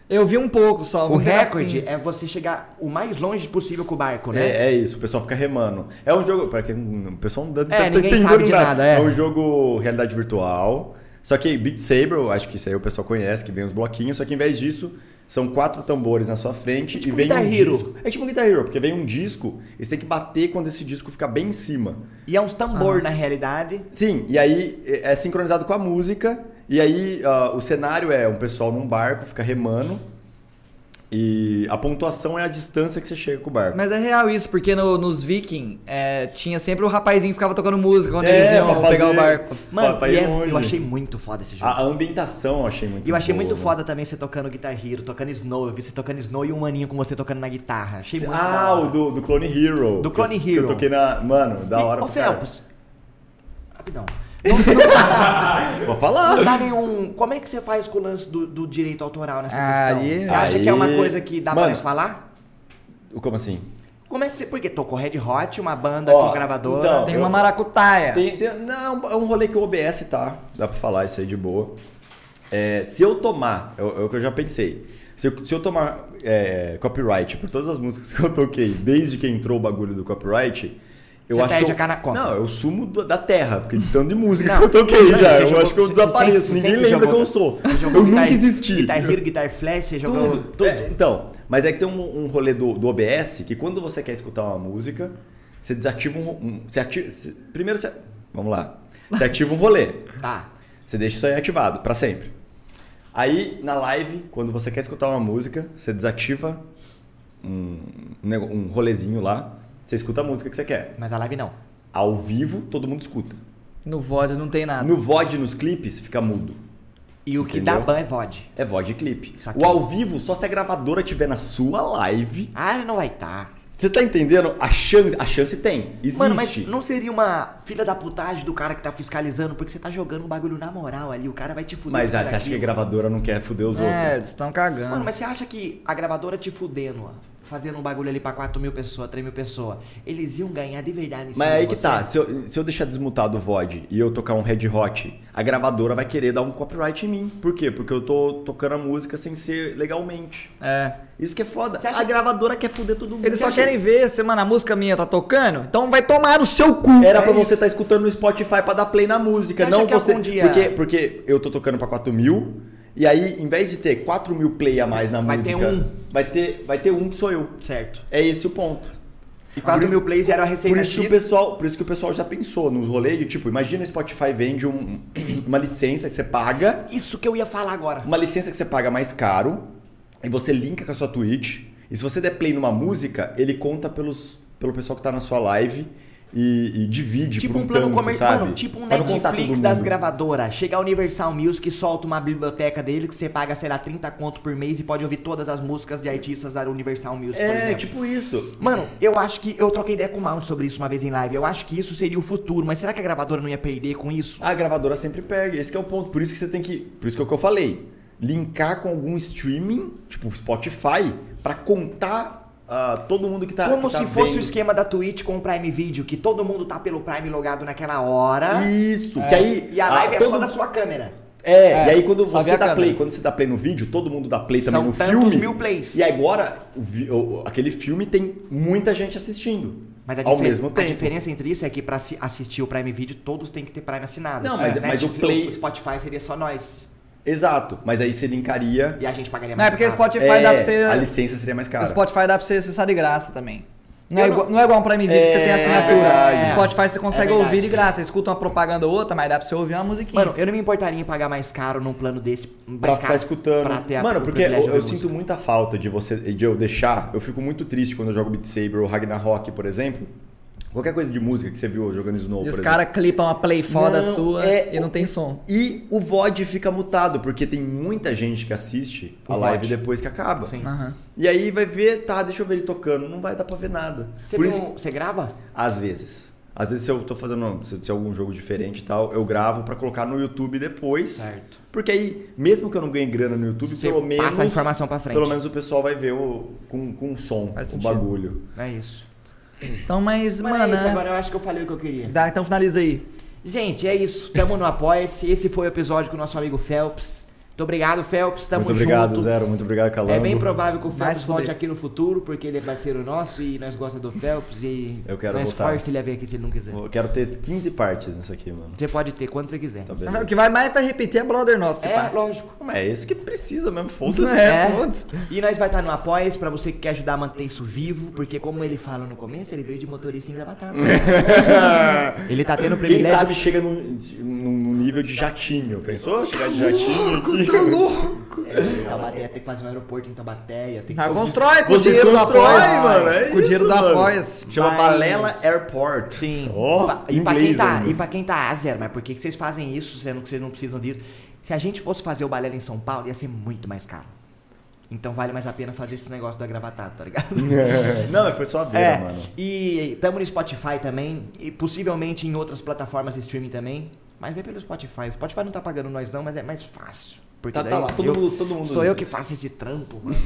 S2: Eu vi um pouco só.
S1: O
S2: um
S1: recorde
S2: pedacinho.
S1: é você chegar o mais longe possível com o barco, né?
S3: É, é isso, o pessoal fica remando. É um jogo. Pra quem. O pessoal não deve
S1: É,
S3: tá
S1: ninguém
S3: entendendo
S1: sabe de nada, é.
S3: um jogo realidade virtual. Só que Beat Saber, eu acho que isso aí o pessoal conhece, que vem os bloquinhos. Só que em vez disso, são quatro tambores na sua frente
S1: tipo
S3: e vem
S1: Guitar
S3: um
S1: Hero.
S3: disco. É tipo um Guitar Hero, porque vem um disco e você tem que bater quando esse disco fica bem em cima.
S1: E é uns tambor
S2: Ah.
S1: na realidade.
S3: Sim, e aí é é sincronizado com a música. E aí ah, o cenário é um pessoal num barco, fica remando. E a pontuação é a distância que você chega com o barco.
S2: Mas é real isso, porque no- nos Viking é, tinha sempre o rapazinho que ficava tocando música quando
S3: É,
S2: eles iam
S3: pra
S2: pegar o
S3: fazer-
S2: barco.
S1: Mano,
S3: Pra
S1: e
S3: ir
S1: é-
S3: longe.
S1: eu achei muito foda esse jogo.
S3: A a ambientação eu achei muito
S1: E eu achei
S3: boa,
S1: muito
S3: né?
S1: foda também você tocando Guitar Hero, tocando Snow. Eu vi você tocando Snow e um maninho com você tocando na guitarra. Achei muito da
S3: Ah,
S1: hora.
S3: o do, do Clone Hero.
S1: Do
S3: Que-
S1: Clone
S3: que
S1: Hero.
S3: eu toquei na. Mano, da
S1: E-
S3: hora.
S1: Ô,
S3: pra caralho.
S1: Felps. Rapidão. Não, não,
S3: Vou falar.
S1: não dá nenhum. Como é que você faz com o lance do, do direito autoral nessa
S2: Ah,
S1: questão?
S2: aí-
S1: Você acha que é uma
S3: aí-
S1: coisa que dá pra
S3: Mano.
S1: nós falar?
S3: Como assim?
S1: Como é que você. Por quê? Tocou Red Hot, uma banda
S3: Ó,
S1: com gravadora.
S3: então,
S2: Tem uma maracutaia.
S3: Tem- tem- não, é um rolê que o OBS tá. Dá pra falar isso aí de boa. É, se eu tomar, é o é o que eu já pensei. Se eu, se eu tomar é, copyright por todas as músicas que eu toquei desde que entrou o bagulho do copyright, eu
S1: Você
S3: acho
S1: perde
S3: que.
S1: a cara na
S3: Eu,
S1: conta.
S3: não, eu sumo do- da terra, porque de tanto de música que
S1: Não,
S3: eu
S1: não,
S3: toquei já.
S1: você
S3: Eu
S1: jogou-
S3: acho que eu
S1: você
S3: desapareço.
S1: sempre-
S3: Ninguém
S1: sempre
S3: lembra
S1: jogou-
S3: que eu sou.
S1: Você jogou tá-
S3: Eu nunca
S1: Guitar-
S3: existi.
S1: Guitar Hero, Guitar Flash, você jogou.
S3: Tudo, tudo. É, então, mas é que tem um, um rolê do, do OBS que quando você quer escutar uma música, você desativa um. um você ativa, você- primeiro você. Vamos lá. Você ativa um rolê.
S1: Tá.
S3: Você deixa isso aí ativado, pra sempre. Aí, na live, quando você quer escutar uma música, você desativa um, nego- um rolezinho lá, você escuta a música que você quer.
S1: Mas a live não.
S3: Ao vivo, todo mundo escuta.
S2: No VOD não tem nada.
S3: No VOD, nos clipes, fica mudo.
S1: E o que dá
S3: Entendeu?
S1: ban é VOD.
S3: É VOD e clipe.
S1: Saquei.
S3: O ao vivo, só se a gravadora tiver na sua live,
S1: Ah, não vai estar.
S3: Você tá entendendo? A chance, a chance tem. Existe.
S1: Mano, mas não seria uma filha da putagem do cara que tá fiscalizando, porque você tá jogando um bagulho na moral ali, o cara vai te fuder.
S3: Mas, ah,
S1: por
S3: você acha que a
S1: aquilo.
S3: gravadora não quer foder os
S2: É,
S3: outros?
S2: eles estão cagando.
S1: Mano, mas você acha que a gravadora te fudendo, ó, fazendo um bagulho ali pra 4 mil pessoas, 3 mil pessoas, eles iam ganhar de verdade em
S3: Mas
S1: cima
S3: aí
S1: de
S3: que
S1: é você?
S3: tá, se eu, se eu deixar desmutado o VOD e eu tocar um Red Hot, a gravadora vai querer dar um copyright em mim. Por quê? Porque eu tô tocando a música sem ser legalmente.
S2: É.
S3: Isso que é foda.
S1: Você acha
S3: A
S1: que-
S3: gravadora quer foder todo mundo.
S2: Eles
S3: Você
S2: só
S3: acha-
S2: querem ver se, mano, a música minha tá tocando, então vai tomar no seu cu.
S3: Era
S2: É
S3: pra você
S2: isso.
S3: estar escutando no Spotify pra dar play na
S1: um Você
S3: música,
S1: acha
S3: não
S1: que é
S3: você.
S1: algum dia-
S3: Porque, porque eu tô tocando pra 4 mil, e aí, em vez de ter 4 mil play a mais na
S1: Vai ter
S3: música,
S1: um.
S3: vai, ter, vai ter um que sou eu.
S1: Certo.
S3: É esse o ponto.
S1: E 4
S3: Por
S1: mil
S3: isso-
S1: plays era a
S3: Por
S1: receita
S3: isso, que o
S1: X?
S3: pessoal, por isso que o pessoal já pensou nos rolês de tipo, imagina o Spotify vende um- uma licença que você paga,
S1: Isso que eu ia falar agora.
S3: uma licença que você paga mais caro, e você linka com a sua Twitch, e se você der play numa música, ele conta pelos, pelo pessoal que tá na sua live e, e divide
S1: Tipo
S3: por
S1: um,
S3: um,
S1: plano
S3: tanto,
S1: comercial,
S3: sabe?
S1: mano, tipo um
S3: Pra não contar todo
S1: Netflix das
S3: mundo.
S1: gravadoras. Chega a Universal Music e solta uma biblioteca dele que você paga, sei lá, 30 conto por mês e pode ouvir todas as músicas de artistas da Universal Music, por
S3: É,
S1: exemplo.
S3: tipo isso.
S1: Mano, eu acho que. Eu troquei ideia com o Mount sobre isso uma vez em live. Eu acho que isso seria o futuro, mas será que a gravadora não ia perder com isso?
S3: A gravadora sempre perde. Esse que é o ponto. Por isso que você tem que. Por isso que é o que eu falei. Linkar com algum streaming, tipo Spotify, pra contar ah, todo mundo que tá.
S1: Como
S3: que tá
S1: se fosse o
S3: vendo.
S1: esquema da Twitch com o Prime Video, que todo mundo tá pelo Prime logado naquela hora.
S3: Isso, que aí.
S1: E, a
S3: ah,
S1: live é
S3: todo-
S1: só da sua câmera.
S3: É,
S2: É,
S3: e aí quando
S2: só vê
S3: você
S2: a
S3: dá
S2: câmera.
S3: play, quando você dá play no vídeo, todo mundo dá play também
S1: São
S3: no
S1: tantos
S3: filme.
S1: mil plays.
S3: E agora, o vi- o- aquele filme tem muita gente assistindo.
S1: Mas a,
S3: ao
S1: difer-
S3: mesmo
S1: a
S3: tempo.
S1: diferença entre isso é que pra assi- assistir o Prime Video, todos têm que ter Prime assinado.
S3: Não, mas-
S1: É,
S3: mas o
S1: Netflix,
S3: Play-
S1: o Spotify seria só nós.
S3: Exato. Mas aí você linkaria.
S1: E a gente pagaria
S2: Não,
S1: mais.
S2: é porque o
S1: caro.
S2: Spotify
S3: é,
S2: dá pra
S3: A
S2: você.
S3: licença seria mais cara.
S2: O Spotify dá pra você acessar de graça também. Não,
S1: Eu
S2: é
S1: não-
S2: igual, não é igual um Prime Video que você tem
S3: É,
S2: assinatura.
S3: verdade.
S2: O Spotify você consegue
S1: É verdade.
S2: ouvir de graça. Você escuta uma propaganda ou outra, mas dá pra você ouvir uma musiquinha.
S1: Mano, eu não me importaria em pagar mais caro num plano desse. mais
S3: Pra ficar
S1: caro
S3: escutando.
S1: pra ter a-
S3: Mano,
S1: o
S3: porque eu,
S1: privilégio de
S3: eu
S1: ouvir música.
S3: sinto muita falta de você de eu deixar. Eu fico muito triste quando eu jogo Beat Saber ou Ragnarok, por exemplo. Qualquer coisa de música que você viu eu jogando Snow,
S2: e
S3: por
S2: os
S3: exemplo.
S2: caras clipam uma play foda
S3: Não,
S2: sua
S3: é-
S2: e não tem som.
S3: E o VOD fica mutado, porque tem muita gente que assiste a
S1: O
S3: live
S1: VOD.
S3: depois que acaba.
S1: Sim.
S2: Aham.
S3: E aí vai ver, tá, deixa eu ver ele tocando. Não vai dar pra ver nada.
S1: Você,
S3: Por
S1: tem
S3: isso,
S1: um- você grava?
S3: às vezes. Às vezes se eu tô fazendo se, se é algum jogo diferente e tal, eu gravo pra colocar no YouTube depois.
S1: Certo.
S3: Porque aí, mesmo que eu não ganhe grana no YouTube,
S1: Você
S3: pelo
S1: passa
S3: menos.
S1: a informação pra frente.
S3: Pelo menos o pessoal vai ver o, com, com o som,
S2: Faz
S3: o
S2: sentido.
S3: bagulho.
S1: É isso.
S2: Então, mas,
S1: Mas
S2: mano.
S1: é isso, agora eu acho que eu falei o que eu queria.
S2: dá- então finaliza aí.
S1: Gente, é isso. Tamo no Apoia-se. Esse foi o episódio com o nosso amigo Phelps. Muito obrigado, Phelps. Tamo
S3: muito obrigado,
S1: junto.
S3: Zero. Muito obrigado, Calango.
S1: É bem provável que o
S2: Vai
S1: Phelps
S2: se
S1: volte
S2: fuder.
S1: aqui no futuro, porque ele é parceiro nosso e nós gosta do Phelps e
S3: Eu quero
S1: nós
S3: voltar.
S1: força ele a vir aqui se ele não quiser.
S3: Eu quero ter 15 partes nisso aqui, mano.
S1: Você pode ter quando você quiser.
S3: Tá
S2: O
S3: beleza.
S2: que vai mais pra repetir é brother nosso, se
S1: é,
S2: pá.
S1: lógico.
S3: Mas é esse que precisa mesmo, foda-se.
S1: É.
S2: foda-se.
S1: E nós vai estar no Apoia-se pra você que quer ajudar a manter isso vivo, porque como ele fala no começo, ele veio de motorista engravatado. ele tá tendo
S3: Quem
S1: privilégio.
S3: sabe chega num, num nível de jatinho. Pensou? Chegar de
S1: Uh,
S3: jatinho. aqui.
S1: É, Taubaté, ia ter que fazer um aeroporto em Taubaté, ia ter que...
S3: Ah,
S2: Nós Tá, constrói com o
S3: Vocês
S2: dinheiro da
S3: constroem,
S2: Apoia.
S3: mano. É
S2: com o dinheiro
S3: isso,
S2: da
S3: mano.
S2: Apoia.
S3: Chama
S1: Mas-
S3: Balela Airport.
S1: Sim.
S3: Ó,
S1: Pa- e, pra quem
S3: inglês
S1: tá,
S3: ainda.
S1: e pra quem tá, ah, zero, mas por que, que vocês fazem isso, sendo que vocês não precisam disso? Se a gente fosse fazer o balela em São Paulo, ia ser muito mais caro. Então vale mais a pena fazer esse negócio da gravatada, tá ligado?
S3: Não, foi só a beira,
S1: É,
S3: mano.
S1: e tamo no Spotify também, e possivelmente em outras plataformas de streaming também. Mas vem pelo Spotify. O Spotify não tá pagando nós não, mas é mais fácil. Porque
S3: Tá- tá
S1: daí
S3: lá, todo mundo- todo mundo-
S1: Sou eu que faço esse trampo, mano.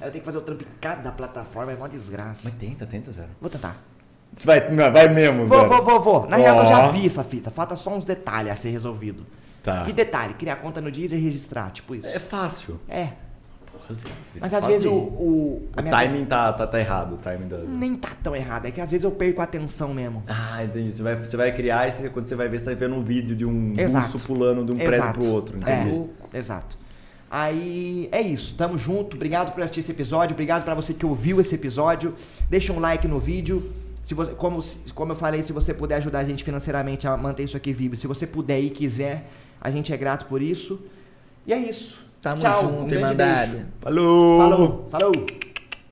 S1: Aí eu tenho que fazer o trampo em cada plataforma, é uma desgraça.
S3: Mas tenta, tenta, Zero.
S1: Vou tentar.
S3: Você vai, não, vai mesmo,
S1: Vou,
S3: Zero.
S1: vou, vou, vou. Na real, eu
S3: Ó.
S1: já vi essa fita. Falta só uns detalhes a ser resolvido.
S3: Tá.
S1: Que detalhe? Criar conta no Deezer e registrar, tipo isso.
S3: É fácil.
S1: É.
S3: Porra, Zero.
S1: Mas
S3: Você
S1: às
S3: faz
S1: vezes o,
S3: aí.
S1: o, a
S3: O
S1: minha-
S3: timing tá, tá, tá errado, o timing da...
S1: nem tá tão errado. É que às vezes eu perco a atenção mesmo.
S3: Ah, entendi. Você vai, você vai criar e você- quando você vai ver, você tá vendo um vídeo de um
S1: Exato.
S3: urso pulando de um prédio pro outro, entendeu?
S1: É, exato. Aí é isso, tamo junto. Obrigado por assistir esse episódio, obrigado pra você que ouviu esse episódio. Deixa um like no vídeo. Se você, como, como eu falei, se você puder ajudar a gente financeiramente a manter isso aqui vivo, se você puder e quiser, a gente é grato por isso. E é isso.
S2: Tamo
S1: Tchau, um
S2: junto,
S1: grande
S2: Irmandade.
S1: beijo.
S3: Falou!
S1: Falou, falou.